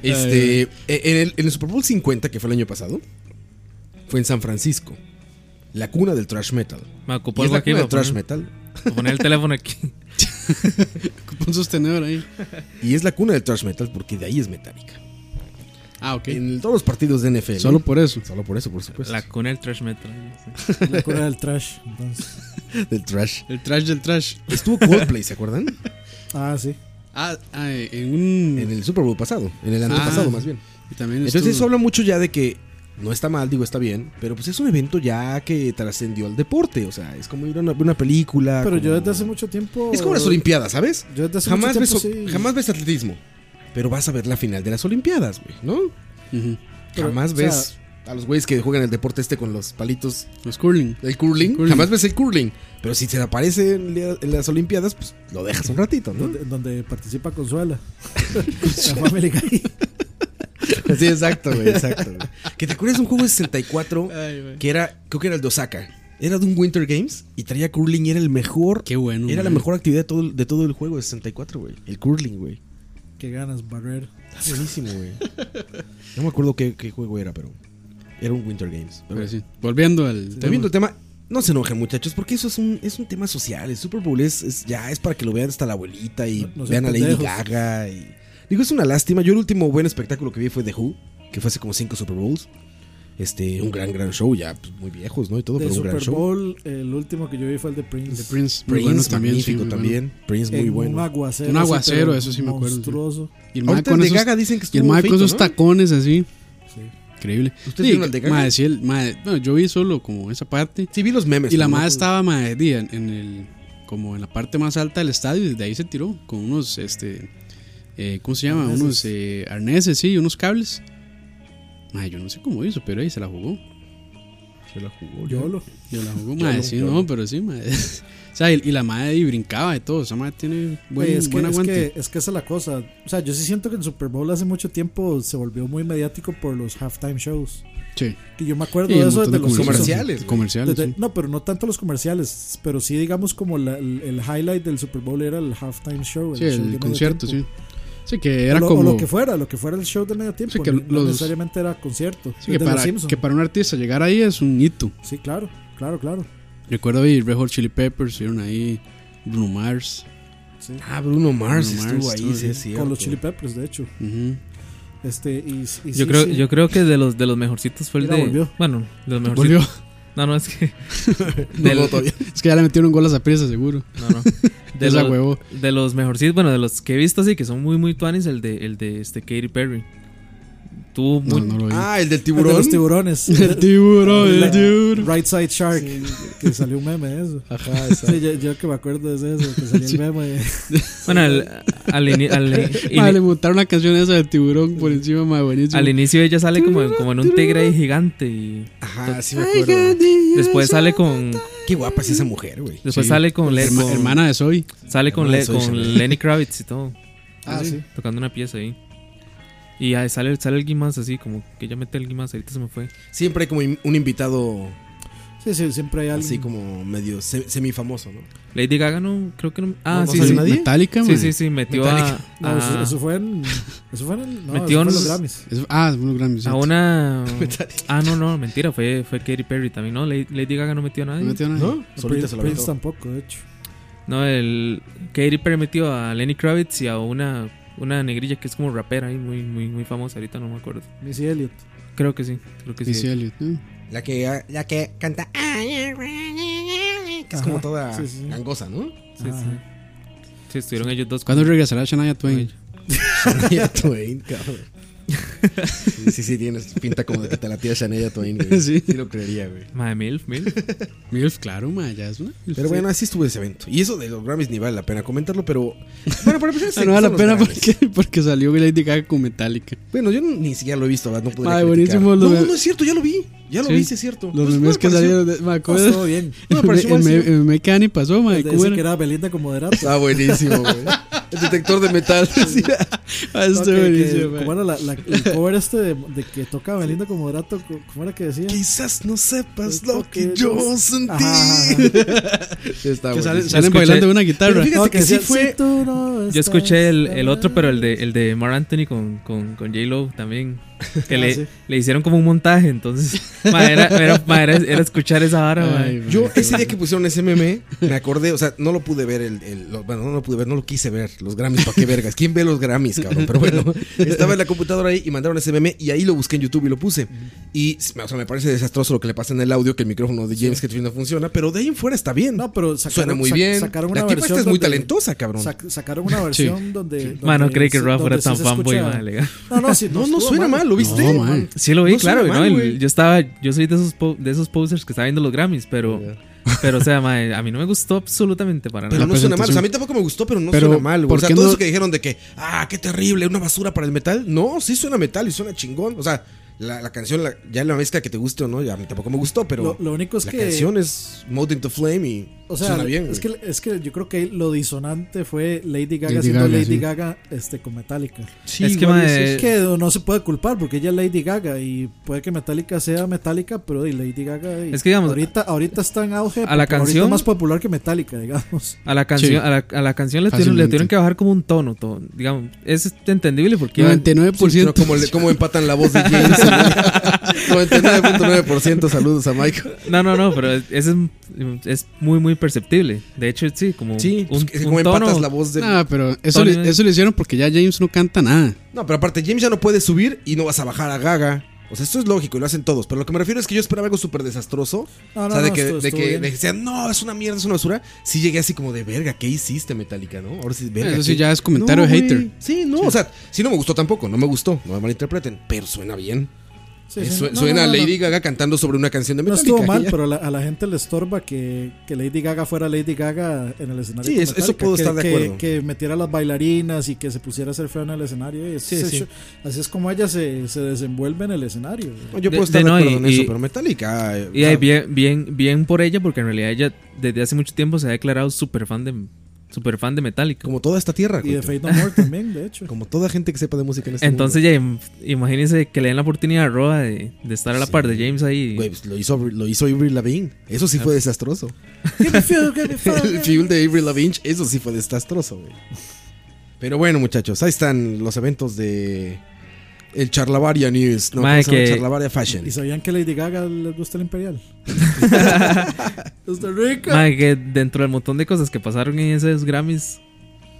Speaker 6: Este, eh, en, el, en el Super Bowl 50, que fue el año pasado, fue en San Francisco. La cuna del trash metal.
Speaker 7: Me ocupó
Speaker 6: Y es
Speaker 7: algo
Speaker 6: la
Speaker 7: aquí,
Speaker 6: cuna del
Speaker 7: voy a poner-
Speaker 6: trash metal.
Speaker 7: voy a poner el teléfono aquí.
Speaker 8: Ocupa un sostenedor ahí.
Speaker 6: Y es la cuna del trash metal porque de ahí es Metallica.
Speaker 8: Ah, ok.
Speaker 6: En todos los partidos de NFL.
Speaker 8: Solo por eso.
Speaker 6: Solo por eso, por supuesto.
Speaker 7: La cuna del trash metal.
Speaker 9: Pues La cura del trash, entonces.
Speaker 6: Del trash.
Speaker 8: El trash del trash.
Speaker 6: Estuvo Coldplay, ¿se acuerdan?
Speaker 9: Ah, sí.
Speaker 8: Ah, ah, eh, en un.
Speaker 6: En el Super Bowl pasado. En el antepasado,
Speaker 8: Ah,
Speaker 6: más bien.
Speaker 8: y también
Speaker 6: Entonces,
Speaker 8: estuvo-
Speaker 6: eso habla mucho ya de que no está mal, digo, está bien. Pero pues es un evento ya que trascendió al deporte. O sea, es como ir a una, una película.
Speaker 9: Pero
Speaker 6: Ah, como-
Speaker 9: yo desde hace mucho tiempo.
Speaker 6: Es como las Olimpiadas, ¿sabes?
Speaker 9: Yo desde hace
Speaker 6: jamás,
Speaker 9: mucho
Speaker 6: ves,
Speaker 9: tiempo sí.
Speaker 6: jamás ves atletismo. Pero vas a ver la final de las Olimpiadas, güey, ¿no?
Speaker 8: Ujú.
Speaker 9: Pero,
Speaker 6: jamás
Speaker 9: o sea,
Speaker 6: ves a los güeyes que juegan el deporte este con los palitos.
Speaker 8: Los curling.
Speaker 6: El curling.
Speaker 8: Curling.
Speaker 6: Jamás ves el curling. Pero si se te aparece en, la- en las Olimpiadas, pues lo dejas un ratito, ¿no?
Speaker 9: Donde, donde participa Consuela. La Family Guy.
Speaker 6: Sí, exacto, güey, exacto. güey. Que te acuerdas de un juego de 64 que era, creo que era el de Osaka. Era de un Winter Games y traía curling y era el mejor. Qué bueno. Era la
Speaker 9: güey.
Speaker 6: mejor actividad de todo, de todo el juego de 64, güey. El curling, güey.
Speaker 9: Qué ganas, Barrer.
Speaker 6: Está buenísimo, güey. No me acuerdo qué, qué juego era, pero era un Winter Games.
Speaker 8: Pero sí, volviendo al tema.
Speaker 6: Volviendo al tema, no se enojen, muchachos, porque eso es un, es un tema social. El Super Bowl es, es- ya es para que lo vean hasta la abuelita y
Speaker 9: No sean
Speaker 6: vean a Lady
Speaker 9: pendejos.
Speaker 6: Gaga. y- Digo, es una lástima. Yo el último buen espectáculo que vi fue The Who, que fue hace como cinco Super Bowls. Este, un gran, gran show, ya pues, muy viejos, ¿no? Y todo,
Speaker 9: De
Speaker 6: pero un gran
Speaker 9: Super
Speaker 6: show.
Speaker 9: Bowl, el último que yo vi fue el de Prince.
Speaker 8: De Prince, muy
Speaker 6: Prince,
Speaker 8: bueno también, sí,
Speaker 6: magnífico
Speaker 8: muy bueno.
Speaker 6: también. Prince, muy
Speaker 9: En
Speaker 6: bueno.
Speaker 9: Un aguacero.
Speaker 8: Un
Speaker 9: así,
Speaker 8: aguacero,
Speaker 9: pero
Speaker 8: eso sí me acuerdo. sí.
Speaker 9: monstruoso.
Speaker 8: Y el mae
Speaker 6: Ahorita
Speaker 8: con
Speaker 6: el de
Speaker 8: esos,
Speaker 6: Gaga dicen que
Speaker 8: y el
Speaker 6: estuvo
Speaker 8: mae
Speaker 6: feito,
Speaker 8: con esos
Speaker 6: ¿no?
Speaker 8: tacones así. Increíble.
Speaker 6: ¿Ustedes vieron el de Gaga?
Speaker 8: mae, sí, el- mae, no, yo vi solo como esa parte.
Speaker 6: Sí, vi los memes.
Speaker 8: Y la
Speaker 6: ¿no?
Speaker 8: madre estaba mae, di, en, en el como en la parte más alta del estadio y desde ahí se tiró con unos este eh, ¿cómo se llama?
Speaker 6: Arneses.
Speaker 8: Unos eh, arneses, sí, unos cables. Mae, yo no sé cómo hizo, pero ahí se la jugó.
Speaker 6: Se la jugó.
Speaker 9: Yolo.
Speaker 8: Yo la jugó,
Speaker 9: Yolo,
Speaker 8: mae, sí,
Speaker 9: yolo.
Speaker 8: no, pero sí, mae. O sea, y, y la madre ahí brincaba y todo, esa madre tiene buen,
Speaker 9: Güey, es,
Speaker 8: buen
Speaker 9: que, es,
Speaker 8: aguante.
Speaker 9: que, es que esa es la cosa. O sea, yo sí siento que el Super Bowl hace mucho tiempo se volvió muy mediático por los halftime shows.
Speaker 8: Sí.
Speaker 9: Que yo me acuerdo
Speaker 8: Y un
Speaker 9: de eso
Speaker 8: montón
Speaker 9: desde
Speaker 8: de
Speaker 9: los
Speaker 8: comerciales,
Speaker 9: Simpsons.
Speaker 8: comerciales,
Speaker 9: Desde-
Speaker 8: sí.
Speaker 9: No, pero no tanto los comerciales. Pero sí, digamos, como la- el, el highlight del Super Bowl era el halftime show.
Speaker 8: Sí,
Speaker 9: show de
Speaker 8: el
Speaker 9: medio
Speaker 8: concierto, sí.
Speaker 9: tiempo.
Speaker 8: Sí, que era
Speaker 9: O lo,
Speaker 8: como.
Speaker 9: O lo que fuera, lo que fuera el show de medio tiempo.
Speaker 8: Sí, que
Speaker 9: no
Speaker 8: los-
Speaker 9: necesariamente era concierto.
Speaker 8: sí, que,
Speaker 9: Desde los
Speaker 8: para,
Speaker 9: Simpsons.
Speaker 8: que para un artista llegar ahí es un hito.
Speaker 9: Sí, claro, claro, claro.
Speaker 8: Recuerdo ahí Red Hot Chili Peppers, vieron ahí Bruno Mars.
Speaker 6: Ah, Bruno Mars
Speaker 8: Bruno
Speaker 6: estuvo ahí, sí, es
Speaker 9: Con
Speaker 6: cierto.
Speaker 9: los Chili Peppers, de hecho.
Speaker 8: Ujú.
Speaker 9: Este, y, y
Speaker 7: Yo
Speaker 9: sí,
Speaker 7: creo,
Speaker 9: sí.
Speaker 7: yo creo que de los de los mejorcitos fue el
Speaker 9: Mira,
Speaker 7: de.
Speaker 9: volvió.
Speaker 7: Bueno, de los
Speaker 8: Volvió.
Speaker 7: mejorcitos. No, no, es que.
Speaker 8: No, no, todavía. Es que ya le metieron un gol a esa pieza, seguro.
Speaker 7: No, no. De,
Speaker 8: Esa
Speaker 7: los-
Speaker 8: huevo.
Speaker 7: de los mejorcitos, bueno, de los que he visto así, que son muy, muy tuanis, el de, el de este Katy Perry. Tuvo muy.
Speaker 8: no lo vi.
Speaker 6: Ah, el
Speaker 9: El
Speaker 6: del
Speaker 9: de
Speaker 6: tiburón.
Speaker 9: los tiburones.
Speaker 8: El tiburón, el
Speaker 9: La-
Speaker 8: tiburón.
Speaker 9: Right Side Shark. Que salió un meme de eso.
Speaker 6: Ajá, exacto.
Speaker 9: Sí, yo, yo que me acuerdo es eso, que salió el meme. de-
Speaker 7: Bueno, al, al, ini- al-
Speaker 8: Madre, Ah, le
Speaker 7: ini-
Speaker 8: montaron una canción esa de tiburón por encima, madre, buenísimo.
Speaker 7: al inicio ella sale como, como en un tigre ahí gigante. Y
Speaker 6: Ajá, Ah, sí me acuerdo.
Speaker 7: después sale con.
Speaker 6: Qué guapa es esa mujer, güey.
Speaker 7: Después
Speaker 8: Sí.
Speaker 7: sale con, Le-
Speaker 8: Herma-
Speaker 7: con-
Speaker 8: hermana de Zoe.
Speaker 7: Sale con,
Speaker 6: Hermana
Speaker 7: Le-
Speaker 6: de Zoe
Speaker 7: con
Speaker 6: Chanel.
Speaker 7: Lenny Kravitz y todo.
Speaker 9: Ah, sí.
Speaker 7: Tocando una pieza ahí. Y ahí sale, sale el Guimás así, como que ya mete el Guimás, ahorita se me fue.
Speaker 6: Siempre hay como in- un invitado
Speaker 9: Sí, sí, siempre hay alguien.
Speaker 6: así como medio se- semifamoso, ¿no?
Speaker 7: Lady Gaga no, creo que no. Ah,
Speaker 6: ¿No
Speaker 7: sí,
Speaker 6: salió
Speaker 7: sí.
Speaker 6: nadie?
Speaker 8: Metallica,
Speaker 7: Sí,
Speaker 8: man.
Speaker 7: sí, sí, metió
Speaker 6: Metallica.
Speaker 7: a,
Speaker 9: No, eso,
Speaker 6: Ah.
Speaker 7: a-
Speaker 9: eso fue en. Eso fue en. el- No,
Speaker 7: Metió
Speaker 9: eso fue en
Speaker 7: unos-
Speaker 9: los Grammys.
Speaker 8: Es- ah, es uno Grammy.
Speaker 7: a
Speaker 8: cierto.
Speaker 7: una.
Speaker 6: Metallica.
Speaker 7: Ah, no, no, mentira, fue, fue Katy Perry también, ¿no? Lady, Lady Gaga no metió a nadie.
Speaker 8: No metió nada.
Speaker 6: ¿No? Solita
Speaker 9: Prince,
Speaker 6: se lo
Speaker 9: Prince
Speaker 6: aventó.
Speaker 9: tampoco, de hecho.
Speaker 7: No, el. Katy Perry metió a Lenny Kravitz y a una, una negrilla que es como rapera ahí, muy, muy, muy famosa, ahorita no me acuerdo.
Speaker 9: Missy Elliott.
Speaker 7: Creo que sí, creo que sí.
Speaker 8: Missy Elliott, ¿no?
Speaker 6: La que, ah, la que canta. Que es como toda
Speaker 9: sí, sí.
Speaker 6: gangosa, ¿no?
Speaker 7: Sí, sí. Sí, estuvieron ellos dos.
Speaker 8: ¿Cuándo regresará Shania Twain?
Speaker 6: Shania Twain, cabrón. Sí, sí, sí, tienes pinta como de que te la tía Shania Twain, güey.
Speaker 8: Sí.
Speaker 6: Sí lo creería, güey.
Speaker 7: Madre Milf, Milf.
Speaker 8: Milf, claro, madre, ya es una. milf.
Speaker 6: Pero bueno, así estuvo ese evento. Y eso de los Grammys ni vale la pena comentarlo, pero. Bueno, para empezar,
Speaker 8: Ah,
Speaker 6: se
Speaker 8: no vale la
Speaker 6: gustan
Speaker 8: pena
Speaker 6: los Grammys.
Speaker 8: porque, porque salió Lady Gaga con Metallica.
Speaker 6: Bueno, yo ni siquiera lo he visto, ¿verdad? No podría
Speaker 8: Ay,
Speaker 6: criticar.
Speaker 8: buenísimo lo
Speaker 6: No,
Speaker 8: de-
Speaker 6: no es cierto, ya lo vi. Ya lo
Speaker 8: Sí.
Speaker 6: vi, sí es cierto.
Speaker 8: Los
Speaker 6: Pues,
Speaker 8: memes
Speaker 6: no me
Speaker 8: que
Speaker 6: pareció-
Speaker 8: salieron de. Me acuerdo.
Speaker 9: Ah, todo bien.
Speaker 6: No, me pareció
Speaker 8: el, me-
Speaker 6: buenísimo.
Speaker 8: el meme que Dani pasó, madre.
Speaker 9: De
Speaker 8: ¿Cómo
Speaker 9: ese que
Speaker 8: era?
Speaker 9: era Belinda como de rato.
Speaker 6: Está buenísimo, güey. El detector de metal. Sí.
Speaker 8: Ah,
Speaker 9: No,
Speaker 8: está
Speaker 9: que- que-
Speaker 8: buenísimo, madre.
Speaker 9: como era la, la- el cover este de, de que toca Belinda como de rato, co- ¿cómo era que decía?
Speaker 6: Quizás no sepas
Speaker 9: Lo
Speaker 6: lo
Speaker 9: que
Speaker 6: que yo
Speaker 9: yo-
Speaker 6: sentí.
Speaker 9: Ajá.
Speaker 6: Está
Speaker 8: Que salen,
Speaker 6: buenísimo.
Speaker 8: salen
Speaker 7: escuché-
Speaker 8: bailando de una guitarra.
Speaker 6: Pero fíjate
Speaker 9: No,
Speaker 6: que, sí
Speaker 9: decía,
Speaker 6: fue.
Speaker 9: "Si tú no
Speaker 7: Yo
Speaker 9: estás
Speaker 7: escuché el, el otro,
Speaker 9: acá".
Speaker 7: pero el de, el de Mar Anthony con, con, con J-Lo también. Que
Speaker 9: Ah,
Speaker 7: le,
Speaker 9: sí.
Speaker 7: le hicieron como un montaje, entonces. ma, era, era- ma, era- era escuchar esa vara, ma.
Speaker 8: Ay,
Speaker 6: Yo ese día que pusieron ese meme, me acordé, o sea, no lo pude ver, el, el- lo- bueno, no lo pude ver, no lo quise ver, los Grammys, ¿para qué vergas? ¿Quién ve los Grammys, cabrón? Pero bueno, estaba en la computadora ahí y mandaron ese meme y ahí lo busqué en YouTube y lo puse. Y, o sea, me parece desastroso lo que le pasa en el audio, que el micrófono de James Hetfield no funciona, pero de ahí en fuera está bien.
Speaker 9: No, pero sacaron,
Speaker 6: Suena muy
Speaker 9: sac-
Speaker 6: bien.
Speaker 9: Sacaron
Speaker 6: La
Speaker 9: una
Speaker 6: tipa
Speaker 9: versión
Speaker 6: esta es muy
Speaker 9: donde-
Speaker 6: talentosa, cabrón.
Speaker 9: sac- sacaron una versión donde, donde.
Speaker 7: Ma, no creí que
Speaker 9: sí-
Speaker 7: Rafa fuera
Speaker 9: donde
Speaker 7: tan
Speaker 9: sí se
Speaker 7: fanboy,
Speaker 9: escucha-
Speaker 7: ma, de Gaga.
Speaker 9: No, no, sí,
Speaker 6: No, no
Speaker 9: estuvo
Speaker 6: suena mal, ¿lo viste?
Speaker 8: No, man.
Speaker 7: Sí lo vi,
Speaker 6: eh. No suena
Speaker 7: claro, ¿no?
Speaker 6: mal,
Speaker 7: El-
Speaker 6: güey.
Speaker 7: yo estaba, yo soy de esos po- de esos posers que estaba viendo los Grammys, pero, pero o sea, ma, a mí no me gustó absolutamente para
Speaker 6: Pero
Speaker 7: nada.
Speaker 9: Pues
Speaker 6: no
Speaker 8: La
Speaker 6: suena mal, o sea, a mí
Speaker 8: presentación.
Speaker 6: tampoco me gustó, pero no
Speaker 8: Pero,
Speaker 6: suena mal, güey.
Speaker 8: ¿por
Speaker 6: O sea,
Speaker 8: qué
Speaker 6: todo
Speaker 8: no-
Speaker 6: eso que dijeron de que, ah, qué terrible, una basura para el metal. No, sí suena metal y suena chingón. O sea, La, la canción, la- ya la mezcla que te guste o no, ya a mí tampoco me gustó, pero.
Speaker 9: Lo- lo único es
Speaker 6: la
Speaker 9: que-
Speaker 6: canción es Mode into Flame y.
Speaker 9: O sea,
Speaker 6: suena bien.
Speaker 9: es,
Speaker 6: güey.
Speaker 9: que, es que yo creo que lo disonante fue Lady Gaga
Speaker 6: Lady
Speaker 9: siendo
Speaker 6: Gaga,
Speaker 9: Lady
Speaker 6: sí.
Speaker 9: Gaga este, con Metallica.
Speaker 7: Sí, Es que, güey, mae-
Speaker 9: Es que no se puede culpar porque ella es Lady Gaga y puede que Metallica sea Metallica, pero y Lady Gaga. y
Speaker 7: Es que, digamos,
Speaker 9: ahorita, ahorita está en auge.
Speaker 7: a la
Speaker 9: porque ahorita
Speaker 7: canción-
Speaker 9: es más popular que Metallica, digamos.
Speaker 7: A la canción, a, la, a la canción le tuvieron, le
Speaker 9: Fácilmente.
Speaker 7: tuvieron que bajar como un tono, todo, digamos, es entendible porque iba-
Speaker 8: 99%.
Speaker 7: Sí, pero
Speaker 6: como le- como empatan la voz de James, güey. 99.9%, saludos a Mike.
Speaker 7: No, no, no, pero es, es, es muy muy perceptible. De hecho, sí, como
Speaker 6: Sí, pues, que- como empatas la voz del-
Speaker 8: Ah, pero eso,
Speaker 6: Tono.
Speaker 8: le- eso lo hicieron porque ya James no canta nada.
Speaker 6: No, pero aparte, James ya no puede subir y no vas a bajar a Gaga. O sea, esto es lógico y lo hacen todos. Pero lo que me refiero es que yo esperaba algo súper desastroso.
Speaker 9: No,
Speaker 6: o
Speaker 9: no,
Speaker 6: sea, de
Speaker 9: no,
Speaker 6: que,
Speaker 9: estuvo-
Speaker 6: de
Speaker 9: estuvo
Speaker 6: que-
Speaker 9: bien.
Speaker 6: de que decían, no, es una mierda, es una basura. Sí llegué así como de verga, ¿qué hiciste, Metallica, no? Ahora sí, verga.
Speaker 8: Eso sí
Speaker 6: ¿qué-"
Speaker 8: ya es comentario
Speaker 6: No, güey.
Speaker 8: hater.
Speaker 6: Sí, no, o sea, sí no me gustó tampoco, no me gustó, no me malinterpreten, pero suena bien.
Speaker 9: Sí,
Speaker 6: Eh,
Speaker 9: sí,
Speaker 6: su-
Speaker 9: no, no,
Speaker 6: suena
Speaker 9: no, no.
Speaker 6: Lady Gaga cantando sobre una canción de
Speaker 9: No
Speaker 6: Metallica.
Speaker 9: estuvo mal,
Speaker 6: que ya-
Speaker 9: pero la- a la gente le estorba que, que Lady Gaga fuera Lady Gaga en el escenario.
Speaker 6: Sí,
Speaker 9: con
Speaker 6: eso- eso
Speaker 9: Metallica,
Speaker 6: puedo
Speaker 9: que-
Speaker 6: estar de
Speaker 9: que-
Speaker 6: acuerdo.
Speaker 9: Que metiera las bailarinas y que se pusiera a hacer feo en el escenario. y ese
Speaker 6: Sí, sí.
Speaker 9: show- Así es como ella se, se desenvuelve en el escenario.
Speaker 6: No, yo puedo estar de acuerdo en eso, pero Metallica, eh,
Speaker 7: Y
Speaker 6: o sea-
Speaker 7: ahí bien, bien, bien por ella, porque en realidad ella desde hace mucho tiempo se ha declarado súper fan de super fan de Metallica.
Speaker 6: Como toda esta tierra.
Speaker 9: Y de Fate No More también, de hecho.
Speaker 6: Como toda gente que sepa de música en este
Speaker 7: Entonces ya im- imagínense que le den la oportunidad a Roa de, de estar a la par de James ahí.
Speaker 6: Güey, pues, lo hizo, lo hizo Avril Lavigne. Eso sí fue desastroso. El fuel de Avril Lavigne, eso sí fue desastroso, güey. Pero bueno, muchachos, ahí están los eventos de el Charlavaria News, no, ¿cómo
Speaker 7: Madre,
Speaker 6: se llama?
Speaker 7: que-
Speaker 6: Charlavaria Fashion.
Speaker 9: ¿Y sabían que Lady Gaga les gusta el Imperial? Costa Rica.
Speaker 7: Madre, que dentro del montón de cosas que pasaron en esos Grammys,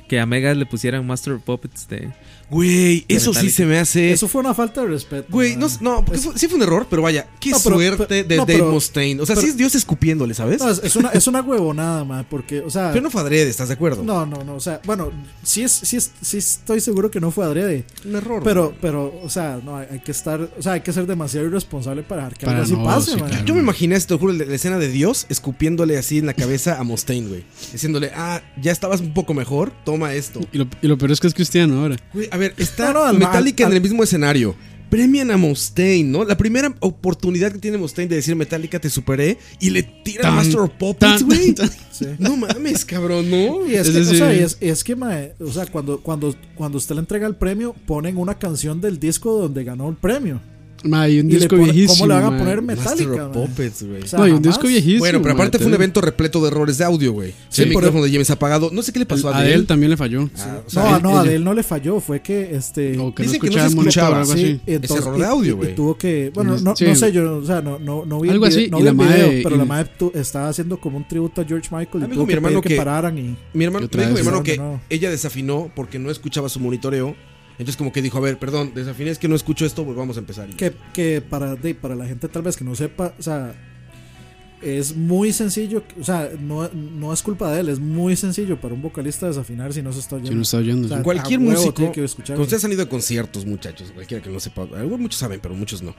Speaker 7: que a Mega le pusieran Master of Puppets de.
Speaker 6: Güey,
Speaker 7: de
Speaker 6: eso sí
Speaker 7: Metallica.
Speaker 6: se me hace.
Speaker 9: Eso fue una falta de respeto.
Speaker 6: Güey, no, no porque fue- sí fue un error, pero vaya, qué
Speaker 9: No, pero-
Speaker 6: suerte
Speaker 9: pero-
Speaker 6: de
Speaker 9: no,
Speaker 6: Dave
Speaker 9: pero-
Speaker 6: Mustaine. O sea,
Speaker 9: pero-
Speaker 6: sí es Dios escupiéndole, ¿sabes?
Speaker 9: No, es, es una, es una huevonada, ma, porque, o sea...
Speaker 6: Pero no fue adrede, ¿estás de acuerdo?
Speaker 9: No, no, no, o sea, bueno, sí, es, sí, es- sí estoy seguro que no fue adrede.
Speaker 6: Un error.
Speaker 9: Pero, pero, o sea, no, hay, hay que estar, o sea, hay que ser demasiado irresponsable para dejar que
Speaker 6: Para
Speaker 9: algo así
Speaker 6: no,
Speaker 9: pase,
Speaker 6: sí,
Speaker 9: ma.
Speaker 6: claro. Yo me imaginé, te lo juro, la, la escena de Dios escupiéndole así en la cabeza a Mustaine, güey. Diciéndole, ah, ya estabas un poco mejor, toma esto.
Speaker 8: Y lo, y lo peor es que es cristiano ahora.
Speaker 6: Güey, a ver, está
Speaker 9: No, no, al-
Speaker 6: Metallica
Speaker 9: al-
Speaker 6: en el mismo escenario. Premian a Mustaine, ¿no? La primera oportunidad que tiene Mustaine de decir Metallica te superé y le tira a
Speaker 9: Tan,
Speaker 6: Master of Puppets,
Speaker 9: tan,
Speaker 6: güey.
Speaker 9: Sí.
Speaker 6: No mames, cabrón, ¿no?
Speaker 9: Y es, que, o sea, y es- y es que, mae, o sea, cuando, cuando, cuando usted le entrega el premio, ponen una canción del disco donde ganó el premio.
Speaker 8: Ma, y un
Speaker 9: Y le
Speaker 8: disco
Speaker 9: pone-
Speaker 8: viejísimo.
Speaker 9: ¿Cómo le van a
Speaker 8: ma.
Speaker 9: poner Metallica? mae? O sea,
Speaker 8: no, y un
Speaker 9: jamás.
Speaker 8: disco viejísimo.
Speaker 6: Bueno, pero aparte
Speaker 8: ma,
Speaker 6: fue un
Speaker 8: te-
Speaker 6: evento repleto de errores de audio, güey.
Speaker 8: Sí,
Speaker 6: el
Speaker 8: por-
Speaker 6: micrófono de James apagado. No sé qué le pasó a
Speaker 8: A él también le falló.
Speaker 6: Ah, o sea,
Speaker 9: No,
Speaker 6: él-
Speaker 9: no, a
Speaker 6: él-
Speaker 9: él no le falló, fue que este
Speaker 8: que no Dicen que no se escuchaba el escuchaba, monitor o algo así.
Speaker 9: y entonces-
Speaker 6: Es error de
Speaker 9: y-
Speaker 6: audio,
Speaker 9: y- y
Speaker 6: güey.
Speaker 9: tuvo que, bueno, no,
Speaker 8: Sí.
Speaker 9: no sé, yo, o sea, no, no, no vi
Speaker 8: Algo
Speaker 9: el video,
Speaker 8: así,
Speaker 9: no
Speaker 8: y
Speaker 9: vi
Speaker 8: la
Speaker 9: el
Speaker 8: madre-
Speaker 9: video, pero
Speaker 8: y-
Speaker 9: la madre tu- estaba haciendo como un tributo a George Michael y
Speaker 6: Me
Speaker 9: tuvo
Speaker 6: dijo mi
Speaker 9: que
Speaker 6: hermano
Speaker 9: pedir
Speaker 6: que,
Speaker 9: que, pararan y
Speaker 6: mi hermano,
Speaker 9: y
Speaker 6: me
Speaker 9: otra
Speaker 6: dijo mi
Speaker 9: vez
Speaker 6: hermano que
Speaker 9: empezaron de nuevo.
Speaker 6: ella desafinó porque no escuchaba su monitoreo. Entonces como que dijo, a ver, perdón, desafiné es que no escucho esto, volvamos a empezar. Y-
Speaker 9: que, que para, de- para la gente tal vez que no sepa, o sea, es muy sencillo, o sea, no, no es culpa de él, es muy sencillo para un vocalista desafinar si no se está oyendo.
Speaker 8: Si no está oyendo,
Speaker 9: O sea,
Speaker 8: sí.
Speaker 6: Cualquier
Speaker 9: a huevo
Speaker 6: músico,
Speaker 9: tiene que escuchar.
Speaker 6: cuando ustedes han ido a conciertos, muchachos, cualquiera que no sepa, algunos muchos saben, pero muchos no.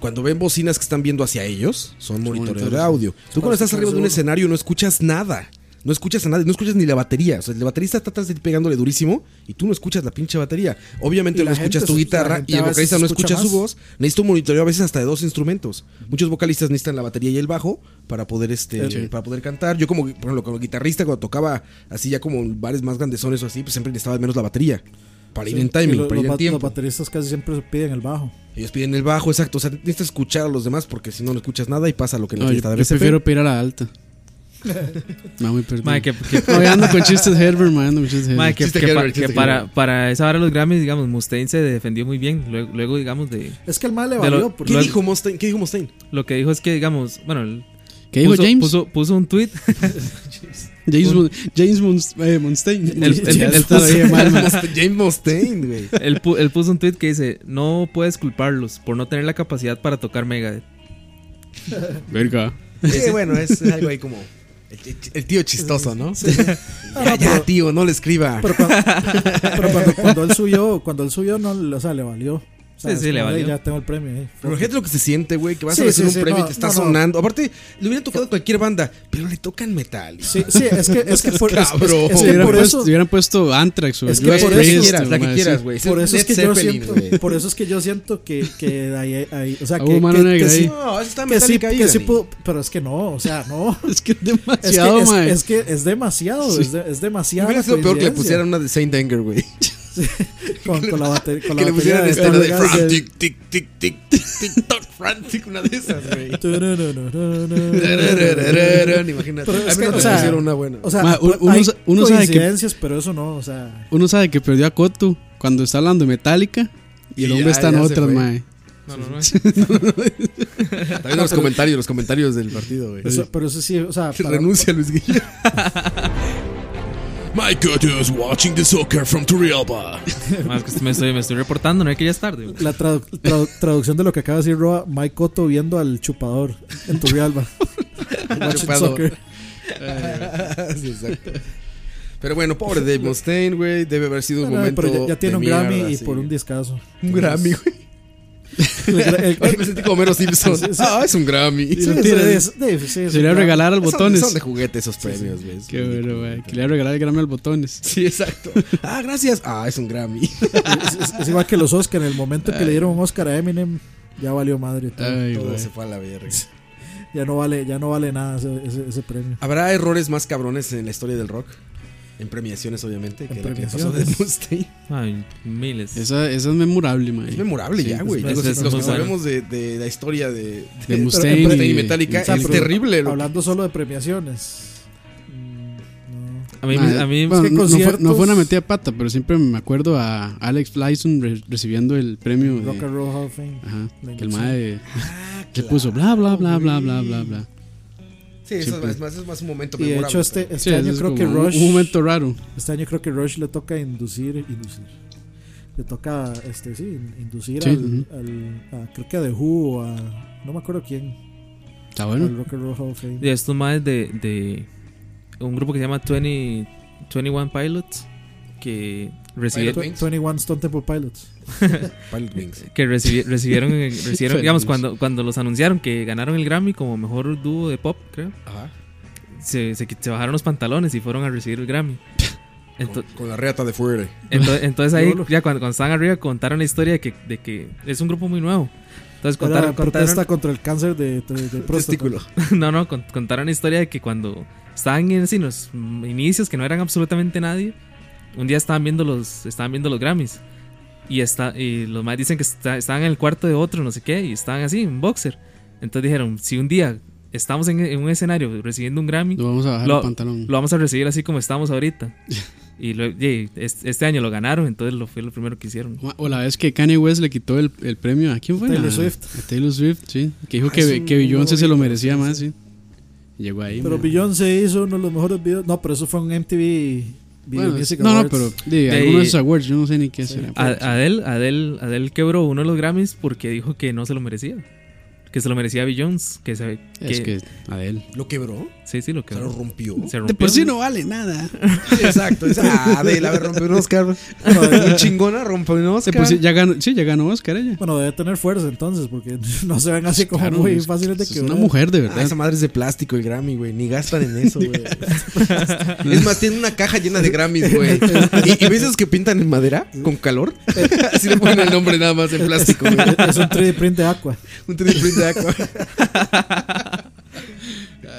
Speaker 6: Cuando ven bocinas que están viendo hacia ellos, son monitoreo de
Speaker 8: monitores,
Speaker 6: audio.
Speaker 8: sí.
Speaker 6: Tú
Speaker 8: Para
Speaker 6: cuando estás
Speaker 8: escuchar
Speaker 6: arriba de un
Speaker 8: seguro.
Speaker 6: escenario no escuchas nada. No escuchas a nadie, no escuchas ni la batería. O sea, el baterista está atrás de ti pegándole durísimo y tú no escuchas la pinche batería. Obviamente
Speaker 9: Y
Speaker 6: no
Speaker 9: la gente
Speaker 6: escuchas
Speaker 9: se-
Speaker 6: tu
Speaker 9: la
Speaker 6: guitarra
Speaker 9: gente
Speaker 6: y el
Speaker 9: a veces
Speaker 6: vocalista no
Speaker 9: escucha
Speaker 6: escucha su
Speaker 9: más.
Speaker 6: voz. Necesita un monitoreo a veces hasta de dos instrumentos. Muchos vocalistas necesitan la batería y el bajo para poder este
Speaker 8: Sí.
Speaker 6: para poder cantar. Yo como, por ejemplo, como guitarrista cuando tocaba así ya como en bares más grandezones o así, pues siempre necesitaba al menos la batería para ir
Speaker 9: Sí,
Speaker 6: en
Speaker 9: y
Speaker 6: timing,
Speaker 9: lo-
Speaker 6: para
Speaker 9: los
Speaker 6: ir en
Speaker 9: bat-
Speaker 6: tiempo.
Speaker 9: Los bateristas casi siempre piden el bajo.
Speaker 6: Ellos piden el bajo, exacto. O sea, necesitas escuchar a los demás porque si no, no escuchas nada y pasa lo que en la
Speaker 8: No, yo,
Speaker 6: fiesta de
Speaker 8: yo
Speaker 6: BCP.
Speaker 8: prefiero pedir a la alta. Ma, muy perdido.
Speaker 7: Ma, que- que-
Speaker 8: No, ya ando con chistes Herbert, ma, ando con chistes Herbert.
Speaker 7: Madre, que, que pa- que para, para esa hora de los Grammys, digamos, Mustaine se defendió muy bien. Luego, luego, digamos, de.
Speaker 9: Es que el mal le
Speaker 7: de
Speaker 9: valió,
Speaker 7: lo-
Speaker 9: porque-
Speaker 7: lo-
Speaker 6: ¿Qué dijo Mustaine? ¿Qué dijo Mustaine?
Speaker 7: Lo que dijo es que, digamos, bueno. el-
Speaker 8: ¿Qué dijo
Speaker 7: puso-
Speaker 8: James?
Speaker 7: Puso, puso un tweet.
Speaker 8: James,
Speaker 7: Un-
Speaker 8: Mon- James Monst- eh, Monstein.
Speaker 7: El- el- el-
Speaker 8: Ya está bien, mal, ma.
Speaker 6: James Mustaine, güey.
Speaker 7: él, pu- él puso un tweet que dice: No puedes culparlos por no tener la capacidad para tocar Megadeth.
Speaker 8: Verga.
Speaker 6: Sí, bueno, es algo ahí como. El, el tío chistoso, ¿no? Ya,
Speaker 9: Ah,
Speaker 6: ya,
Speaker 9: pero-
Speaker 6: tío, no le escriba.
Speaker 9: Pero cuando, pero cuando- cuando él subió, cuando él subió, no, o sea, le valió.
Speaker 7: Sí, sí, le
Speaker 9: como,
Speaker 7: valió.
Speaker 9: Ya tengo el premio. eh.
Speaker 6: Pero imagínate lo que se siente, güey, que vas
Speaker 9: Sí,
Speaker 6: a recibir
Speaker 9: sí, sí,
Speaker 6: un premio
Speaker 9: no,
Speaker 6: y te está
Speaker 9: no, no.
Speaker 6: sonando. Aparte, le hubiera tocado cualquier banda, pero le tocan metal.
Speaker 9: Sí, sí, es que- es que por- es-
Speaker 6: Cabrón.
Speaker 9: es- es que
Speaker 8: Le hubieran
Speaker 9: por
Speaker 8: puesto-
Speaker 9: eso-
Speaker 8: le hubieran puesto Anthrax o
Speaker 9: Es que
Speaker 8: Judas
Speaker 9: por eso,
Speaker 8: Priest,
Speaker 9: quieras, la que
Speaker 8: madre,
Speaker 9: quieras,
Speaker 8: sí.
Speaker 9: güpor eso es que yo
Speaker 6: Zeppelin, güey.
Speaker 9: siento, por eso es que yo siento que, que ahí, ahí- o sea,
Speaker 8: Hubo
Speaker 9: que,
Speaker 8: mano
Speaker 9: que-
Speaker 8: negra
Speaker 9: que
Speaker 8: ahí.
Speaker 9: sí,
Speaker 6: No, eso está
Speaker 9: que sí,
Speaker 6: metálica ahí,
Speaker 9: que sí
Speaker 6: Dani.
Speaker 9: pudo- pero es que no, o sea, no,
Speaker 8: es que es
Speaker 6: demasiado,
Speaker 9: es,
Speaker 6: mae.
Speaker 9: es que es demasiado, es, de- es demasiado.
Speaker 6: Hubiera sido peor que le pusieran una de Saint Anger, güey.
Speaker 9: con, con la batería, con
Speaker 6: que
Speaker 9: la
Speaker 6: le pusieran
Speaker 9: batería
Speaker 6: esta de
Speaker 9: Stargate.
Speaker 6: Frantic, tic, tic, tic, tic, tic, toc, Frantic, una de esas, güey. Imagínate.
Speaker 9: Pero es
Speaker 6: A
Speaker 9: que,
Speaker 6: mí no
Speaker 9: o
Speaker 6: me
Speaker 9: sea,
Speaker 6: pusieron una buena.
Speaker 9: O sea,
Speaker 8: Ma, uno- uno
Speaker 9: hay
Speaker 8: sa- uno sabe que-
Speaker 9: coincidencias, pero eso no, o sea,
Speaker 8: Uno sabe que perdió a Kotu cuando está hablando de Metallica y el
Speaker 6: Y
Speaker 8: hombre
Speaker 6: ya-
Speaker 8: está en
Speaker 6: ya se
Speaker 8: otras,
Speaker 6: fue.
Speaker 8: mae.
Speaker 7: No, no, no.
Speaker 6: También los comentarios, los comentarios del partido, güey.
Speaker 9: Eso- pero eso sí, o sea, para-
Speaker 6: Renuncia, Luis Guillermo.
Speaker 12: My God is watching the soccer from Turrialba.
Speaker 7: Más Ah, que me estoy, me estoy reportando, no hay que ya es tarde.
Speaker 9: La tradu- tradu- traducción de lo que acaba de decir Roa, Mike Cotto viendo al chupador en Turrialba. Watching
Speaker 6: Chupado.
Speaker 9: soccer.
Speaker 6: Ay, sí, exacto. Pero bueno, pobre Dave Mustaine, güey. Debe haber sido un
Speaker 9: No, no,
Speaker 6: momento.
Speaker 9: pero ya, ya tiene
Speaker 6: de
Speaker 9: un Grammy
Speaker 6: mierda,
Speaker 9: y
Speaker 6: sí.
Speaker 9: por un discazo.
Speaker 6: Un Grammy,
Speaker 9: El gra- el-
Speaker 6: Ahora me sentí como Homero Simpson.
Speaker 9: Sí, sí.
Speaker 6: Ah, es un Grammy.
Speaker 9: Sí, sí, es- sí, sí, es
Speaker 8: Sería
Speaker 9: un Grammy.
Speaker 8: regalar al
Speaker 6: Son-
Speaker 8: botones.
Speaker 6: son de juguete esos premios, güey.
Speaker 8: Qué bueno, güey. Que le iba a regalar el Grammy al botones.
Speaker 6: Sí, exacto. Ah, gracias. Ah, es un Grammy.
Speaker 9: Es, es- es igual que los Oscar. En el momento que le dieron un Oscar a Eminem, ya valió madre. Todo,
Speaker 6: Ay,
Speaker 9: todo
Speaker 6: güey.
Speaker 9: se
Speaker 6: fue a la verga.
Speaker 9: Ya no vale, ya no vale nada ese, ese- ese premio.
Speaker 6: ¿Habrá errores más cabrones en la historia del rock? En premiaciones, obviamente. Que lo que pasó de
Speaker 9: premiaciones.
Speaker 6: Mustaine.
Speaker 7: Ay, miles.
Speaker 8: Esa, esa es memorable, mae.
Speaker 6: Es memorable
Speaker 8: Sí,
Speaker 6: ya,
Speaker 9: pues,
Speaker 6: güey.
Speaker 8: es-
Speaker 6: Digo,
Speaker 8: es-
Speaker 6: si Los que
Speaker 8: es-
Speaker 6: sabemos de, de la historia de,
Speaker 8: De Mustaine
Speaker 6: y
Speaker 8: y-
Speaker 6: Metallica
Speaker 9: O sea,
Speaker 6: es
Speaker 9: pero
Speaker 6: terrible. lo-
Speaker 9: Hablando solo de premiaciones. Mm,
Speaker 7: A mí,
Speaker 8: Mae,
Speaker 7: a mí
Speaker 8: bueno,
Speaker 7: es que
Speaker 8: no, no fue- no
Speaker 7: conciertos-
Speaker 8: fue una metida de pata, pero siempre me acuerdo a Alex Flyson re- recibiendo el premio.
Speaker 9: Rock
Speaker 8: de,
Speaker 9: and Roll Hall of Fame.
Speaker 8: Ajá,
Speaker 9: La
Speaker 8: que el
Speaker 9: inducción.
Speaker 8: mae
Speaker 6: Ah,
Speaker 8: le puso bla, bla, bla, bla, bla, bla, bla.
Speaker 6: Sí, eso es
Speaker 8: Siempre.
Speaker 6: más, más- es más un momento
Speaker 9: Y de
Speaker 6: memorable.
Speaker 9: hecho este,
Speaker 6: pero-
Speaker 9: este
Speaker 8: Sí,
Speaker 9: año
Speaker 8: es
Speaker 9: creo
Speaker 8: como
Speaker 9: que
Speaker 8: un-
Speaker 9: Rush
Speaker 8: un momento raro.
Speaker 9: Este año creo que Rush le toca inducir, inducir. Le toca este sí, in- inducir
Speaker 8: Sí,
Speaker 9: al, al- a- creo que a The Who o a no me acuerdo quién.
Speaker 8: Está bueno.
Speaker 9: Al Rock and Roll Hall of Fame.
Speaker 7: de estos más de, de un grupo que se llama 20, 21 Pilots que recibieron
Speaker 9: Tw- 21 Stone Temple Pilots.
Speaker 7: que recibi- recibieron eh, recibieron
Speaker 9: Pilot
Speaker 7: digamos
Speaker 9: Wings.
Speaker 7: cuando cuando los anunciaron que ganaron el Grammy como mejor dúo de pop creo
Speaker 6: Ajá.
Speaker 7: se, se, qui- se bajaron los pantalones y fueron a recibir el Grammy Ento-
Speaker 6: Con la reata de fuere.
Speaker 7: Entonces, entonces ahí,
Speaker 6: Yolo.
Speaker 7: ya cuando, cuando estaban arriba, contaron la historia de que, de que es un grupo muy nuevo. Entonces
Speaker 9: Era
Speaker 7: contaron.
Speaker 9: protesta
Speaker 7: contaron
Speaker 9: contra el cáncer de, de, de próstata.
Speaker 7: no, no, con- contaron la historia de que cuando estaban en sí, los inicios, que no eran absolutamente nadie, un día estaban viendo los, estaban viendo los Grammys. Y, está, y los más dicen que está- estaban en el cuarto de otro, no sé qué, y estaban así, en boxer. Entonces dijeron: si un día estamos en, en un escenario recibiendo un Grammy,
Speaker 8: Lo vamos a bajar
Speaker 7: lo-
Speaker 8: el pantalón.
Speaker 7: lo vamos a recibir así como estamos ahorita. Y lo- y es- este año lo ganaron, entonces lo fue lo primero que hicieron.
Speaker 8: O la vez que Kanye West le quitó el, el premio a quién fue?
Speaker 9: Taylor
Speaker 8: A-
Speaker 9: Swift.
Speaker 8: a Taylor Swift, sí. Que dijo
Speaker 9: Ah, es
Speaker 8: que,
Speaker 9: un-
Speaker 8: que Beyoncé
Speaker 9: un
Speaker 8: se lo merecía más, sí. Llegó ahí.
Speaker 9: Pero
Speaker 8: mae.
Speaker 9: Beyoncé hizo uno de los mejores videos. No, pero eso fue un MTV Video
Speaker 8: Bueno,
Speaker 9: Music
Speaker 8: no, no,
Speaker 9: Awards.
Speaker 8: pero de,
Speaker 7: De- Ah,
Speaker 8: algunos de esos awards, yo no sé ni qué será.
Speaker 7: A- Adele, Adele, Adele quebró uno de los Grammys porque dijo que no se lo merecía. Que se lo merecía Beyoncé. Que se,
Speaker 8: Es que Adele.
Speaker 6: ¿Lo quebró?
Speaker 7: Sí, sí, lo quebró.
Speaker 6: lo rompió.
Speaker 7: ah, Se
Speaker 8: De
Speaker 7: rompió.
Speaker 8: por sí no vale nada.
Speaker 6: Exacto. es- ah, Adele, a ver, rompió un Oscar. Un chingona rompió un
Speaker 8: Sí,
Speaker 6: Oscar.
Speaker 8: pues sí, ya ganó, sí, ya ganó Oscar ella.
Speaker 9: Bueno, debe tener fuerza entonces, porque no se ven así como
Speaker 8: Claro,
Speaker 9: muy
Speaker 8: es-
Speaker 9: fáciles de
Speaker 8: es
Speaker 9: que
Speaker 8: una mujer, de verdad.
Speaker 6: Ah, esa madre es de plástico el Grammy, güey. Ni gastan en eso, güey. es más, tiene una caja llena de Grammys, güey. ¿Y, y ves esos que pintan en madera? ¿Con calor? Así le ponen el nombre nada más en plástico, güey.
Speaker 9: Es un 3D print de Aqua.
Speaker 6: Un 3D print de Aqua.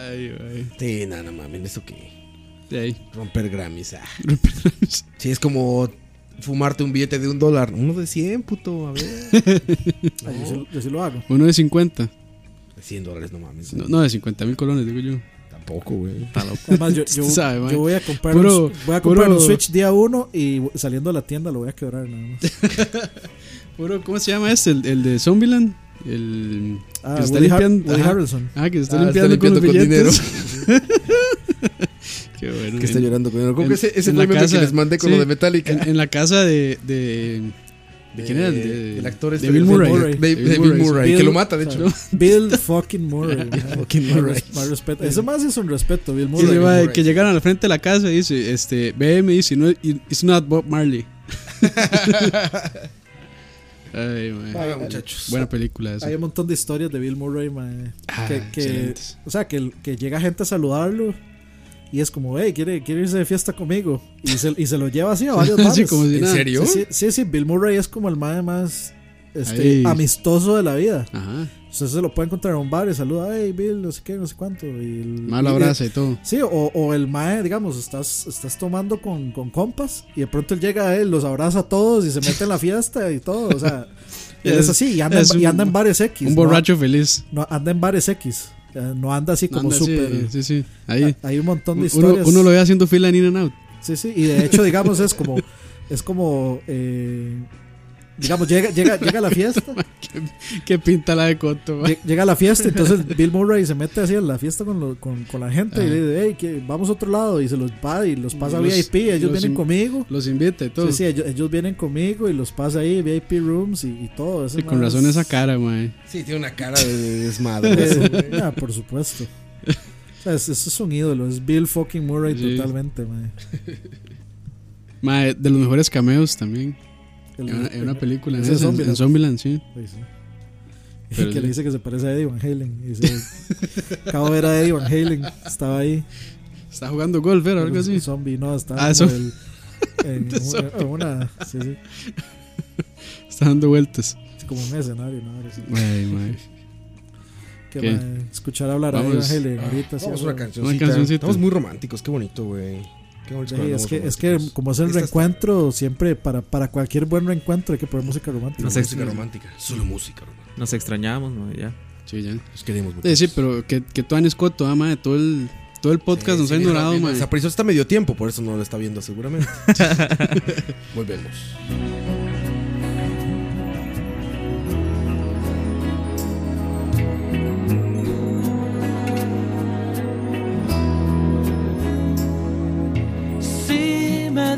Speaker 8: Ay, güey.
Speaker 6: Sí, nada, no, mames, eso qué. Romper Grammys. ah.
Speaker 8: Romper Grammys.
Speaker 6: Sí, es como fumarte un billete de un dólar. Uno de 100, puto, a ver.
Speaker 9: Ay, yo, sí, yo sí lo hago.
Speaker 8: Uno de 50.
Speaker 6: De 100 dólares, no mames.
Speaker 8: No, no, de 50 mil colones, digo yo.
Speaker 6: Tampoco, güey.
Speaker 8: Está loco.
Speaker 9: Además, yo, yo-
Speaker 8: Usted sabe, man.
Speaker 9: yo voy a comprar,
Speaker 8: Puro-
Speaker 9: un, voy a comprar
Speaker 8: puro-
Speaker 9: un Switch día uno y w- saliendo de la tienda lo voy a quebrar nada más.
Speaker 8: Puro, ¿Cómo se llama este? El, el de Zombieland. El
Speaker 9: Ah,
Speaker 8: que está
Speaker 9: Woody Har-
Speaker 8: limpiando.
Speaker 9: Woody
Speaker 8: ajá.
Speaker 9: Harrelson.
Speaker 8: Ah, que se está
Speaker 6: Ah,
Speaker 8: limpiando,
Speaker 6: está
Speaker 8: con,
Speaker 6: limpiando
Speaker 8: los
Speaker 6: con
Speaker 8: billetes. Qué bueno.
Speaker 6: Que está
Speaker 8: En-
Speaker 6: llorando con dinero. Como
Speaker 8: en-
Speaker 6: que ese- ese
Speaker 8: en
Speaker 6: fue el
Speaker 8: la
Speaker 6: meme que
Speaker 8: casa-
Speaker 6: les mandé con lo de Metallica.
Speaker 8: En, en la casa de. ¿De, ¿de quién era?
Speaker 6: De-
Speaker 8: De-
Speaker 6: el actor
Speaker 8: de
Speaker 6: este
Speaker 8: Bill
Speaker 6: de-
Speaker 8: Murray.
Speaker 6: de- de- de Bill Murray, que lo mata, de hecho.
Speaker 9: o sea, Bill fucking Murray. man.
Speaker 6: Fucking
Speaker 9: Más
Speaker 6: Murray.
Speaker 9: res- más respeto. Eso más es un respeto, Bill
Speaker 8: Sí,
Speaker 9: Murray.
Speaker 8: sí, va, que llegaron al frente de la casa y dice, este, BM dice, no, it's not Bob Marley. Ay, mae.
Speaker 9: Ah, muchachos.
Speaker 8: Buena película esa.
Speaker 9: Hay un montón de historias de Bill Murray, mae,
Speaker 8: Ah,
Speaker 9: que, que-
Speaker 8: excelentes.
Speaker 9: o sea, que, que llega gente a saludarlo y es como, hey, quiere, quiere irse de fiesta conmigo. Y se, y se lo lleva así a varios
Speaker 8: Sí,
Speaker 9: manes.
Speaker 8: como si ¿En nada. serio?
Speaker 9: Sí, sí, sí, sí, Bill Murray es como el mae más
Speaker 8: Ahí.
Speaker 9: este, amistoso de la vida.
Speaker 8: Ajá.
Speaker 9: Entonces se lo puede encontrar en un bar y saluda, hey, Bill, no sé qué, no sé cuánto. Y el,
Speaker 8: Mae lo
Speaker 9: y-
Speaker 8: abraza y todo.
Speaker 9: Sí, o, o el mae, digamos, estás, estás tomando con, con compas y de pronto él llega a él, los abraza a todos y se mete en la fiesta y todo. O sea, él es,
Speaker 8: Es-
Speaker 9: así y anda,
Speaker 8: es
Speaker 9: en, y
Speaker 8: un-
Speaker 9: anda en bares X.
Speaker 8: un borracho feliz.
Speaker 9: No, anda en bares X. eh, No anda así
Speaker 8: No
Speaker 9: como
Speaker 8: anda así,
Speaker 9: súper.
Speaker 8: sí, sí. Ahí.
Speaker 9: ha- Hay un montón de
Speaker 8: Uno- uno
Speaker 9: historias.
Speaker 8: lo ve haciendo fila en In and Out.
Speaker 9: Sí, sí. Y de hecho, digamos, es como. Es como. eh, digamos, llega, llega, llega a la fiesta.
Speaker 8: Qué pinta la de Coto. mae.
Speaker 9: Lle- Llega a la fiesta, entonces Bill Murray se mete así en la fiesta con, lo- con, con la gente y
Speaker 8: Ajá.
Speaker 9: le dice, hey, que vamos a otro lado y se los va y los pasa a
Speaker 8: Los-
Speaker 9: VIP, ellos
Speaker 8: los
Speaker 9: vienen
Speaker 8: in-
Speaker 9: conmigo.
Speaker 8: Los invita y todo.
Speaker 9: Sí, sí, ellos, ellos vienen conmigo y los pasa ahí, VIP rooms y, y todo. ese
Speaker 8: Sí, con
Speaker 9: man
Speaker 8: razón
Speaker 9: es-
Speaker 8: esa cara, mae.
Speaker 6: Sí, tiene una cara de desmadroso,
Speaker 9: Eh,
Speaker 6: güey.
Speaker 9: ah, por supuesto. O sea, es, es un ídolo, es Bill fucking Murray
Speaker 8: Sí.
Speaker 9: totalmente, man.
Speaker 8: Mae, de los mejores cameos también.
Speaker 9: El-
Speaker 8: en una, en una
Speaker 9: el-
Speaker 8: película, en,
Speaker 9: ese
Speaker 8: esa, en-
Speaker 9: Zombieland.
Speaker 8: en Zombieland, sí.
Speaker 9: Sí, sí. Y
Speaker 8: Pero
Speaker 9: que
Speaker 8: sí.
Speaker 9: le dice que se parece a Eddie Van Halen. Y dice, acabo de ver a Eddie Van Halen, estaba ahí.
Speaker 8: Está jugando golf, era algo
Speaker 9: Un
Speaker 8: así.
Speaker 9: Zombie, no, estaba
Speaker 8: Ah,
Speaker 9: como
Speaker 8: zombi-
Speaker 9: el- en,
Speaker 8: De
Speaker 9: un-
Speaker 8: zombie.
Speaker 9: en una, sí, sí,
Speaker 8: Está dando vueltas.
Speaker 9: como un escenario, ¿no? Ahora sí.
Speaker 8: Mae, mae.
Speaker 9: Que,
Speaker 8: ¿Qué?
Speaker 9: mae, escuchar hablar a Eddie
Speaker 8: Vamos.
Speaker 9: Van Halen ahorita. sí,
Speaker 6: Ah, Vamos a
Speaker 9: güey.
Speaker 6: una cancioncita. Estamos muy románticos, qué bonito, güey. Qué bonito.
Speaker 9: Sí, es,
Speaker 6: hablamos
Speaker 9: que, es que
Speaker 6: románticos.
Speaker 9: como es el
Speaker 6: Esta
Speaker 9: reencuentro, siempre para, para cualquier buen reencuentro hay que poner música romántica.
Speaker 7: No sé, Música sí.
Speaker 6: romántica, solo música romántica.
Speaker 7: Nos extrañamos, mae, ya.
Speaker 8: Sí, ya. Eh.
Speaker 6: Los queremos
Speaker 8: Sí, sí, pero que, que tú eres Coto, ah, mae, todo el, todo el podcast nos ha
Speaker 6: sí,
Speaker 8: ignorado,
Speaker 6: bien,
Speaker 8: mae.
Speaker 6: bien. Saprissa está medio tiempo, por eso no lo está viendo seguramente. Volvemos.
Speaker 17: Si me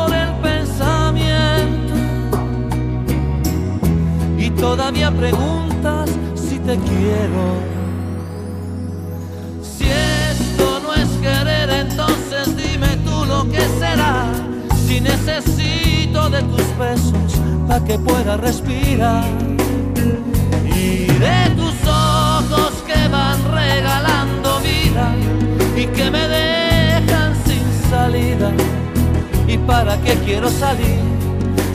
Speaker 17: el pensamiento y todavía preguntas si te quiero. Si esto no es querer, entonces dime tú lo que será. Si necesito de tus besos para que pueda respirar y de tus ojos que van regalando vida y que me dejan sin salida. ¿Y para qué quiero salir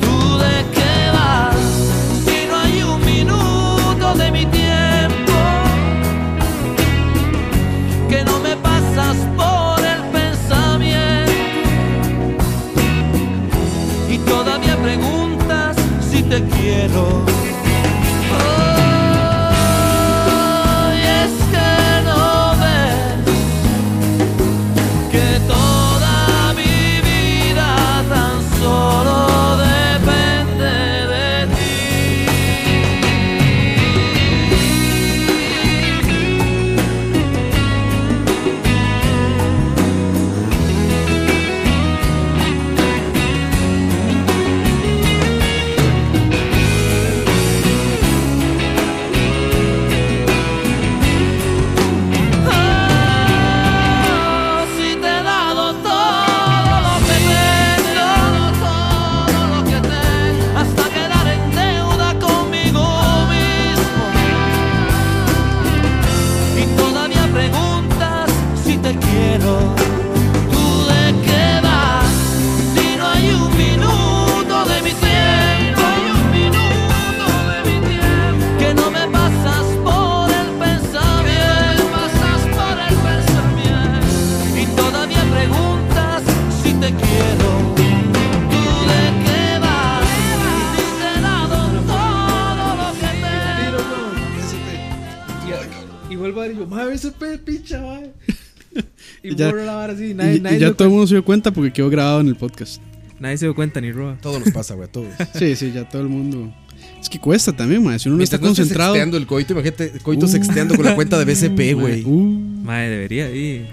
Speaker 17: ¿Tú de qué vas? Si no hay un minuto de mi tiempo que no me pasas por el pensamiento y todavía preguntas si te quiero. Hoy es que no ves que toda mi vida tan solo depende de ti.
Speaker 10: el bar y yo, madre, ese pe, pincha, madre. Y,
Speaker 8: Y ya-
Speaker 10: borro la vara así.
Speaker 8: y-
Speaker 10: Nadie,
Speaker 8: y
Speaker 10: nadie
Speaker 8: ya
Speaker 10: lo-
Speaker 8: todo el mundo se dio cuenta porque quedó grabado en el podcast.
Speaker 7: Nadie se dio cuenta, ni roba.
Speaker 6: Todo nos pasa, güey, a todos.
Speaker 8: Sí, sí, ya todo el mundo. Es que cuesta también, madre. Si uno no
Speaker 6: Mientras
Speaker 8: está
Speaker 6: no estés
Speaker 8: concentrado.
Speaker 6: sexteando el coito, imagínate, coito sexteando con la cuenta de BCP,
Speaker 8: Uh,
Speaker 6: güey.
Speaker 7: Madre, debería ir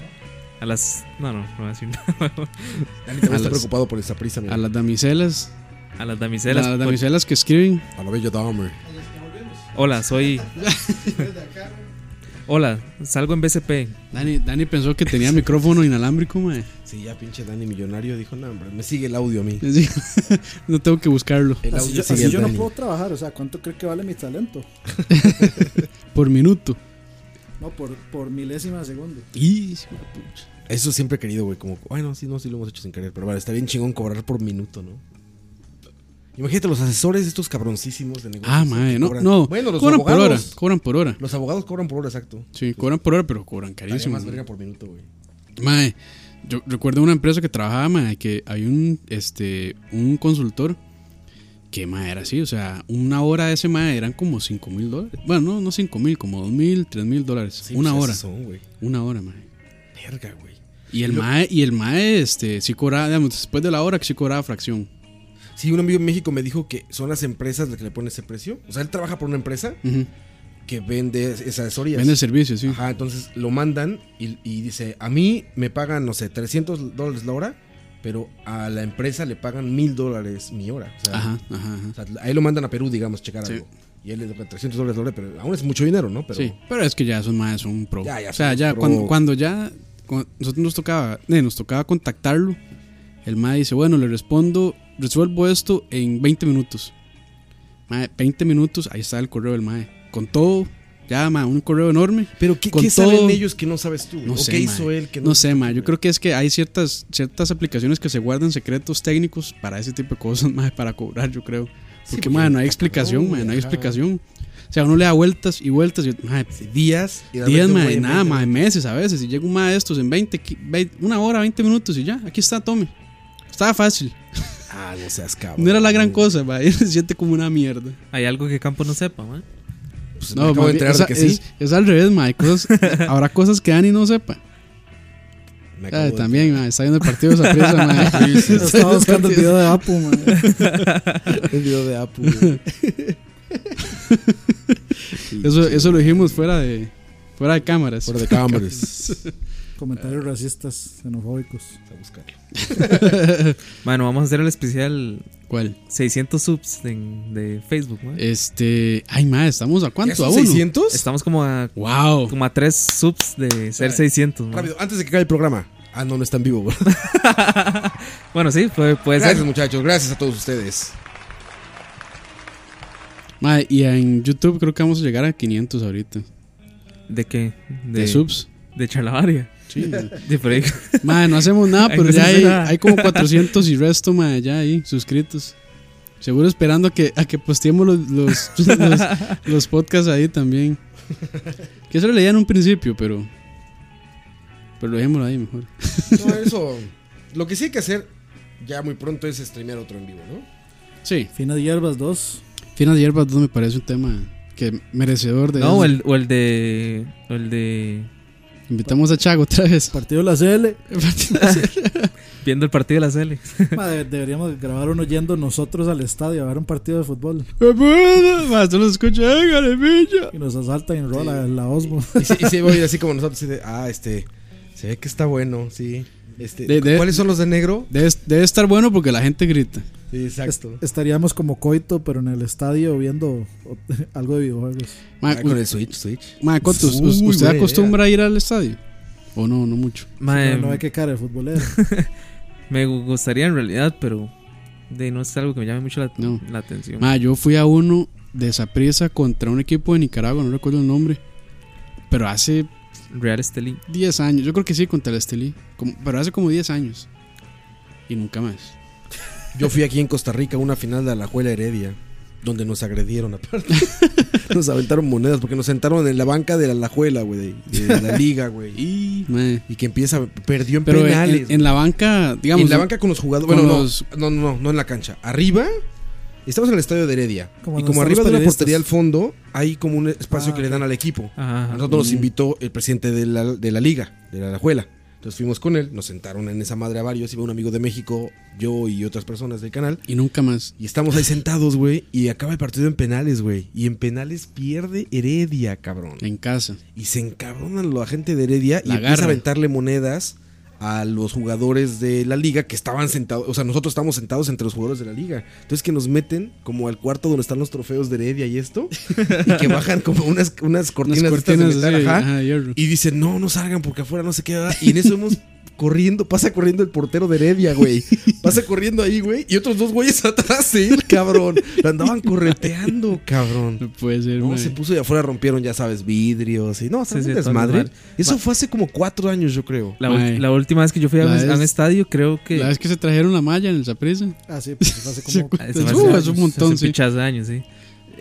Speaker 7: a las... No, no, no voy a decir nada.
Speaker 6: Dani también está preocupado por esa prisa, mira.
Speaker 8: A las damiselas.
Speaker 7: A las damiselas. pues.
Speaker 8: A las damiselas que escriben.
Speaker 6: A la bella dama.
Speaker 7: Hola, soy... Hola, salgo en BCP.
Speaker 8: Dani, Dani pensó que tenía micrófono inalámbrico, madre.
Speaker 6: Sí, ya pinche Dani millonario dijo, no, hombre, me sigue el audio a mí.
Speaker 8: Sí. no tengo que buscarlo.
Speaker 6: El
Speaker 9: Así
Speaker 6: audio
Speaker 9: yo,
Speaker 6: sigue
Speaker 9: así
Speaker 6: el
Speaker 9: yo no
Speaker 6: Dani.
Speaker 9: puedo trabajar, o sea, ¿cuánto cree que vale mi talento?
Speaker 8: Por minuto.
Speaker 9: No, por, por milésima de segundo.
Speaker 8: Y
Speaker 6: Eso siempre he querido, güey. Como, bueno, sí, no, sí lo hemos hecho sin querer. Pero vale, está bien chingón cobrar por minuto, ¿no? Imagínate los asesores, estos cabroncísimos de negocios.
Speaker 8: Ah, madre,
Speaker 6: que
Speaker 8: no,
Speaker 6: cobran-
Speaker 8: no.
Speaker 6: Bueno, los
Speaker 8: cobran por hora.
Speaker 6: abogados.
Speaker 8: Cobran por hora.
Speaker 6: Los abogados cobran por hora, exacto.
Speaker 8: Sí, cobran por hora, pero cobran
Speaker 6: Daría
Speaker 8: carísimo.
Speaker 6: más
Speaker 8: mae.
Speaker 6: verga por minuto, güey.
Speaker 8: Mae, yo recuerdo una empresa que trabajaba, mae, que hay un, este, un consultor que, mae, era así, o sea, una hora de ese, mae, eran como 5 mil dólares. Bueno, no, no 5 mil, como 2 mil, 3 mil dólares.
Speaker 6: Sí,
Speaker 8: una
Speaker 6: pues,
Speaker 8: hora.
Speaker 6: así son, güey.
Speaker 8: una hora, mae.
Speaker 6: Verga, güey.
Speaker 8: Y el
Speaker 6: Y lo-
Speaker 8: mae, y el mae, este, sí cobraba, digamos, después de la hora que sí cobraba fracción.
Speaker 6: Sí, un amigo en México me dijo que son las empresas las que le ponen ese precio. O sea, él trabaja por una empresa
Speaker 8: Ujú.
Speaker 6: que vende esas asesorías.
Speaker 8: Vende servicios, sí.
Speaker 6: Ajá, entonces lo mandan y, y dice, a mí me pagan, no sé, 300 dólares la hora, pero a la empresa le pagan 1000 dólares mi hora. O sea,
Speaker 8: Ajá, ajá, ajá.
Speaker 6: o sea, ahí lo mandan a Perú, digamos, checar algo. Y él le toca 300 dólares la hora, pero aún es mucho dinero, ¿no? Pero
Speaker 8: sí, pero es que ya esos maes son pro.
Speaker 6: Ya, ya
Speaker 8: o sea,
Speaker 6: son
Speaker 8: ya
Speaker 6: pro.
Speaker 8: cuando, cuando ya cuando nosotros nos tocaba, eh, nos tocaba contactarlo, el mae dice, bueno, le respondo, resuelvo esto en 20 minutos. Mae, 20 minutos, ahí está el correo del mae. Con todo, ya, mae, un correo enorme.
Speaker 6: Pero ¿qué,
Speaker 8: con
Speaker 6: ¿qué saben
Speaker 8: todo.
Speaker 6: ellos que no sabes tú?
Speaker 8: No
Speaker 6: ¿O
Speaker 8: sé,
Speaker 6: qué
Speaker 8: mae.
Speaker 6: hizo él que
Speaker 8: no, sé, mae. Yo creo que es que hay ciertas, ciertas aplicaciones que se guardan secretos técnicos para ese tipo de cosas, mae, para cobrar, yo creo.
Speaker 6: Sí,
Speaker 8: Porque,
Speaker 6: porque
Speaker 8: mae, no hay
Speaker 6: está
Speaker 8: explicación,
Speaker 6: cabrón,
Speaker 8: mae, no hay
Speaker 6: ajá.
Speaker 8: explicación. O sea, uno le da vueltas y vueltas. Y, mae,
Speaker 6: días. y de
Speaker 8: días,
Speaker 6: repente un
Speaker 8: mae,
Speaker 6: güey en
Speaker 8: nada,
Speaker 6: 20
Speaker 8: mae, meses a veces. Y llega un mae de estos en 20, qui- 20, una hora, 20 minutos y ya, aquí está, tome. Estaba fácil.
Speaker 6: Ah, no seas cabrón.
Speaker 8: No era la gran cosa, mae. Se siente como una mierda.
Speaker 7: Hay algo que Campo no sepa, man.
Speaker 6: Pues me acabo de
Speaker 8: mae,
Speaker 6: enterar
Speaker 8: es,
Speaker 6: de que sí.
Speaker 8: es- es al revés, mae. hay cosas- habrá cosas que Dani no sepa.
Speaker 6: Me
Speaker 8: Ah, también, mae, está viendo el partido de sorpresa, mae.
Speaker 9: Sí, sí. Estaba buscando el video de Apu, mae.
Speaker 6: El video de Apu, güey.
Speaker 8: Eso, eso lo dijimos fuera de, fuera de cámaras.
Speaker 6: Fuera de cámaras.
Speaker 9: Comentarios racistas, xenofóbicos.
Speaker 6: A buscarlo.
Speaker 7: Bueno, vamos a hacer el especial.
Speaker 8: ¿Cuál?
Speaker 7: 600 subs en- de Facebook, man.
Speaker 8: Este. Ay, madre, ¿estamos a cuánto? ¿A uno?
Speaker 7: Estamos como a.
Speaker 8: ¡Wow!
Speaker 7: Como a 3 subs de ser 600, man.
Speaker 6: Rápido, antes de que acabe el programa. Ah, no, no está en vivo, güey.
Speaker 7: Bueno, sí, puede, puede
Speaker 6: Gracias,
Speaker 7: ser.
Speaker 6: muchachos. Gracias a todos ustedes.
Speaker 8: Mae, y en YouTube creo que vamos a llegar a 500 ahorita.
Speaker 7: ¿De qué?
Speaker 8: De, subs.
Speaker 7: De charlavaria.
Speaker 8: Sí.
Speaker 7: De por ahí.
Speaker 8: Mae, no hacemos nada,
Speaker 7: Ay,
Speaker 8: pero
Speaker 7: no
Speaker 8: ya
Speaker 7: se hace
Speaker 8: hay,
Speaker 7: nada.
Speaker 8: hay como 400 y resto, mae, ya ahí, suscritos. Seguro esperando a que, a que posteemos los, los, los, los podcasts ahí también. Que eso lo leía en un principio, pero. Pero lo dejémoslo ahí mejor.
Speaker 6: No, eso. Lo que sí hay que hacer ya muy pronto es streamear otro en vivo, ¿no?
Speaker 8: Sí.
Speaker 9: Finas hierbas 2.
Speaker 8: Finas hierbas 2 me parece un tema que merecedor de.
Speaker 7: No,
Speaker 8: eso.
Speaker 7: o el, o el de. O el de.
Speaker 8: Invitamos a Chago otra vez.
Speaker 9: Partido de la CL.
Speaker 7: Viendo el partido de la Sele.
Speaker 9: Madre, deberíamos grabar uno yendo nosotros al estadio a ver un partido de fútbol.
Speaker 8: Más tú lo escuchas,
Speaker 9: Y nos asaltan en rola la, la Osmo.
Speaker 6: Y sí, y sí voy a ir así como nosotros. así de, ah, este. Se ve que está bueno, sí. Este,
Speaker 8: De- de-
Speaker 6: ¿Cuáles son los de negro?
Speaker 8: Debe, debe estar bueno porque la gente grita.
Speaker 6: Sí, exacto.
Speaker 9: Estaríamos como coito, pero en el estadio viendo o- algo de videojuegos.
Speaker 6: Ah, con el Switch, Switch.
Speaker 8: Ma, Cotos,
Speaker 9: Uy,
Speaker 8: ¿us- ¿usted
Speaker 9: buena
Speaker 8: acostumbra a ir al estadio? ¿O no? No mucho.
Speaker 7: Mae,
Speaker 9: no, no hay que cara de futbolero.
Speaker 7: Me gu- gustaría en realidad, pero. De no es algo que me llame mucho la, la atención.
Speaker 8: Ma, yo fui a uno de Saprisa contra un equipo de Nicaragua, no recuerdo el nombre. Pero hace
Speaker 7: Real Estelí.
Speaker 8: 10 años. Yo creo que sí, contra el Estelí. Como- pero hace como 10 años. Y nunca más.
Speaker 6: Yo fui aquí en Costa Rica a una final de Alajuela Heredia, donde nos agredieron aparte. nos aventaron monedas porque nos sentaron en la banca de la Alajuela, güey, de, de la liga, güey.
Speaker 8: Y,
Speaker 6: que empieza, perdió en
Speaker 8: Eh. Pero en-
Speaker 6: penales.
Speaker 8: en- en la banca, digamos,
Speaker 6: En la banca con los jugadores.
Speaker 8: con
Speaker 6: Bueno, no,
Speaker 8: los-
Speaker 6: no, no, no, no en la cancha. Arriba Estamos en el estadio de Heredia.
Speaker 12: Como
Speaker 6: y
Speaker 12: donde
Speaker 6: como
Speaker 12: están
Speaker 6: arriba
Speaker 12: los
Speaker 6: de una
Speaker 12: periodistas.
Speaker 6: portería al fondo, hay como un espacio
Speaker 12: Ah,
Speaker 6: que le dan al equipo.
Speaker 12: Ajá, ajá.
Speaker 6: A nosotros nos
Speaker 12: Mm.
Speaker 6: invitó el presidente de la, de la liga, de la Alajuela. Entonces fuimos con él, nos sentaron en esa madre a varios, iba un amigo de México, yo y otras personas del canal.
Speaker 8: Y nunca más.
Speaker 6: Y estamos ahí sentados, güey, y acaba el partido en penales, güey. Y en penales pierde Heredia, cabrón.
Speaker 8: En casa.
Speaker 6: Y se encabronan la gente de Heredia y
Speaker 8: La
Speaker 6: empieza
Speaker 8: agarra.
Speaker 6: a aventarle monedas a los jugadores de la liga que estaban sentados, o sea, nosotros estamos sentados entre los jugadores de la liga. Entonces que nos meten como al cuarto donde están los trofeos de Heredia y esto, y que bajan como unas, unas cortinas, de estas de
Speaker 8: cortinas,
Speaker 6: metal,
Speaker 8: sí,
Speaker 6: ajá,
Speaker 8: ajá, hierro.
Speaker 6: y dicen, no, no salgan porque afuera no se queda. Y en eso hemos corriendo, pasa corriendo el portero de Heredia, güey. Pasa corriendo ahí, güey, y otros dos güeyes atrás de él, cabrón. Lo andaban correteando, cabrón.
Speaker 8: No puede ser,
Speaker 6: No,
Speaker 8: güey.
Speaker 6: se puso y afuera rompieron, ya sabes, vidrios y no,
Speaker 7: Sí, sí,
Speaker 6: es
Speaker 7: todo
Speaker 6: desmadre.
Speaker 7: normal.
Speaker 6: Eso
Speaker 7: Ma-
Speaker 6: fue hace como cuatro años, yo creo.
Speaker 7: La, ul- la última vez que yo fui a,
Speaker 8: eh. La
Speaker 7: un, a un
Speaker 8: vez-
Speaker 7: estadio, creo que.
Speaker 8: La vez que se trajeron la malla en el Zaprisa.
Speaker 9: Ah, sí, pues, hace como-
Speaker 7: Ah,
Speaker 8: Hace
Speaker 7: eso fue hace
Speaker 8: uh,
Speaker 7: años,
Speaker 8: hace un montón,
Speaker 7: hace
Speaker 8: sí.
Speaker 7: pichas de años, sí.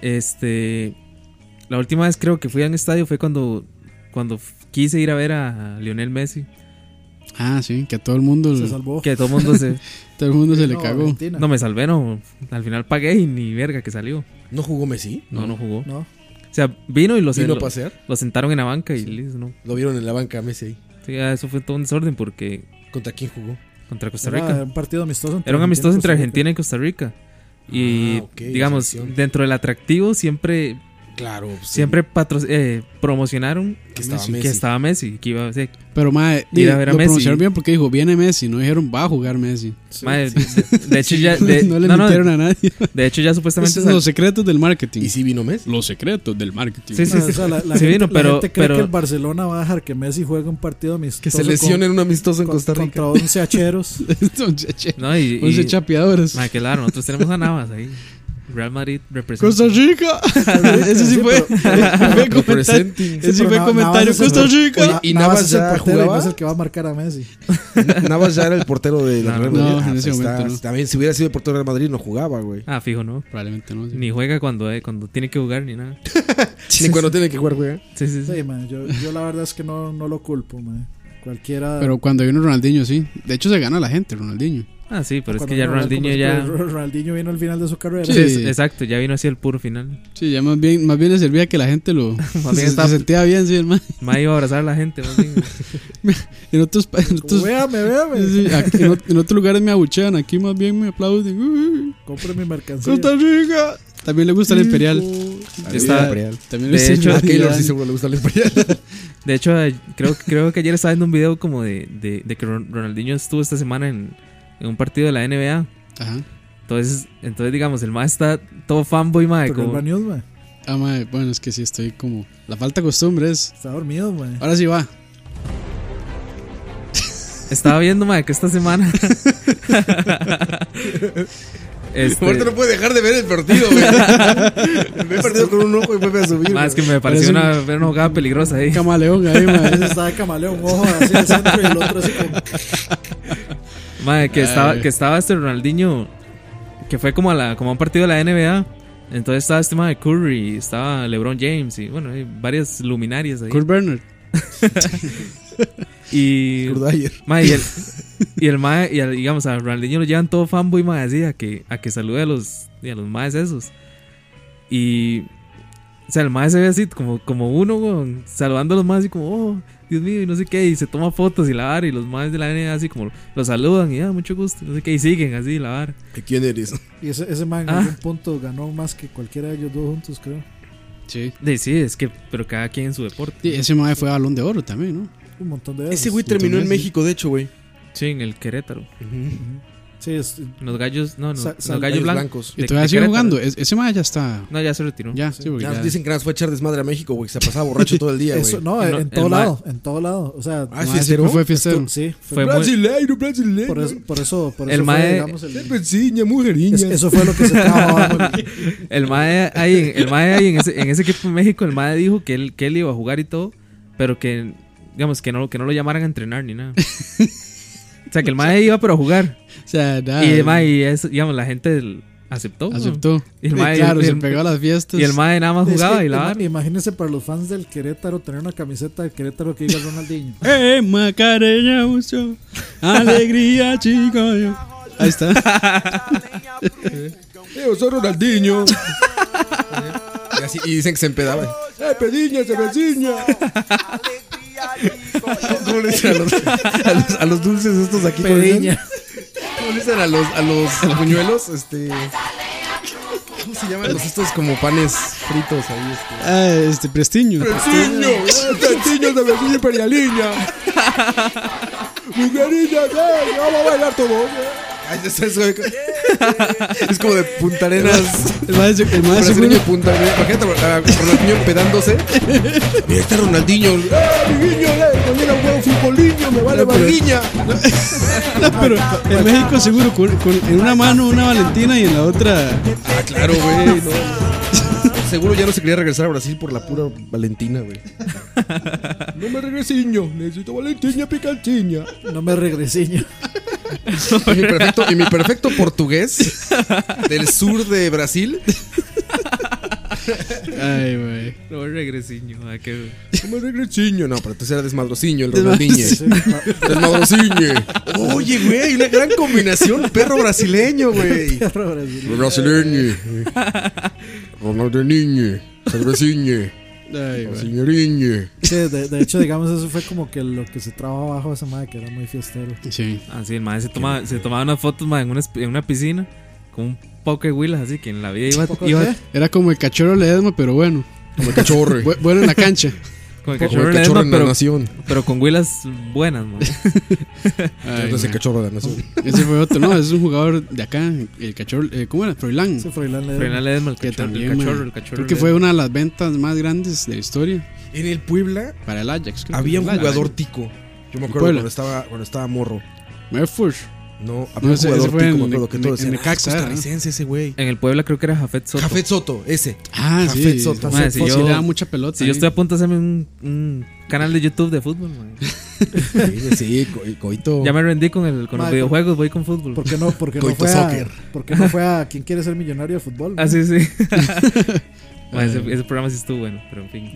Speaker 7: Este. La última vez creo que fui a un estadio fue cuando, cuando f- quise ir a ver a, a Lionel Messi.
Speaker 8: Ah, sí, que a todo el mundo
Speaker 7: Se salvó. Que todo el mundo se-
Speaker 8: todo el mundo se le
Speaker 7: No,
Speaker 8: cagó.
Speaker 7: Argentina. No me salvé, no. Al final pagué y ni verga que salió.
Speaker 6: ¿No jugó Messi?
Speaker 7: No, no jugó.
Speaker 6: No.
Speaker 7: O sea, vino y lo,
Speaker 6: ¿Vino
Speaker 7: lo-
Speaker 6: a pasear?
Speaker 7: lo sentaron en la banca y listo, ¿no?
Speaker 6: Lo vieron en la banca Messi ahí.
Speaker 7: Sí, ah, eso fue todo un desorden porque.
Speaker 6: ¿Contra quién jugó?
Speaker 7: Contra Costa
Speaker 9: Era
Speaker 7: Rica.
Speaker 9: un partido amistoso entre
Speaker 7: Era un amistoso entre
Speaker 9: Argentina
Speaker 7: Argentina y Costa Rica. Y
Speaker 6: Ah, ok,
Speaker 7: digamos,
Speaker 6: selección.
Speaker 7: dentro del atractivo siempre.
Speaker 6: Claro, pues, sí.
Speaker 7: Siempre patro- eh, promocionaron
Speaker 6: Que estaba
Speaker 7: que
Speaker 6: Messi.
Speaker 7: estaba Messi, que iba a ser-
Speaker 8: Pero mae,
Speaker 7: ir a ver a
Speaker 8: lo
Speaker 7: Messi.
Speaker 8: pronunciaron bien porque dijo, viene Messi, no dijeron va a jugar Messi.
Speaker 7: Mae, de- de hecho ya- de-
Speaker 8: no le
Speaker 7: no, no,
Speaker 8: mintieron a nadie.
Speaker 7: de hecho ya supuestamente
Speaker 8: Esos son
Speaker 7: sal-
Speaker 8: los secretos del marketing. ¿Y
Speaker 6: si vino Messi?
Speaker 8: Los secretos del marketing.
Speaker 7: Sí, sí,
Speaker 9: O sea, la, la gente,
Speaker 7: Sí vino,
Speaker 9: la
Speaker 7: pero-
Speaker 9: gente cree
Speaker 7: pero-
Speaker 9: que el Barcelona va a dejar que Messi juegue un partido amistoso.
Speaker 6: Que se lesione en un amistoso en
Speaker 9: con-
Speaker 6: Costa Rica.
Speaker 9: Contra 11 hacheros.
Speaker 7: No, y,
Speaker 8: pues
Speaker 9: Once
Speaker 7: y-
Speaker 8: chapeadores.
Speaker 7: Mae, claro, nosotros tenemos a Navas ahí. Real Madrid representa.
Speaker 8: Costa Rica. Ese sí fue. fue comentario, ese sí fue comentario. Costa Rica.
Speaker 9: Y Navas es el portero y no es el que va a marcar a Messi.
Speaker 6: Navas ya era el portero de la
Speaker 7: No,
Speaker 6: Real
Speaker 7: no,
Speaker 6: Madrid.
Speaker 7: en
Speaker 6: pues
Speaker 7: ese
Speaker 6: ahí
Speaker 7: momento no.
Speaker 6: También si hubiera sido el portero de Real Madrid no jugaba, güey.
Speaker 7: Ah, fijo, ¿no?
Speaker 8: Probablemente no.
Speaker 7: Ni juega cuando, eh, cuando tiene que jugar ni nada.
Speaker 6: Ni cuando tiene que jugar, juega.
Speaker 7: Sí, sí, sí.
Speaker 9: Sí, man, yo, yo la verdad es que no, no lo culpo, man. Cualquiera.
Speaker 8: Pero cuando vino Ronaldinho, sí. De hecho, se gana la gente, Ronaldinho.
Speaker 7: Ah, sí, pero es
Speaker 9: cuando
Speaker 7: que ya
Speaker 9: uno habla
Speaker 7: Ronaldinho
Speaker 9: como
Speaker 7: ya.
Speaker 9: si fuera- Ronaldinho vino al final de su carrera.
Speaker 7: Sí, es- exacto, ya vino así el puro final.
Speaker 8: Sí, ya más bien, más bien le servía que la gente lo
Speaker 7: bien
Speaker 8: se,
Speaker 7: estaba-
Speaker 8: se sentía bien, sí, hermano.
Speaker 7: Mae iba a abrazar a la gente, más bien.
Speaker 8: En otros, pa- en otros-
Speaker 9: Véame, véame.
Speaker 8: Sí, aquí- en, ot- en otros lugares me abuchean, aquí más bien me aplauden. Uy,
Speaker 9: Compre mi mercancía.
Speaker 8: Costa Rica. También le gusta el Imperial.
Speaker 7: Está-
Speaker 8: También le
Speaker 7: de
Speaker 8: sirve
Speaker 7: hecho,
Speaker 8: el Imperial.
Speaker 7: De hecho, eh, creo, creo que ayer estaba viendo un video como de, de- de que Ron- Ronaldinho estuvo esta semana en, en un partido de la NBA.
Speaker 8: Ajá.
Speaker 7: Entonces, entonces digamos, el mae está todo fanboy, mae.
Speaker 9: Pero el
Speaker 7: Como,
Speaker 9: Baneos, man,
Speaker 8: Ah, mae, bueno, es que sí, estoy como. La falta de costumbre es.
Speaker 9: Está dormido, man.
Speaker 8: Ahora sí va.
Speaker 7: estaba viendo, mae, que esta semana. Este-
Speaker 6: Ahorita no puede dejar de ver el partido, güey. Ve el partido con un ojo y vuelve a subir.
Speaker 7: Mae, es que
Speaker 6: güey.
Speaker 7: me pareció
Speaker 6: Parece
Speaker 7: una, una jugada peligrosa ahí.
Speaker 8: Camaleón ahí,
Speaker 9: Ese estaba de camaleón, un ojo así al centro y el otro así como.
Speaker 7: Madre, que estaba,
Speaker 8: Ay.
Speaker 7: que estaba este Ronaldinho, que fue como a, la, como a un partido de la NBA. Entonces estaba este de Curry, estaba LeBron James y bueno, hay varias luminarias ahí.
Speaker 8: Kurt Bernard.
Speaker 7: y. Madre, y el, y el mae- y al- digamos, a Ronaldinho lo llevan todo fanboy, madre, así, a que, a que salude a los, y a los maes esos. Y. O sea, el mae se ve así, como, como uno, weón, saludando a los maes, y como, oh, Dios mío, y no sé qué, y se toma fotos y la vara, y los maes de la NBA así, como, lo saludan, y ah, mucho gusto, no sé qué, y siguen así, la vara.
Speaker 6: ¿Y quién eres?
Speaker 9: Y ese, ese man en
Speaker 7: Ah.
Speaker 9: algún punto ganó más que cualquiera de ellos dos juntos, creo.
Speaker 8: Sí.
Speaker 7: De, sí, es que, pero cada quien en su deporte.
Speaker 8: Sí, ese mae fue balón de oro también, ¿no?
Speaker 9: Un montón de veces.
Speaker 6: Ese güey terminó en
Speaker 9: Entonces,
Speaker 6: México, de hecho, güey.
Speaker 7: Sí, en el Querétaro.
Speaker 9: Sí, es-
Speaker 7: Los gallos, no, no,
Speaker 9: Sa-
Speaker 7: los
Speaker 9: sal-
Speaker 7: gallos
Speaker 6: gallos
Speaker 7: blancos.
Speaker 6: blancos.
Speaker 8: Y
Speaker 7: de-
Speaker 8: todavía
Speaker 7: de
Speaker 8: sigue
Speaker 7: Querétaro.
Speaker 8: jugando. Es- ese mae ya está.
Speaker 7: No, ya se retiró.
Speaker 8: Ya, sí, porque
Speaker 6: Ya
Speaker 8: ya.
Speaker 6: dicen que nada más fue a echar desmadre a México, güey. que Se pasaba borracho todo el día, güey.
Speaker 9: Eso, no,
Speaker 6: El-
Speaker 9: en
Speaker 6: el
Speaker 9: todo
Speaker 6: ma-
Speaker 9: lado, en todo lado. O sea,
Speaker 6: Ah, ¿es mae, fiestero? siempre fue fiestero.
Speaker 9: Estu- Sí,
Speaker 6: Fue muy- Brasileiro, brasileiro.
Speaker 9: Por eso, por eso, por
Speaker 7: El
Speaker 9: eso
Speaker 7: mae-
Speaker 9: fue, digamos, el-
Speaker 6: Pensiña, mujeriña.
Speaker 9: Es- eso fue lo que se trababa.
Speaker 7: El mae ahí, el mae ahí en, ese, en ese equipo de México, el mae dijo que él, que él iba a jugar y todo, pero que, digamos, que no, que no lo llamaran a entrenar ni nada. O sea, que el mae iba pero a jugar.
Speaker 8: O sea, nada.
Speaker 7: Y el mae, y eso, digamos, la gente el- aceptó. ¿no?
Speaker 8: Aceptó.
Speaker 7: Y el
Speaker 8: Sí,
Speaker 7: mae,
Speaker 8: claro,
Speaker 7: y
Speaker 8: se
Speaker 7: el-
Speaker 8: pegó a las fiestas.
Speaker 7: Y el mae nada más
Speaker 9: Es que,
Speaker 7: jugaba y la
Speaker 9: ima-
Speaker 7: vara.
Speaker 9: Imagínense para los fans del Querétaro tener una camiseta del Querétaro que diga Ronaldinho.
Speaker 8: ¡Eh, Macarena, mucho! ¡Alegría, chico! Ahí está.
Speaker 12: Yo soy Ronaldinho.
Speaker 6: Y, así- y dicen que se empedaba.
Speaker 12: ¡Ay, pediña, cerveciña!
Speaker 6: ¿Cómo le dicen a los, a los- a los dulces estos aquí? ¿Cómo le dicen, ¿Cómo le dicen a los, a los buñuelos? Este. ¿Cómo se llaman los estos como panes fritos ahí? Este?
Speaker 10: Ah, este, Prestiño.
Speaker 12: ¡Prestiño! ¡Prestiño, cerveciña y perialiña! ¡Mujerilla, eh, ¡Vamos a bailar todos!
Speaker 6: Ay, es, es- es como de puntarenas.
Speaker 8: El maestro, el maestro.
Speaker 6: Brasileño punta Arenas. Imagínate a Ronaldinho empedándose. Mira, está Ronaldinho.
Speaker 12: niño, mañana juego futbolinho, me vale
Speaker 10: No, pero-
Speaker 12: barriña.
Speaker 10: No, pero en México seguro, con, con- en una mano una Valentina y en la otra...
Speaker 6: Ah, claro, güey. no. Seguro ya no se quería regresar a Brasil por la pura Valentina, güey.
Speaker 12: No me regresiño, necesito valentiña picantiña.
Speaker 9: No me regresiño.
Speaker 6: Y mi perfecto, y mi perfecto portugués del sur de Brasil.
Speaker 8: Ay, güey.
Speaker 7: No regresiño. ah, qué-
Speaker 12: No me
Speaker 6: Regresiño, no, pero entonces era desmadrosiño, el Ronaldinho.
Speaker 12: Desmadrosiño.
Speaker 6: Desmadrosiño. Oye, güey, una gran combinación. Perro brasileño, güey.
Speaker 9: Perro brasileño.
Speaker 6: Brasileño. Ronaldinho. Cerveciño.
Speaker 8: Ay,
Speaker 9: güey.
Speaker 6: Señoriño.
Speaker 9: Sí, de, de hecho, digamos, eso fue como que lo que se traba abajo de esa madre que era muy fiestero.
Speaker 8: Sí.
Speaker 7: Ah, sí, el madre se, toma, se tomaba unas fotos mae, en, una, esp- en una piscina con un poco de huilas, así que en la vida iba.
Speaker 9: ¿Poco
Speaker 7: iba
Speaker 9: qué?
Speaker 8: Era como el cachorro Ledesma, pero bueno.
Speaker 6: Como el cachorro.
Speaker 8: Bu- bueno en la cancha.
Speaker 7: con el cachorro, de Ledesma, pero, pero con huilas buenas, mae.
Speaker 6: Entonces, el cachorro de la nación.
Speaker 8: Ese fue otro, no, es un jugador de acá, el cachorro, eh, ¿cómo era? Froilán.
Speaker 9: Sí, Froilán Ledesma.
Speaker 7: Froilán Ledesma, el
Speaker 8: Que
Speaker 7: cachorro, el
Speaker 8: también, man,
Speaker 7: cachorro, el cachorro
Speaker 8: Creo que fue una de las ventas más grandes de la historia.
Speaker 6: En el Puebla
Speaker 8: Para el Ajax. creo que
Speaker 6: había un
Speaker 8: fue el Ajax.
Speaker 6: jugador tico. Yo me
Speaker 8: ¿En
Speaker 6: acuerdo
Speaker 8: Puebla?
Speaker 6: cuando estaba, cuando estaba morro.
Speaker 8: Merfur.
Speaker 6: No, había un
Speaker 8: ese-
Speaker 6: jugador
Speaker 8: ese fue
Speaker 6: tico,
Speaker 8: en-
Speaker 6: me acuerdo que
Speaker 8: en-
Speaker 6: todos
Speaker 8: en
Speaker 6: decían, "Ah, es
Speaker 8: Necaxa, ¿no?
Speaker 6: costarricense ese güey.
Speaker 7: En el Puebla creo que era Jafet Soto.
Speaker 6: Jafet Soto, ese.
Speaker 8: Ah, sí.
Speaker 6: Jafet Soto.
Speaker 7: Mae, si
Speaker 8: Sí,
Speaker 7: yo,
Speaker 8: le da mucha pelota,
Speaker 7: Si
Speaker 8: eh.
Speaker 7: yo estoy a punto de hacerme un, un canal de YouTube de fútbol, mae.
Speaker 6: Sí, sí, co- coito.
Speaker 7: Ya me rendí con, el, con los
Speaker 9: Mae,
Speaker 7: videojuegos, voy con fútbol.
Speaker 9: ¿Por qué no? Porque no fue a, ¿por qué no fue a quien quiere ser millonario de fútbol?
Speaker 7: Ah, sí, sí.
Speaker 9: Eh.
Speaker 7: Mae, ese, ese programa sí estuvo bueno, pero en fin.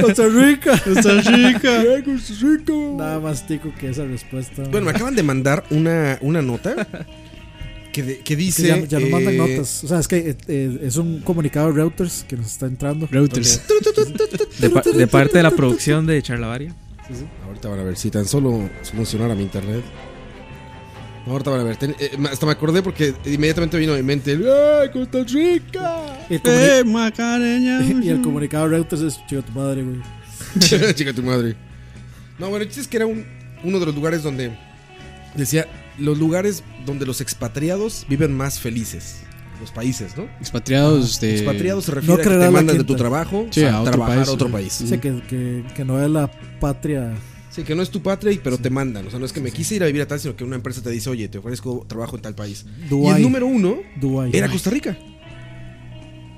Speaker 9: Costa Rica.
Speaker 8: Costa Rica.
Speaker 9: Costa Rica. Nada más tico que esa respuesta.
Speaker 6: Bueno, me acaban de mandar una, una nota que, de- que
Speaker 9: Es que
Speaker 6: dice.
Speaker 9: ya, ya nos mandan
Speaker 6: eh,
Speaker 9: notas. O sea, es que eh, eh, es un comunicado de Reuters que nos está entrando.
Speaker 8: Reuters.
Speaker 7: De, pa- de parte de la producción de Charlavaria.
Speaker 6: Ahorita van a ver si tan solo funcionara mi internet. Ahorita van a ver. Ten- eh, ma- hasta me acordé porque inmediatamente vino a mi mente. el, ¡Ay, Costa Rica!
Speaker 9: El comuni-
Speaker 8: Eh, Macareña.
Speaker 9: y el comunicado de Reuters es chido tu madre, güey.
Speaker 6: Chica tu madre. No, bueno, el chiste es que era un- uno de los lugares donde. Decía, los lugares donde los expatriados viven más felices. Los países,
Speaker 8: Eh,
Speaker 6: ¿no?
Speaker 8: Expatriados de.
Speaker 6: Ah, Expatriados se refiere a que te
Speaker 9: creerás la
Speaker 6: mandan de
Speaker 9: quinta.
Speaker 6: tu trabajo
Speaker 8: Sí,
Speaker 6: a,
Speaker 8: a otro
Speaker 6: trabajar
Speaker 8: país.
Speaker 6: a otro país.
Speaker 9: O sea, que, que, que no es la patria.
Speaker 6: Sí, que no es tu patria, y- pero te mandan. O sea, no es que me quise ir a vivir a tal, sino que una empresa te dice, oye, te ofrezco trabajo en tal país. Y
Speaker 9: Dubái.
Speaker 6: el número uno
Speaker 9: Dubái.
Speaker 6: era Costa Rica.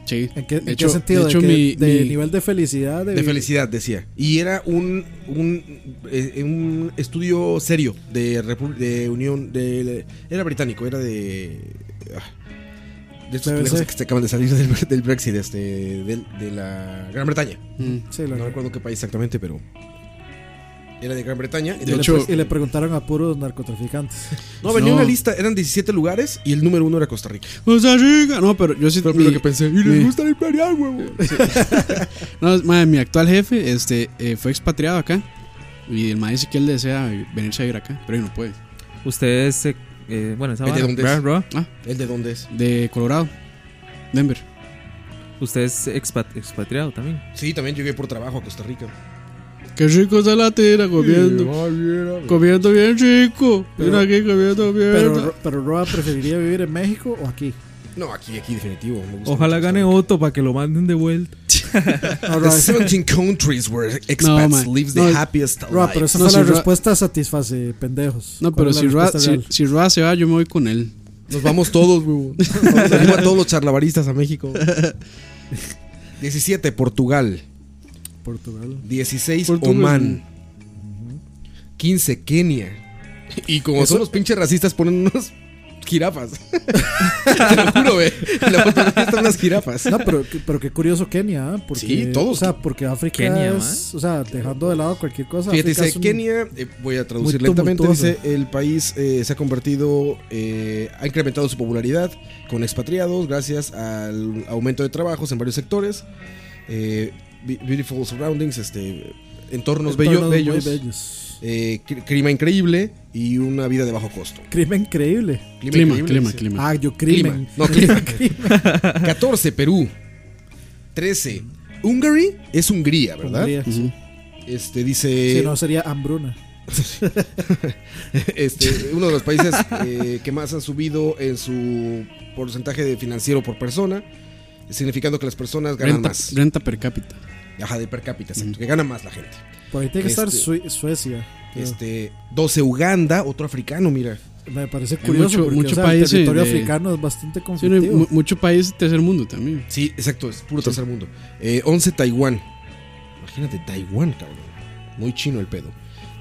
Speaker 8: Sí.
Speaker 9: ¿En qué, en
Speaker 8: De
Speaker 9: qué
Speaker 8: hecho-
Speaker 9: sentido?
Speaker 8: de
Speaker 9: ¿De,
Speaker 8: hecho,
Speaker 9: qué-
Speaker 8: mi-
Speaker 9: de
Speaker 8: mi-
Speaker 9: nivel de felicidad.
Speaker 6: De felicidad, decía. Y era un, un, eh, un estudio serio de, repu- de Unión. De, era británico, era de. ah, De estos
Speaker 9: BBC.
Speaker 6: pendejos que se acaban de salir del, del Brexit, este, del- de, la Gran Bretaña.
Speaker 8: Mm.
Speaker 9: Sí, la-
Speaker 6: no recuerdo qué país exactamente, pero. Era de Gran Bretaña.
Speaker 9: y,
Speaker 6: Entonces-
Speaker 9: le, pre- y le preguntaron a puros narcotraficantes.
Speaker 6: no, venía
Speaker 8: No.
Speaker 6: una lista, eran 17 lugares y el número uno era Costa Rica.
Speaker 8: Costa Rica. No, pero yo sí.
Speaker 6: Fue lo primero
Speaker 8: mi-
Speaker 6: que pensé. Y
Speaker 8: mi-
Speaker 6: les gusta imperial, huevo.
Speaker 8: No, madre, mi actual jefe este, eh, fue expatriado acá. Y el maestro dice que él desea venirse a vivir acá, pero él no puede.
Speaker 7: Ustedes, se- eh, bueno, esa
Speaker 6: ¿El de
Speaker 7: vara,
Speaker 6: dónde
Speaker 7: ¿verdad,
Speaker 6: es?
Speaker 7: Roa?
Speaker 8: Ah,
Speaker 6: ¿El de dónde es?
Speaker 8: de Colorado, Denver.
Speaker 7: Usted es expat- expatriado también.
Speaker 6: Sí, también llegué por trabajo a Costa Rica.
Speaker 8: Qué rico está la tira, comiendo. comiendo bien rico.
Speaker 9: Pero-
Speaker 8: Mira aquí, comiendo bien.
Speaker 9: Pero, pero Roa preferiría vivir en México o aquí.
Speaker 6: No, aquí, aquí definitivo. me gusta
Speaker 7: Ojalá
Speaker 6: mucho
Speaker 7: gane Otto para que lo manden de vuelta.
Speaker 9: No,
Speaker 6: The
Speaker 9: Roa,
Speaker 6: 17 countries where
Speaker 8: No,
Speaker 6: expats
Speaker 8: man.
Speaker 6: live
Speaker 8: No,
Speaker 6: the happiest
Speaker 9: Roa,
Speaker 6: life.
Speaker 9: pero esa
Speaker 8: No,
Speaker 9: fue
Speaker 8: si
Speaker 9: la
Speaker 8: Roa-
Speaker 9: respuesta satisface, pendejos.
Speaker 8: no,
Speaker 9: ¿Cuál
Speaker 8: pero
Speaker 9: es la
Speaker 8: si Roa,
Speaker 9: respuesta
Speaker 8: si,
Speaker 9: real?
Speaker 8: si Roa se va, yo me voy con él.
Speaker 6: Nos vamos todos, güey. Nos vamos a todos los charlavaristas a México. 17, Portugal.
Speaker 9: Portugal.
Speaker 6: 16,
Speaker 8: Portugal.
Speaker 6: Oman. 15, Kenia. Y como son los pinches racistas, ponen unos jirafas. Te lo juro, güey. En la fotografía están unas jirafas.
Speaker 9: No, pero, pero qué curioso Kenia, ¿eh? porque,
Speaker 6: Sí, todos.
Speaker 9: O sea, porque África
Speaker 6: Kenia,
Speaker 9: es, o sea, dejando de lado cualquier cosa.
Speaker 6: Fíjate,
Speaker 9: África
Speaker 6: dice
Speaker 9: es un-
Speaker 6: Kenia, eh, voy a traducir
Speaker 9: muy
Speaker 6: lentamente,
Speaker 9: tumultuoso.
Speaker 6: dice, el país eh, se ha convertido, eh, ha incrementado su popularidad con expatriados gracias al aumento de trabajos en varios sectores, eh, be- beautiful surroundings, este, entornos, bello-
Speaker 9: Entornos muy
Speaker 6: bellos, eh, cr- clima increíble y una vida de bajo costo.
Speaker 9: Clima increíble.
Speaker 6: Clima, increíble, dice.
Speaker 9: Ah, yo crimen.
Speaker 6: No, clima. 14, Perú. 13, Hungary es Hungría, ¿verdad?
Speaker 9: Hungría, sí.
Speaker 6: Este dice.
Speaker 9: Si no, sería hambruna.
Speaker 6: este, uno de los países eh, que más han subido en su porcentaje de financiero por persona, significando que las personas ganan
Speaker 8: Renta,
Speaker 6: más.
Speaker 8: renta per cápita.
Speaker 6: Ajá, de per cápita, exacto, que gana más la gente.
Speaker 9: Por ahí tiene que estar
Speaker 6: Este,
Speaker 9: Sue- Suecia. creo.
Speaker 6: Este, 12 Uganda, otro africano, mira.
Speaker 9: Me parece curioso porque, o sea, el territorio africano es bastante
Speaker 8: Sí, no, y
Speaker 9: conflictivo.
Speaker 8: mu- mucho país tercer mundo también.
Speaker 6: Sí, exacto, es puro tercer mundo. Eh, 11 Taiwán. Imagínate Taiwán, cabrón. Muy chino el pedo.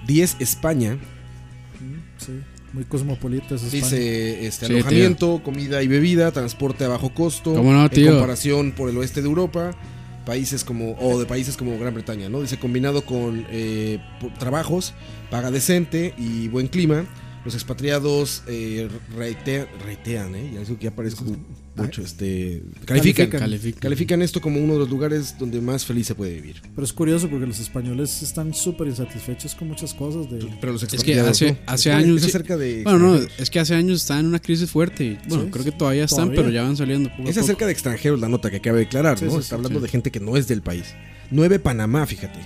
Speaker 6: 10 España.
Speaker 9: Sí, muy cosmopolita es España.
Speaker 6: Dice este,
Speaker 8: Sí, tío.
Speaker 6: alojamiento, comida y bebida, transporte a bajo costo.
Speaker 8: ¿Cómo no, tío?
Speaker 6: En comparación por el oeste de Europa, países como o de países como Gran Bretaña, ¿no? Dice combinado con eh, por- trabajos, paga decente y buen clima. Los expatriados eh, reitea- reitean, ¿eh? Ya digo que ya parezco mucho, este, califican,
Speaker 9: Califican.
Speaker 6: califican. califican esto como uno de los lugares donde más feliz se puede vivir.
Speaker 9: Pero es curioso porque los españoles están súper insatisfechos con muchas cosas. De...
Speaker 6: Pero los
Speaker 8: Es que hace, hace años. sí- bueno, no, es que hace años estaban en una crisis fuerte. Bueno,
Speaker 6: Sí,
Speaker 8: creo
Speaker 6: sí,
Speaker 8: que todavía están,
Speaker 6: todavía.
Speaker 8: Ah, pero ya van saliendo. poco a
Speaker 6: Es
Speaker 8: poco.
Speaker 6: acerca de extranjeros la nota que acaba de declarar,
Speaker 8: Sí,
Speaker 6: ¿no?
Speaker 8: sí, sí,
Speaker 6: Está hablando
Speaker 8: sí.
Speaker 6: de gente que no es del país. 9 Panamá, fíjate.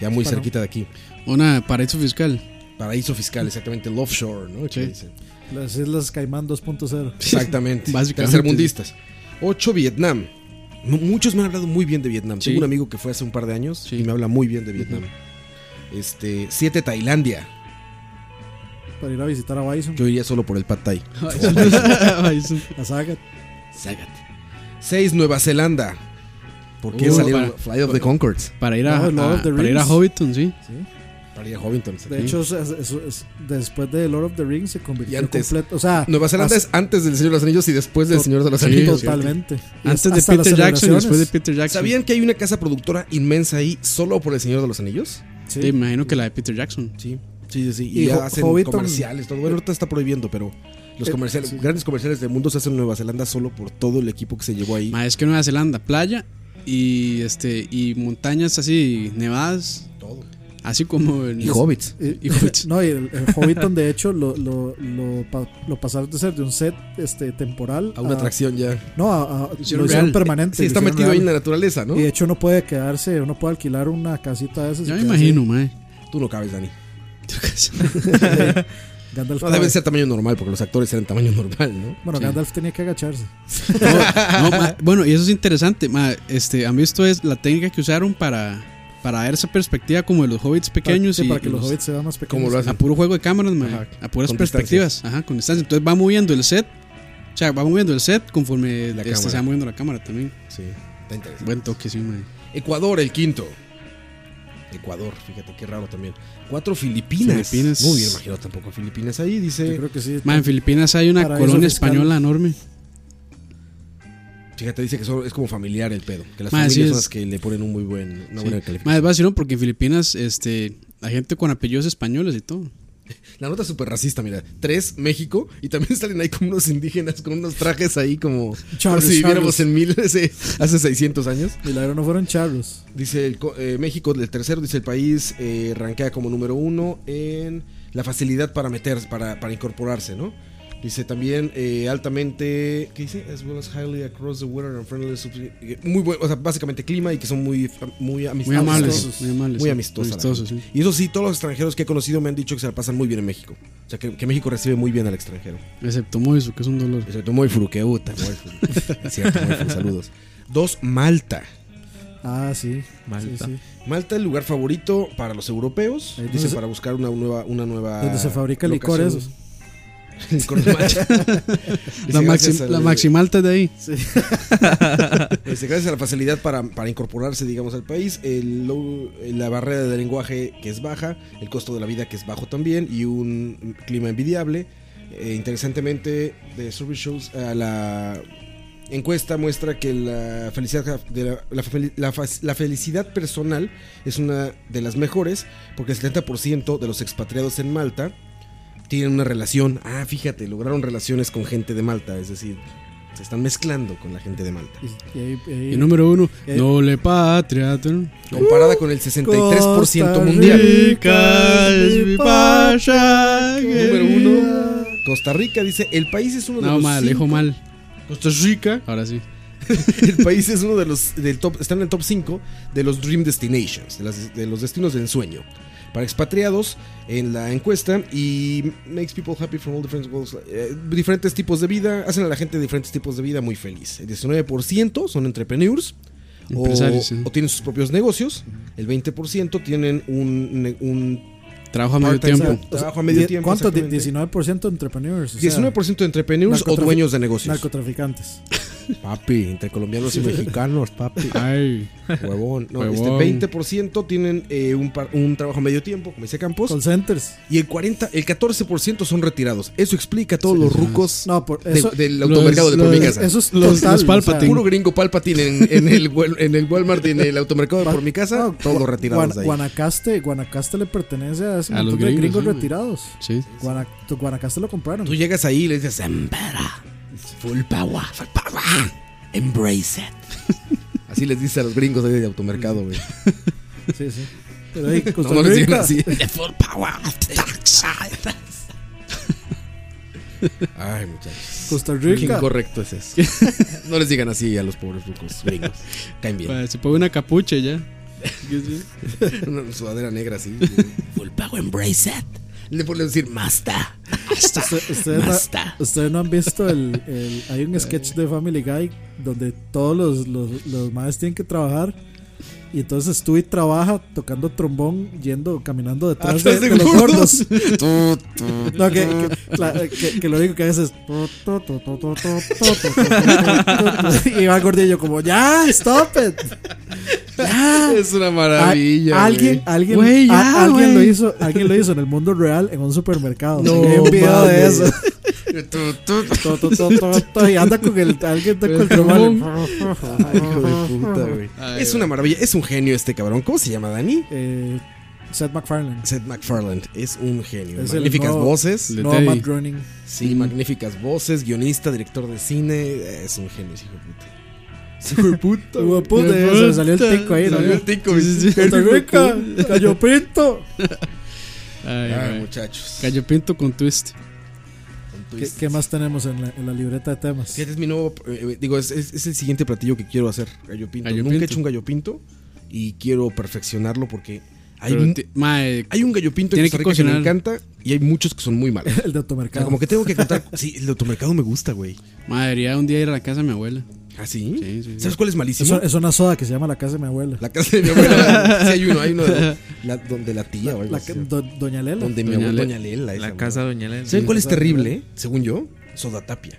Speaker 6: Ya muy
Speaker 8: Panamá.
Speaker 6: cerquita de aquí.
Speaker 8: Una paraíso fiscal.
Speaker 6: Paraíso fiscal, exactamente, el offshore, ¿no? Que dicen.
Speaker 9: Las Islas Caimán 2.0.
Speaker 6: Exactamente. Tercermundistas. 8 Vietnam. M- Muchos me han hablado muy bien de Vietnam.
Speaker 8: Sí.
Speaker 6: Tengo un amigo que fue hace un par de años y me habla muy bien de Vietnam. Este, 7 Tailandia.
Speaker 9: Para ir a visitar a Bison.
Speaker 6: Yo iría solo por el Pad Thai.
Speaker 9: Bison. a Sagat.
Speaker 6: Sagat. 6 Nueva Zelanda. ¿Por qué
Speaker 8: Uh,
Speaker 6: salieron
Speaker 8: para-
Speaker 6: Flight of the Concords?
Speaker 8: Para ir a,
Speaker 9: No, Lord
Speaker 8: a-
Speaker 9: of the
Speaker 8: para ir a
Speaker 9: Rings.
Speaker 8: Hobbiton, sí.
Speaker 6: Para ir a Hobbiton. exacto.
Speaker 9: De hecho, es- es- es- después de Lord of the Rings se
Speaker 6: Y
Speaker 9: convirtió en
Speaker 6: antes.
Speaker 9: completo. O sea,
Speaker 6: Nueva Zelanda
Speaker 9: as-
Speaker 6: es antes del Señor de los Anillos y después del
Speaker 9: To-
Speaker 6: Señor de los
Speaker 9: sí,
Speaker 6: Anillos.
Speaker 9: totalmente. Y
Speaker 8: Antes
Speaker 9: es-
Speaker 8: de
Speaker 9: hasta las
Speaker 8: Peter Jackson, después de
Speaker 9: celebraciones.
Speaker 8: Peter Jackson.
Speaker 6: ¿Sabían que hay una casa productora inmensa ahí solo por el Señor de los Anillos?
Speaker 8: Sí, me imagino que la de Peter Jackson.
Speaker 6: Sí, sí, sí.
Speaker 9: Y
Speaker 6: Y, ya
Speaker 9: Ho-
Speaker 6: hacen
Speaker 9: Hobbiton-
Speaker 6: comerciales, todo. Bueno, ahorita está prohibiendo, pero los
Speaker 9: Eh,
Speaker 6: comerciales,
Speaker 9: sí.
Speaker 6: grandes comerciales del mundo se hacen en Nueva Zelanda solo por todo el equipo que se llevó ahí.
Speaker 8: Ma, es que Nueva Zelanda, playa y este y montañas así nevadas.
Speaker 6: Todo.
Speaker 8: Así como en-
Speaker 6: Y hobbits.
Speaker 9: Eh,
Speaker 8: Y hobbits.
Speaker 9: no, y el, el Hobbiton, de hecho, lo, lo, lo, pa- lo pasaron de ser de un set este, temporal
Speaker 6: A una atracción ya.
Speaker 9: No, a, a- lo
Speaker 6: Hicieron
Speaker 9: hicieron
Speaker 6: real.
Speaker 9: permanente.
Speaker 6: Sí,
Speaker 9: lo
Speaker 6: está
Speaker 9: hicieron
Speaker 6: metido ahí en la naturaleza, ¿no?
Speaker 9: Y de hecho, uno puede quedarse, uno puede alquilar una casita de esas. y
Speaker 8: Ya me
Speaker 9: quedarse.
Speaker 8: imagino, mae.
Speaker 6: Tú no cabes, Dani.
Speaker 9: Gandalf
Speaker 6: no, deben
Speaker 9: cabe.
Speaker 6: ser tamaño normal, porque los actores eran tamaño normal, ¿no?
Speaker 9: Bueno,
Speaker 8: Sí.
Speaker 9: Gandalf tenía que agacharse.
Speaker 8: No, ma, bueno, y eso es interesante. ma, este, han visto es la técnica que usaron para, para dar esa perspectiva como de los hobbits pequeños.
Speaker 9: sí,
Speaker 8: y,
Speaker 9: para que
Speaker 8: y
Speaker 9: los hobbits se vean más pequeños.
Speaker 8: Como lo hacen. A puro juego de cámaras, ma,
Speaker 9: Ajá,
Speaker 8: a puras
Speaker 9: con
Speaker 8: perspectivas. Ajá, con distancia. Entonces va moviendo el set. O sea, va moviendo el set conforme este,
Speaker 6: cámara.
Speaker 8: se va moviendo la cámara también.
Speaker 6: Sí, está interesante.
Speaker 8: Buen toque, sí, ma.
Speaker 6: Ecuador, el quinto. Ecuador, fíjate qué raro también. Cuatro Filipinas.
Speaker 8: Filipinas.
Speaker 6: No hubiera imaginado tampoco Filipinas ahí, dice.
Speaker 9: Yo creo que sí.
Speaker 8: Ma, en Filipinas hay una
Speaker 9: Paraíso
Speaker 8: colonia
Speaker 9: fiscal.
Speaker 8: española enorme.
Speaker 6: Ah, Fíjate, dice que son- es como familiar el pedo. Que las
Speaker 8: Ma,
Speaker 6: familias
Speaker 8: sí
Speaker 6: son
Speaker 8: es.
Speaker 6: las que le ponen un muy buen, una buena
Speaker 8: Sí.
Speaker 6: calificación.
Speaker 8: Ma, es vacilón porque en Filipinas este, la gente con apellidos españoles y todo.
Speaker 6: La nota es súper racista, mira. Tres, México. Y también salen ahí como unos indígenas con unos trajes ahí como, como
Speaker 9: Charros,
Speaker 6: si viviéramos
Speaker 9: charros.
Speaker 6: en mil hace, hace 600 años.
Speaker 9: Milagro no fueron charros.
Speaker 6: Dice el, co- eh, México, el tercero, dice el país, eh, rankea como número uno en la facilidad para meterse, para, para incorporarse, ¿no? Dice también eh, altamente, ¿qué dice? As well as highly across the water and friendly. sub- eh, Muy bueno, o sea, básicamente clima y que son muy, muy amistosos.
Speaker 8: amables, muy amables,
Speaker 6: Muy
Speaker 8: sí.
Speaker 6: amistosos.
Speaker 8: Amistosos, sí.
Speaker 6: Y eso sí, todos los extranjeros que he conocido me han dicho que se la pasan muy bien en México. O sea, que, que México recibe muy bien al extranjero.
Speaker 8: Excepto Moiso, que es un dolor.
Speaker 6: Excepto Moiso, que puta. Es cierto, muy bien, saludos. Dos, Malta.
Speaker 9: Ah, sí.
Speaker 6: Malta.
Speaker 9: Sí, sí.
Speaker 6: Malta es el lugar favorito para los europeos.
Speaker 9: Ahí
Speaker 6: dice
Speaker 9: donde se-
Speaker 6: para buscar una nueva. Una nueva
Speaker 9: Donde se fabrica el licor
Speaker 6: locación.
Speaker 9: esos.
Speaker 6: Licor de matcha.
Speaker 8: La,
Speaker 6: Dice,
Speaker 8: maxi-
Speaker 6: gracias al-
Speaker 8: la maximalta de ahí.
Speaker 6: Dice, gracias a la facilidad para, para incorporarse, digamos, al país, el low- la barrera del lenguaje que es baja, el costo de la vida que es bajo también y un clima envidiable. Eh, interesantemente, de Survey Shows, a la encuesta muestra que la felicidad, de la, la fel- la fas- la felicidad personal es una de las mejores, porque el 70% de los expatriados en Malta tienen una relación. Ah, fíjate, lograron relaciones con gente de Malta, es decir, se están mezclando con la gente de Malta.
Speaker 9: Y, ahí- ahí-
Speaker 8: Y número uno,
Speaker 9: Eh.
Speaker 8: Noble Patria. tun.
Speaker 6: Comparada con el 63% mundial.
Speaker 8: Rica es mi patria
Speaker 6: Número uno. Costa Rica dice, el país es uno de
Speaker 8: No,
Speaker 6: los
Speaker 8: mal, dijo
Speaker 6: cinco-
Speaker 8: mal.
Speaker 6: Costa Rica.
Speaker 8: Ahora sí.
Speaker 6: el país es uno de los del top, está en el top 5 de los Dream Destinations, de, las- de los destinos de ensueño. Para expatriados en la encuesta y makes people happy from all different worlds. Eh, diferentes tipos de vida, hacen a la gente de diferentes tipos de vida muy feliz. El 19% son entrepreneurs o,
Speaker 8: Empresarios, sí.
Speaker 6: o tienen sus propios negocios. El 20% tienen un, ne- un
Speaker 8: Trabajo a medio
Speaker 6: part-time,
Speaker 8: tiempo.
Speaker 6: Trabajo a medio
Speaker 9: Die-
Speaker 6: tiempo.
Speaker 9: ¿Cuántos? Die-
Speaker 6: exactamente.
Speaker 9: 19% entrepreneurs.
Speaker 6: 19% de entrepreneurs o
Speaker 9: narcotrafic-
Speaker 6: dueños de negocios.
Speaker 9: Narcotraficantes.
Speaker 6: Papi, entre colombianos y
Speaker 9: Sí.
Speaker 6: mexicanos, papi.
Speaker 8: Ay.
Speaker 6: Huevón. No,
Speaker 8: Huevón.
Speaker 6: Este 20% tienen eh, un, par- un trabajo a medio tiempo, como dice Campos.
Speaker 9: Call centers.
Speaker 6: Y el 40, el 14% son retirados. Eso explica todos los rucos
Speaker 9: No, por
Speaker 6: de-
Speaker 9: eso-
Speaker 6: del
Speaker 9: los-
Speaker 6: automercado de por
Speaker 9: los-
Speaker 6: mi casa.
Speaker 9: eso es Los- total, los Palpatine. o sea.
Speaker 6: puro gringo Palpatine en, en el, Wal- en el Walmart y en el automercado de por mi casa. todos retirados
Speaker 9: Ah, Guana-
Speaker 6: de ahí.
Speaker 9: Guanacaste, Guanacaste le pertenece a ese
Speaker 6: A
Speaker 9: montón
Speaker 6: los
Speaker 9: de
Speaker 6: gringos,
Speaker 9: gringos
Speaker 6: sí,
Speaker 9: retirados.
Speaker 8: Sí.
Speaker 9: Guana- tu- Guanacaste lo compraron.
Speaker 6: Tú llegas ahí y le dices, "Embera, full power, full power, embrace it. Así les dice a los gringos ahí de automercado, güey.
Speaker 9: Sí, sí. Pero ahí, Costa
Speaker 6: Nomás les dicen
Speaker 9: Rica.
Speaker 6: así. "The full power of the dark side". Ay, muchachos.
Speaker 9: Costa Rica.
Speaker 6: Qué incorrecto es eso. no les digan así a los pobres rucos gringos. Caen bien.
Speaker 8: Pa- Pues, Se pone una capucha y ya.
Speaker 6: Una sudadera negra así. Full power, embrace it. Le pueden decir, masta. Masta.
Speaker 9: Usted- Ustedes no,
Speaker 6: masta.
Speaker 9: ustedes no han visto el, el- Hay un sketch de Family Guy donde todos los, los, los madres tienen que trabajar. Y entonces Stewie trabaja tocando trombón, yendo, caminando detrás de,
Speaker 14: Atrás de
Speaker 9: de los
Speaker 14: gordos.
Speaker 9: gordos.
Speaker 14: Tu, tu,
Speaker 9: no, que, que, la- que- que lo único que haces es. y va el gordillo como, ya, stop it. Ya.
Speaker 6: Es una maravilla,
Speaker 9: A- alguien,
Speaker 6: güey.
Speaker 9: alguien,
Speaker 6: Güey,
Speaker 9: a-
Speaker 6: ya,
Speaker 9: alguien lo
Speaker 6: güey.
Speaker 9: hizo, alguien lo hizo en el mundo real en un supermercado.
Speaker 6: No,
Speaker 9: Hay un video de
Speaker 6: mames.
Speaker 9: eso. To, to, to, to, to, y anda con el alguien está con el trombón.
Speaker 6: Ay, hijo de puta, güey.
Speaker 9: Ay,
Speaker 6: Es
Speaker 9: güey.
Speaker 6: una maravilla, es un genio este cabrón. ¿Cómo se llama, Dani?
Speaker 9: Eh, Seth MacFarlane.
Speaker 6: Seth MacFarlane es un genio.
Speaker 9: Es el
Speaker 6: magníficas
Speaker 9: nuevo-
Speaker 6: voces.
Speaker 9: nuevo Matt Teddy. Groening.
Speaker 6: Sí, magníficas voces, guionista, director de cine. Es un genio, ese hijo de puta. Sí, hijo de puta.
Speaker 9: Hijo de puta,
Speaker 6: güey.
Speaker 9: se salió el tico ahí, ¿no?
Speaker 6: Salió el tico.
Speaker 9: Sí, sí, sí.
Speaker 6: Genio,
Speaker 9: Costa Rica,
Speaker 6: hijo de puta.
Speaker 9: Gallo Pinto.
Speaker 8: Ay,
Speaker 6: Ay,
Speaker 8: güey.
Speaker 6: muchachos.
Speaker 8: Gallo Pinto con twist.
Speaker 9: ¿Qué, qué más tenemos en la, en la libreta de temas?
Speaker 6: Fíjate, es mi nuevo. eh, digo, es, es- es el siguiente platillo que quiero hacer: gallo pinto.
Speaker 8: Gallo
Speaker 6: Nunca he
Speaker 8: pinto.
Speaker 6: hecho un gallo pinto y quiero perfeccionarlo porque hay,
Speaker 8: Pero
Speaker 6: un-
Speaker 8: ti- mae,
Speaker 6: hay un gallo pinto en
Speaker 8: tiene
Speaker 6: Costa
Speaker 8: que
Speaker 6: Rica que me
Speaker 8: cocinar.
Speaker 6: encanta y hay muchos que son muy malos.
Speaker 9: El de
Speaker 6: O sea,
Speaker 9: automercado.
Speaker 6: como que tengo que contar. Sí, el de automercado me gusta, güey.
Speaker 8: Mae, debería un día ir a la casa de mi abuela.
Speaker 6: ¿Ah, sí?
Speaker 8: Sí, sí, sí.
Speaker 6: ¿Sabes cuál es malísimo?
Speaker 9: Es, es una soda que se llama La Casa de mi abuela.
Speaker 6: La casa de mi abuela. sí, hay uno, hay uno de Ah, la, donde la tía, o algo
Speaker 9: La
Speaker 6: así.
Speaker 9: ca- do- Doña Lela.
Speaker 6: Donde mi
Speaker 8: Doña
Speaker 6: abuela,
Speaker 8: Lela.
Speaker 6: Doña Lela. esa
Speaker 7: La casa de Doña Lela.
Speaker 6: ¿Saben
Speaker 7: Sí.
Speaker 6: cuál es
Speaker 7: Casa de
Speaker 6: terrible?
Speaker 7: Lela.
Speaker 6: eh? Según yo, soda tapia.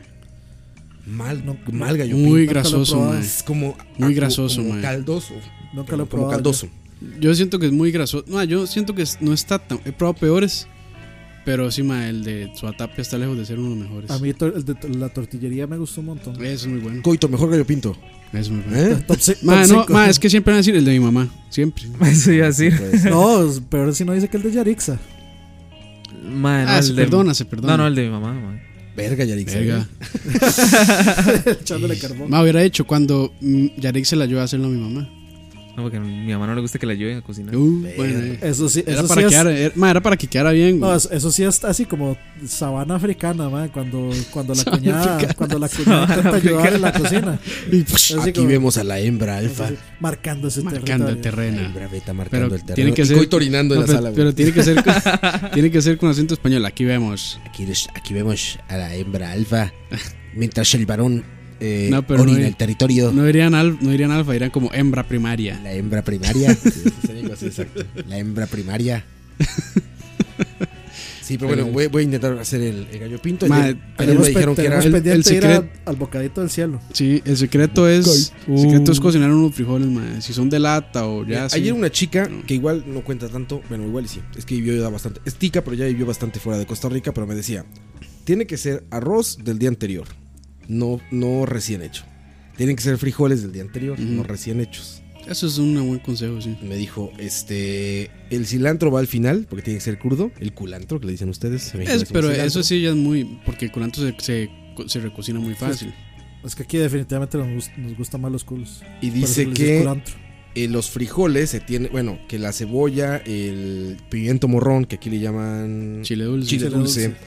Speaker 6: Mal,
Speaker 9: No,
Speaker 6: mal gallo
Speaker 8: Muy
Speaker 6: pinto.
Speaker 8: grasoso, mae.
Speaker 6: Es
Speaker 8: Muy
Speaker 6: como. como-
Speaker 8: grasoso,
Speaker 6: como
Speaker 8: mae.
Speaker 6: Caldoso.
Speaker 9: Nunca lo he
Speaker 6: Como
Speaker 9: probado.
Speaker 6: caldoso.
Speaker 8: Yo siento que es muy grasoso. No, yo siento que es- no está tan. He probado peores. Pero sí, mae, el de Suatapia está lejos de ser uno de los mejores.
Speaker 9: A mí tor- el de to- la tortillería me gustó un montón.
Speaker 8: Eso es muy bueno.
Speaker 6: Coito, mejor gallo pinto.
Speaker 8: Es muy bueno.
Speaker 6: ¿Eh?
Speaker 9: Top si- top
Speaker 8: Mae, no,
Speaker 9: cinco.
Speaker 8: mae, es que siempre van a decir el de mi mamá. Siempre.
Speaker 7: Eso iba a decir.
Speaker 9: No, es- peor si no dice que el de Yarixa.
Speaker 7: Mae, no,
Speaker 8: Ah,
Speaker 7: el
Speaker 8: se
Speaker 7: de-
Speaker 8: perdona, se perdona.
Speaker 7: No, no, el de mi mamá, mae.
Speaker 6: Verga, Yarix.
Speaker 8: Verga.
Speaker 9: Echándole carbón.
Speaker 8: Mae, hubiera hecho cuando mm, Yarek se la ayudó a hacerlo a mi mamá.
Speaker 7: No, porque a mi mamá no le gusta que la ayuden a cocinar.
Speaker 8: Uh, bueno, eh.
Speaker 9: Eso sí-
Speaker 8: era
Speaker 9: eso
Speaker 8: para
Speaker 9: sí es-
Speaker 8: quedar,
Speaker 6: eh.
Speaker 8: era, mae, era para que quedara bien, güey.
Speaker 9: No, es- eso sí es así como sabana africana, man, cuando, cuando la
Speaker 8: Sabana
Speaker 9: cuñada,
Speaker 8: africana.
Speaker 9: cuando la cuñada intenta
Speaker 8: Sabana
Speaker 9: ayudar en la cocina.
Speaker 8: africana. Y,
Speaker 9: Así
Speaker 6: Aquí
Speaker 9: como-
Speaker 6: vemos a la hembra
Speaker 9: Sí,
Speaker 6: alfa.
Speaker 9: sí, marcando ese
Speaker 8: Marcando el
Speaker 9: territorio.
Speaker 8: terreno.
Speaker 6: Ay, brava, está marcando el terreno.
Speaker 8: Tiene que
Speaker 6: Y
Speaker 8: ser,
Speaker 6: Coito orinando en la
Speaker 8: pero,
Speaker 6: sala, güey.
Speaker 8: Pero tiene que ser con, tiene que ser con acento español. Aquí vemos.
Speaker 6: Aquí, es- aquí vemos a la hembra alfa. Mientras el varón eh,
Speaker 8: No, pero
Speaker 6: orina
Speaker 8: no-
Speaker 6: el territorio.
Speaker 8: No dirían, al, no dirían alfa, dirían como hembra primaria.
Speaker 6: La hembra primaria. Sí, sí, sería algo así, exacto. La hembra primaria. Sí, pero bueno,
Speaker 8: Pero-
Speaker 6: voy, voy a intentar hacer el, el gallo pinto.
Speaker 8: Ma,
Speaker 6: Ayer, ayer
Speaker 8: tenemos
Speaker 6: me dijeron que era
Speaker 9: Tenemos
Speaker 8: el- el
Speaker 9: pendiente ir a-
Speaker 8: secreto-
Speaker 9: al bocadito del cielo.
Speaker 8: Sí, el secreto es.
Speaker 6: Coito.
Speaker 8: El secreto es cocinar unos frijoles, mae. Si son de lata o ya. sí.
Speaker 6: Ayer una chica que igual no cuenta tanto, bueno, igual y sí, es que vivió ya bastante, es tica, pero ya vivió bastante fuera de Costa Rica, pero me decía, "Ti- tiene que ser arroz del día anterior, no, no recién hecho. Tienen que ser frijoles del día anterior, no recién hechos.
Speaker 8: Eso es un buen consejo, sí.
Speaker 6: Me dijo, este, el cilantro va al final, porque tiene que ser crudo, el culantro que le dicen ustedes. en México
Speaker 8: Es,
Speaker 6: decimos
Speaker 8: pero
Speaker 6: cilantro.
Speaker 8: eso sí ya es muy. Porque el curanto se, se, se recocina muy fácil.
Speaker 9: Es que aquí definitivamente nos, gust- nos gustan más los culos.
Speaker 6: Y
Speaker 9: Por eso
Speaker 6: dice
Speaker 9: les
Speaker 6: que
Speaker 9: digo culantro.
Speaker 6: eh, los frijoles se tiene, bueno, que la cebolla, el pimiento morrón, que aquí le llaman
Speaker 8: chile dulce,
Speaker 6: chile
Speaker 8: Chile
Speaker 6: dulce,
Speaker 8: dulce.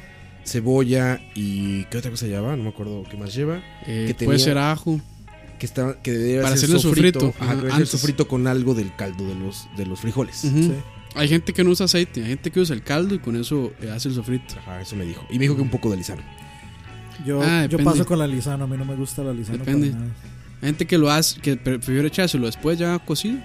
Speaker 6: cebolla y qué otra cosa lleva, no me acuerdo qué más lleva.
Speaker 8: Eh,
Speaker 6: que
Speaker 8: puede ser ajo.
Speaker 6: Que, está, que debería
Speaker 8: Para
Speaker 6: ser
Speaker 8: hacerle sofrito, ajá,
Speaker 6: Ajá, que debe ser
Speaker 8: antes.
Speaker 6: sofrito con algo del caldo de los, de los frijoles.
Speaker 8: Ujú. Hay gente que no usa aceite, hay gente que usa el caldo y con eso eh, hace el sofrito.
Speaker 6: Ajá, eso me dijo. Y me dijo que un poco de lisano.
Speaker 9: Yo,
Speaker 8: Ah,
Speaker 9: yo
Speaker 8: depende.
Speaker 9: paso con la lisano, a mí no me gusta la lisano. para
Speaker 8: Depende.
Speaker 9: nada.
Speaker 8: Hay gente que lo hace, que pre- prefiere echárselo después ya cocido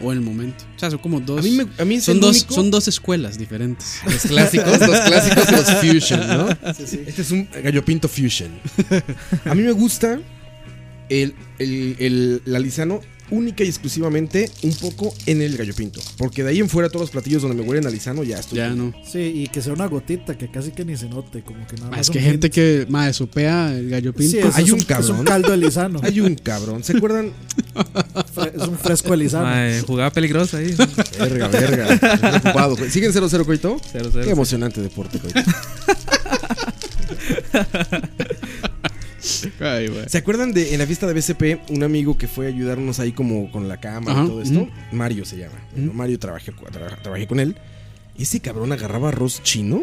Speaker 8: o en el momento. O sea, son como dos.
Speaker 6: A mí me- a mí es
Speaker 8: son
Speaker 6: el
Speaker 8: dos,
Speaker 6: único-
Speaker 8: son dos escuelas diferentes.
Speaker 6: Los clásicos, los clásicos y los fusion, ¿no? Este es un gallo pinto fusion. A mí me gusta el, el, el- la lisano única y exclusivamente un poco en el gallo pinto. Porque de ahí en fuera todos los platillos donde me huelen a lisano ya estoy.
Speaker 8: Ya no.
Speaker 9: Sí, y que sea una gotita que casi que ni se note, como que nada
Speaker 8: Ah,
Speaker 9: más.
Speaker 8: es que
Speaker 9: un
Speaker 8: gente que más sopea el gallo
Speaker 9: Sí,
Speaker 8: pinto.
Speaker 9: eso Hay es un un- cabrón. es un caldo de lisano.
Speaker 6: Hay un cabrón. ¿Se acuerdan?
Speaker 9: fre- Es un fresco de lisano.
Speaker 7: Mae, jugada eh, peligrosa ahí.
Speaker 6: Verga, verga. Estoy ocupado. ¿Siguen 0-0, Coito?
Speaker 7: 0-0.
Speaker 6: Qué emocionante deporte, Coito.
Speaker 8: Ay, güey.
Speaker 6: ¿Se acuerdan de en la fiesta de BCP un amigo que fue a ayudarnos ahí como con la cámara
Speaker 8: Ajá,
Speaker 6: y todo esto?
Speaker 8: ujú.
Speaker 6: Mario se llama. Bueno, Mario trabajé, cu- tra- trabajé con él. Ese cabrón agarraba arroz chino,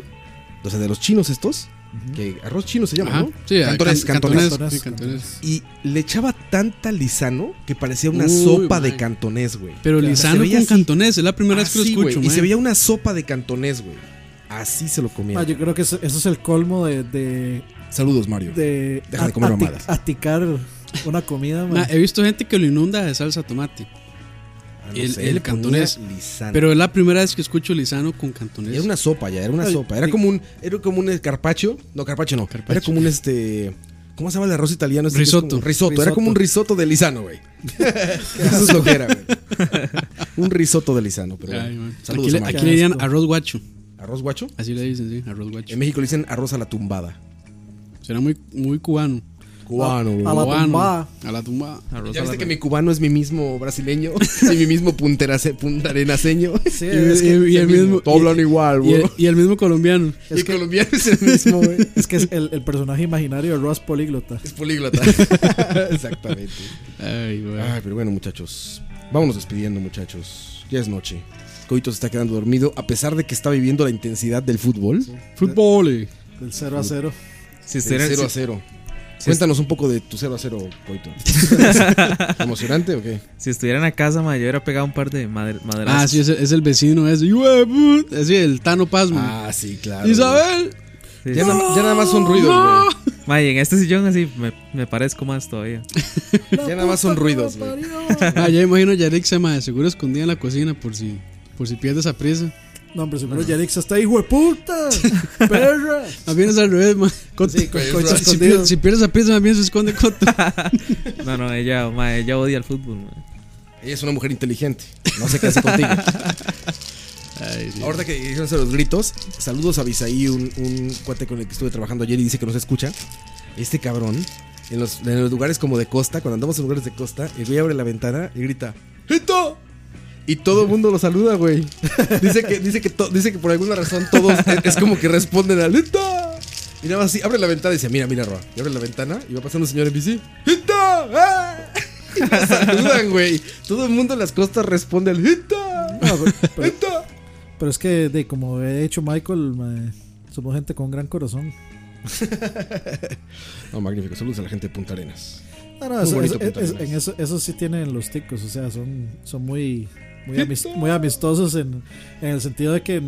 Speaker 6: o sea, de los chinos estos, que arroz chino se llama,
Speaker 8: Ajá,
Speaker 6: ¿no?
Speaker 8: sí,
Speaker 6: cantones,
Speaker 8: can-
Speaker 6: cantones,
Speaker 8: cantones, sí, cantones.
Speaker 6: Y le echaba tanta lisano que parecía una
Speaker 8: Uy,
Speaker 6: sopa
Speaker 8: mae.
Speaker 6: de cantonés, güey.
Speaker 8: Pero
Speaker 6: Se
Speaker 8: lisano
Speaker 6: veía
Speaker 8: con
Speaker 6: así.
Speaker 8: cantonés, es la primera vez que lo
Speaker 6: Así,
Speaker 8: escucho.
Speaker 6: Ah, güey, Y
Speaker 8: mae.
Speaker 6: se veía una sopa de cantonés, güey. Así se lo comía.
Speaker 9: Ah, yo creo que eso, eso es el colmo de. de
Speaker 6: Saludos, Mario.
Speaker 9: De
Speaker 6: Deja de comer
Speaker 9: ati-
Speaker 6: mamadas.
Speaker 9: Aticar una comida, man.
Speaker 8: Ma,
Speaker 6: eh,
Speaker 8: he visto gente que lo inunda de salsa tomate.
Speaker 6: Ah, no
Speaker 8: el,
Speaker 6: sé,
Speaker 8: el
Speaker 6: le ponía
Speaker 8: cantonés.
Speaker 6: lisano.
Speaker 8: Pero es la primera vez que escucho lisano con cantonés.
Speaker 6: Era una sopa ya, era una
Speaker 8: Ay,
Speaker 6: sopa. Era
Speaker 8: sí.
Speaker 6: como un, era como un carpaccio. No, carpaccio no. Era como un este. ¿Cómo se llama el arroz italiano? Este que es
Speaker 8: Risotto.
Speaker 6: como- risotto. Era
Speaker 8: Risotto.
Speaker 6: como un risotto de lisano, güey. Eso es lo que era, güey. Un risotto de lisano, pero.
Speaker 8: Ay,
Speaker 6: bueno.
Speaker 8: man.
Speaker 6: Saludos,
Speaker 8: aquí, le,
Speaker 6: Omar.
Speaker 8: aquí le dirían arroz guacho.
Speaker 6: ¿Arroz guacho?
Speaker 8: Así le dicen, sí, arroz guacho.
Speaker 6: En México le dicen arroz a la tumbada.
Speaker 8: Será muy, muy cubano. Ah,
Speaker 6: Cubano, güey.
Speaker 8: Cubano.
Speaker 6: tumbada.
Speaker 8: A la tumba.
Speaker 6: Ya viste que mi cubano es mi mismo brasileño y mi mismo punterace- puntarenaceño. Sí,
Speaker 8: Y, y- y el mismo.
Speaker 6: Todo hablan igual,
Speaker 8: y,
Speaker 6: güey.
Speaker 8: el- y el mismo colombiano.
Speaker 6: El colombiano es el mismo, güey.
Speaker 9: Es que es el, el personaje imaginario de Ross políglota.
Speaker 6: Es políglota. Exactamente.
Speaker 8: Ay,
Speaker 6: pero bueno, muchachos. Vámonos despidiendo, muchachos. Ya es noche. Coito se está quedando dormido, a pesar de que está viviendo la intensidad del fútbol.
Speaker 8: Fútbol. eh.
Speaker 9: Del 0 a 0.
Speaker 6: Sí,
Speaker 7: estuviera-
Speaker 6: 0 a
Speaker 7: si-
Speaker 6: 0.
Speaker 7: si-
Speaker 6: Cuéntanos un poco de tu 0 a 0, Coito. ¿Emocionante o qué?
Speaker 7: Si estuviera en la casa, mae, yo hubiera pegado un par de madre, madrazos.
Speaker 8: Ah, sí, es, el- es el vecino ese. Así, el Tano Pasmo.
Speaker 6: Ah, sí, claro.
Speaker 8: Isabel.
Speaker 7: Sí,
Speaker 6: Ya,
Speaker 7: sí.
Speaker 6: na- ya nada más son ruidos, güey.
Speaker 7: Mae, y en este sillón así me, me parezco más todavía.
Speaker 6: Ya nada más son ruidos, güey.
Speaker 8: Ah, ya imagino a Yarek se ma, de seguro escondida en la cocina por si, por si pierde esa prisa.
Speaker 9: No, hombre, seguro Yarixa está ahí, hueputa. Perra.
Speaker 8: Más bien es al revés, ma.
Speaker 9: con-
Speaker 8: Con- si-
Speaker 9: con-
Speaker 8: si,
Speaker 9: escondido.
Speaker 8: pierde- si pierde esa prisa, más bien se esconde Coto.
Speaker 7: No, no, ella, mae, ella odia el fútbol. mae.
Speaker 6: Ella es una mujer inteligente. No se casa contigo. Ahorita que dijeron los gritos, saludos a Bisaí, un, un cuate con el que estuve trabajando ayer y dice que no se escucha. Este cabrón, en los, en los lugares como de costa, cuando andamos en lugares de costa, el güey abre la ventana y grita, ¡Hito! Y todo el mundo lo saluda, güey. Dice que, dice, que to- dice que por alguna razón todos es, es como que responden al ¡Hito! Y nada más así, abre la ventana y dice, mira, mira, Roa. Y abre la ventana y va pasando un señor en bici. ¡Hito! ¡Ah! Y lo saludan, güey. Todo el mundo en las costas responde al ¡Hito! ¡Hito!
Speaker 9: Pero es que, de como he dicho Michael, mae, somos gente con gran corazón.
Speaker 6: No, magnífico. Saludos a la gente de Punta Arenas.
Speaker 9: No, no,
Speaker 6: Muy
Speaker 9: eso, eso-
Speaker 6: bonito Punta
Speaker 9: es-
Speaker 6: Arenas.
Speaker 9: en eso, eso sí tienen los ticos, o sea, son, son muy, muy, amis- muy amistosos en, en el sentido de que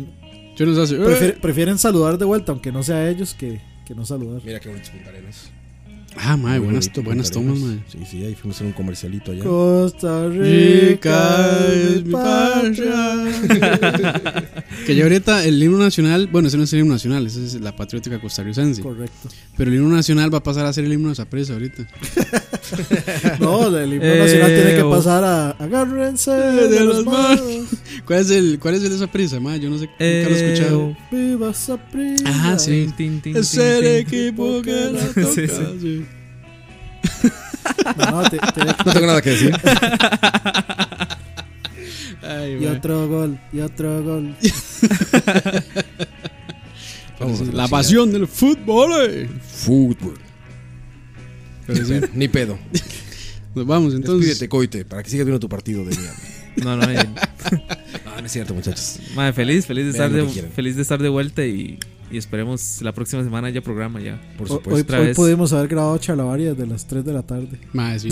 Speaker 8: Yo nos hace,
Speaker 9: prefiere-
Speaker 8: "Eh".
Speaker 9: prefieren saludar de vuelta, aunque no sea a ellos, que, que no saludar.
Speaker 6: Mira qué bonito Punta Arenas.
Speaker 8: Ah, ma,
Speaker 6: Muy
Speaker 8: buenas,
Speaker 6: bonito,
Speaker 8: buenas
Speaker 6: Punta
Speaker 8: tomas,
Speaker 6: Arenas.
Speaker 8: ma.
Speaker 6: Sí, sí, ahí fuimos a hacer un comercialito allá.
Speaker 9: Costa
Speaker 8: Rica
Speaker 9: Rica
Speaker 8: es
Speaker 9: es
Speaker 8: mi
Speaker 9: mi patria.
Speaker 8: Que ya ahorita el himno nacional, bueno, ese no es el himno nacional, esa es la patriótica costarricense.
Speaker 9: Correcto.
Speaker 8: Pero el himno nacional va a pasar a ser el himno de Sapresa ahorita.
Speaker 9: No, el himno nacional tiene que pasar a agárrense
Speaker 8: Eh,
Speaker 9: de los manos.
Speaker 8: ¿Cuál es el, cuál es el de Sapresa, ma? Yo no sé, nunca lo he
Speaker 9: Eh,
Speaker 8: escuchado.
Speaker 9: Viva Saprissa.
Speaker 8: Ajá, Ah, sí.
Speaker 9: Es el equipo que la toca.
Speaker 8: Sí,
Speaker 9: sí. No, no, te- te-
Speaker 6: No tengo nada que decir.
Speaker 8: Ay,
Speaker 9: y
Speaker 8: güey.
Speaker 9: otro gol, y otro gol.
Speaker 6: Vamos,
Speaker 8: la pasión del fútbol. eh.
Speaker 6: Fútbol.
Speaker 8: Pero sí.
Speaker 6: Ni pedo.
Speaker 8: Nos vamos entonces.
Speaker 6: Despídete, coite, para que sigas viendo tu partido de mierda.
Speaker 7: No, no, eh.
Speaker 6: no, no es cierto, muchachos.
Speaker 7: Madre, feliz, feliz de,
Speaker 6: Vean
Speaker 7: estar
Speaker 6: lo
Speaker 7: de,
Speaker 6: que quieran.
Speaker 7: feliz de estar de vuelta y, y esperemos la próxima semana ya programa ya.
Speaker 6: Por
Speaker 9: Hoy, hoy pudimos haber grabado Chalabaria desde las 3 de la tarde.
Speaker 8: Ma, sí.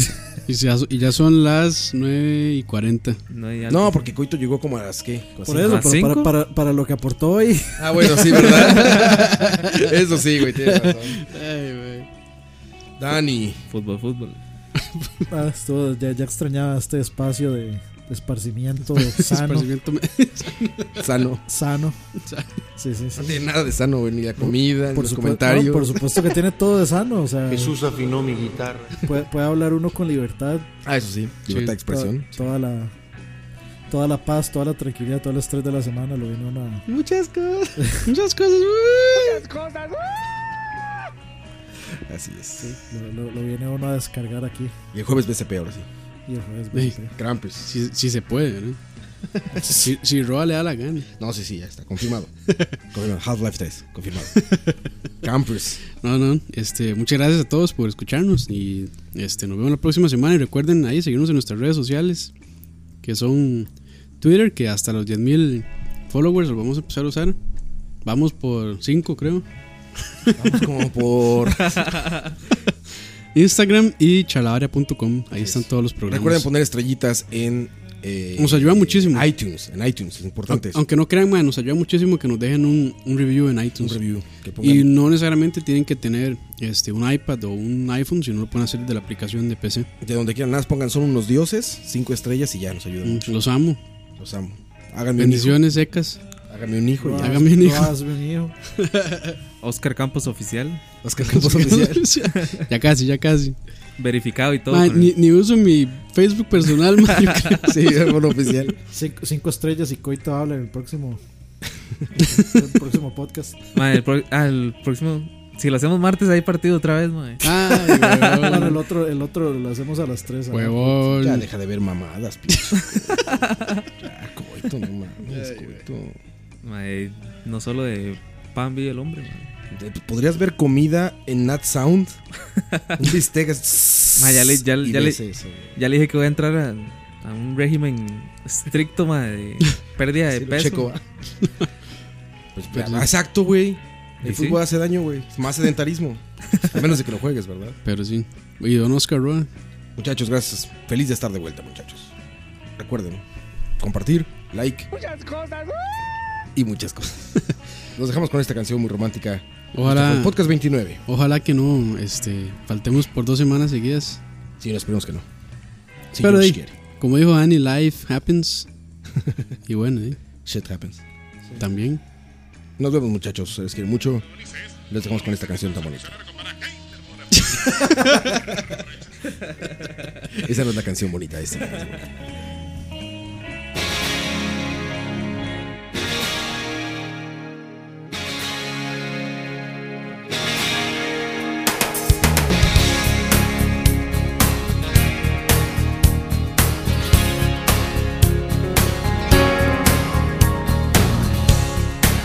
Speaker 8: Y ya, y ya son las 9 y 40.
Speaker 7: No,
Speaker 6: No, porque Coito llegó como a las que.
Speaker 9: Por eso, pero para, para, para lo que aportó hoy.
Speaker 6: Ah, bueno, sí, ¿verdad? eso sí, güey, tienes razón. Dani.
Speaker 7: Fútbol, fútbol.
Speaker 9: Ah, estuvo- ya, ya extrañaba este espacio de, de esparcimiento sano.
Speaker 8: Esparcimiento me-
Speaker 6: Este Sano.
Speaker 9: Sano. Sí, sí, sí.
Speaker 6: No tiene nada de sano, güey, ni la comida, ni los
Speaker 9: supuesto-
Speaker 6: comentarios.
Speaker 9: no, por supuesto que tiene todo de sano. O sea,
Speaker 13: Jesús afinó mi guitarra.
Speaker 9: puede, puede hablar uno con libertad.
Speaker 6: Ah, eso sí, libertad de expresión.
Speaker 9: Toda, toda la, toda la paz, toda la tranquilidad, todas las tres de la semana lo vino una.
Speaker 8: Muchas cosas. Muchas cosas.
Speaker 6: uh.
Speaker 8: Muchas cosas.
Speaker 6: Así es.
Speaker 9: Lo, lo- lo viene uno a descargar aquí.
Speaker 6: Y el jueves BCP ahora sí.
Speaker 9: Y el jueves
Speaker 8: Sí.
Speaker 9: BCP.
Speaker 6: Krampus.
Speaker 8: Si, si se puede, ¿no? si, si Roa le da la gana.
Speaker 6: No, sí, sí, ya está, confirmado. Confirmado. Half-Life 3, confirmado. Campers.
Speaker 8: No, no. Este, muchas gracias a todos por escucharnos. Y este, nos vemos la próxima semana. Y recuerden ahí seguirnos en nuestras redes sociales. Que son Twitter, que hasta los 10.000 followers lo vamos a empezar a usar. Vamos por 5, creo.
Speaker 6: Vamos como por.
Speaker 8: Instagram y chalabaria.com. Ahí están todos los programas.
Speaker 6: Recuerden poner estrellitas en. eh,
Speaker 8: Nos ayuda muchísimo.
Speaker 6: iTunes, en iTunes, es importante. eso.
Speaker 8: Aunque no crean, man, nos ayuda muchísimo que nos dejen un, un review en iTunes.
Speaker 6: Un review, que pongan-
Speaker 8: y no necesariamente tienen que tener este, un iPad o un iPhone, sino lo pueden hacer de la aplicación de PC.
Speaker 6: De donde quieran, nada más pongan son unos dioses, cinco estrellas y ya nos ayudan mucho.
Speaker 8: Mm, Los amo.
Speaker 6: Los amo. Háganme
Speaker 8: Bendiciones secas.
Speaker 6: un hijo. Háganme un hijo. y ya.
Speaker 8: Hágame un hijo.
Speaker 7: Oscar Campos oficial.
Speaker 6: Oscar Campos oficial.
Speaker 8: ya casi, ya casi.
Speaker 7: Verificado y todo.
Speaker 8: Man,
Speaker 7: con
Speaker 8: ni,
Speaker 7: el-
Speaker 8: ni uso mi Facebook personal, man, yo creo.
Speaker 9: Cinco, cinco estrellas y Coito habla en el próximo. en el próximo podcast.
Speaker 7: Madre, el, pro- ah, el próximo. Si lo hacemos martes, hay partido otra vez, madre.
Speaker 8: Ah,
Speaker 9: Bueno, el otro, el otro lo hacemos a las 3.
Speaker 8: Huevón.
Speaker 6: Ya deja de ver mamadas, pinche. Ya, coito, no mames, coito.
Speaker 7: Madre, eh, no solo de pan vive el hombre, madre.
Speaker 6: De- ¿Podrías ver comida en Nat Sound? Un bistec. así,
Speaker 7: Madre, ya le, ya,
Speaker 6: y
Speaker 7: ya le,
Speaker 6: ves eso, güey.
Speaker 7: ya le dije que voy a entrar a, a un régimen estricto, madre, de pérdida de
Speaker 6: Sí, lo
Speaker 7: peso.
Speaker 6: checo, va.
Speaker 7: Pues,
Speaker 6: Pero- Exacto, güey.
Speaker 7: ¿Y
Speaker 6: El
Speaker 7: sí?
Speaker 6: fútbol hace daño, güey. Más sedentarismo. A menos de que lo juegues, ¿verdad?
Speaker 8: Pero sí. Y don Oscar Roa.
Speaker 6: Muchachos, gracias. Feliz de estar de vuelta, muchachos. Recuerden, compartir, like. Muchas cosas. Y muchas cosas. Nos dejamos con esta canción muy romántica. Este
Speaker 8: Ojalá.
Speaker 6: fue el Podcast 29.
Speaker 8: Ojalá que no este, faltemos por dos semanas seguidas.
Speaker 6: Sí, esperemos que no. Si
Speaker 8: Pero
Speaker 6: Dios
Speaker 8: ahí,
Speaker 6: quiere.
Speaker 8: como dijo Annie, life happens. y bueno, eh,
Speaker 6: Shit happens.
Speaker 8: también.
Speaker 6: Nos vemos, muchachos. Se les quiere mucho. Les dejamos con esta canción tan bonita. Esa no es la canción bonita, esta. es la canción bonita.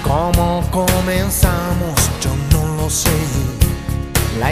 Speaker 15: ¿Cómo comenzamos? Yo no lo sé. La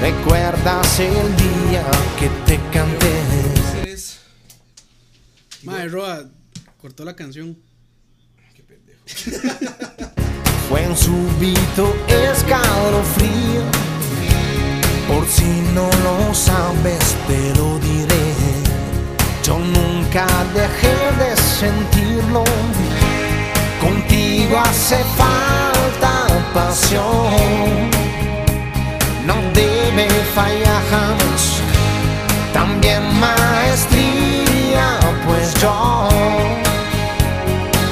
Speaker 15: ¿Recuerdas el día que te canté?
Speaker 8: Madre, Roa cortó la canción.
Speaker 15: Fue un súbito escalofrío. Por si no lo sabes, te lo diré. Yo nunca dejé de sentirlo. Contigo hace falta pasión. No debe fallar jamás. También maestría, pues yo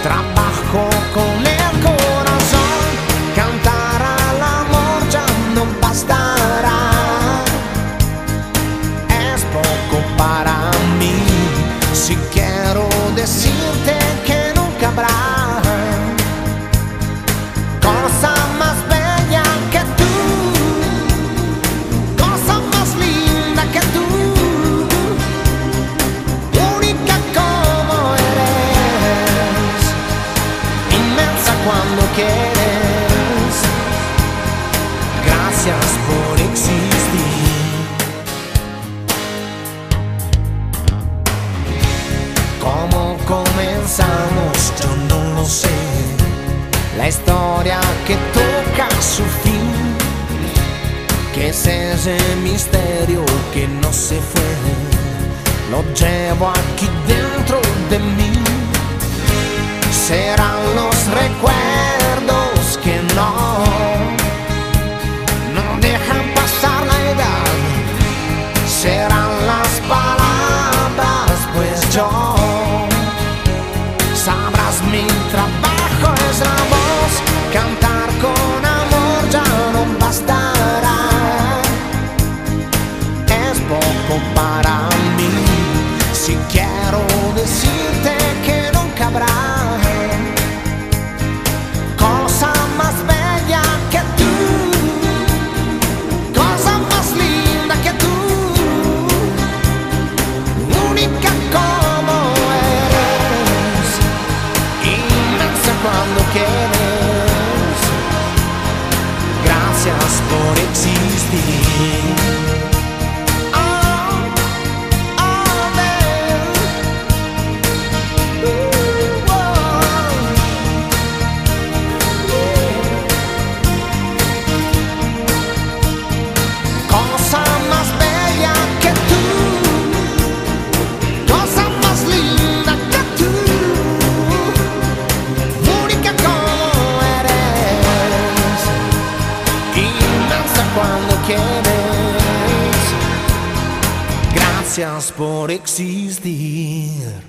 Speaker 15: trabajo con el corazón. Cantar al amor ya no bastará. Es poco para mí. Si quiero decirte que nunca habrá cosa más bella que tú, cosa más linda que tú única como eres, inmensa cuando quieres. Gracias por existir. ¿Cómo comenzamos? Yo no lo sé. La historia que toca su fin. ¿Qué es ese misterio que no se fue? lo llevo aquí dentro de mí. Serán los recuerdos que no, no dejan pasar la edad. Serán las palabras, pues yo sabrás mi trabajo es la voz. Cantar con amor ya no bastará es poco para mí. Si quiero decirte que nunca habrá cosa más bella que tú, cosa más linda que tú, única como eres, inmensa cuando quieres. Gracias por existir. Cosa más bella que tú, cosa más linda que tú, única como eres, inmensa cuando quieres. Gracias por existir.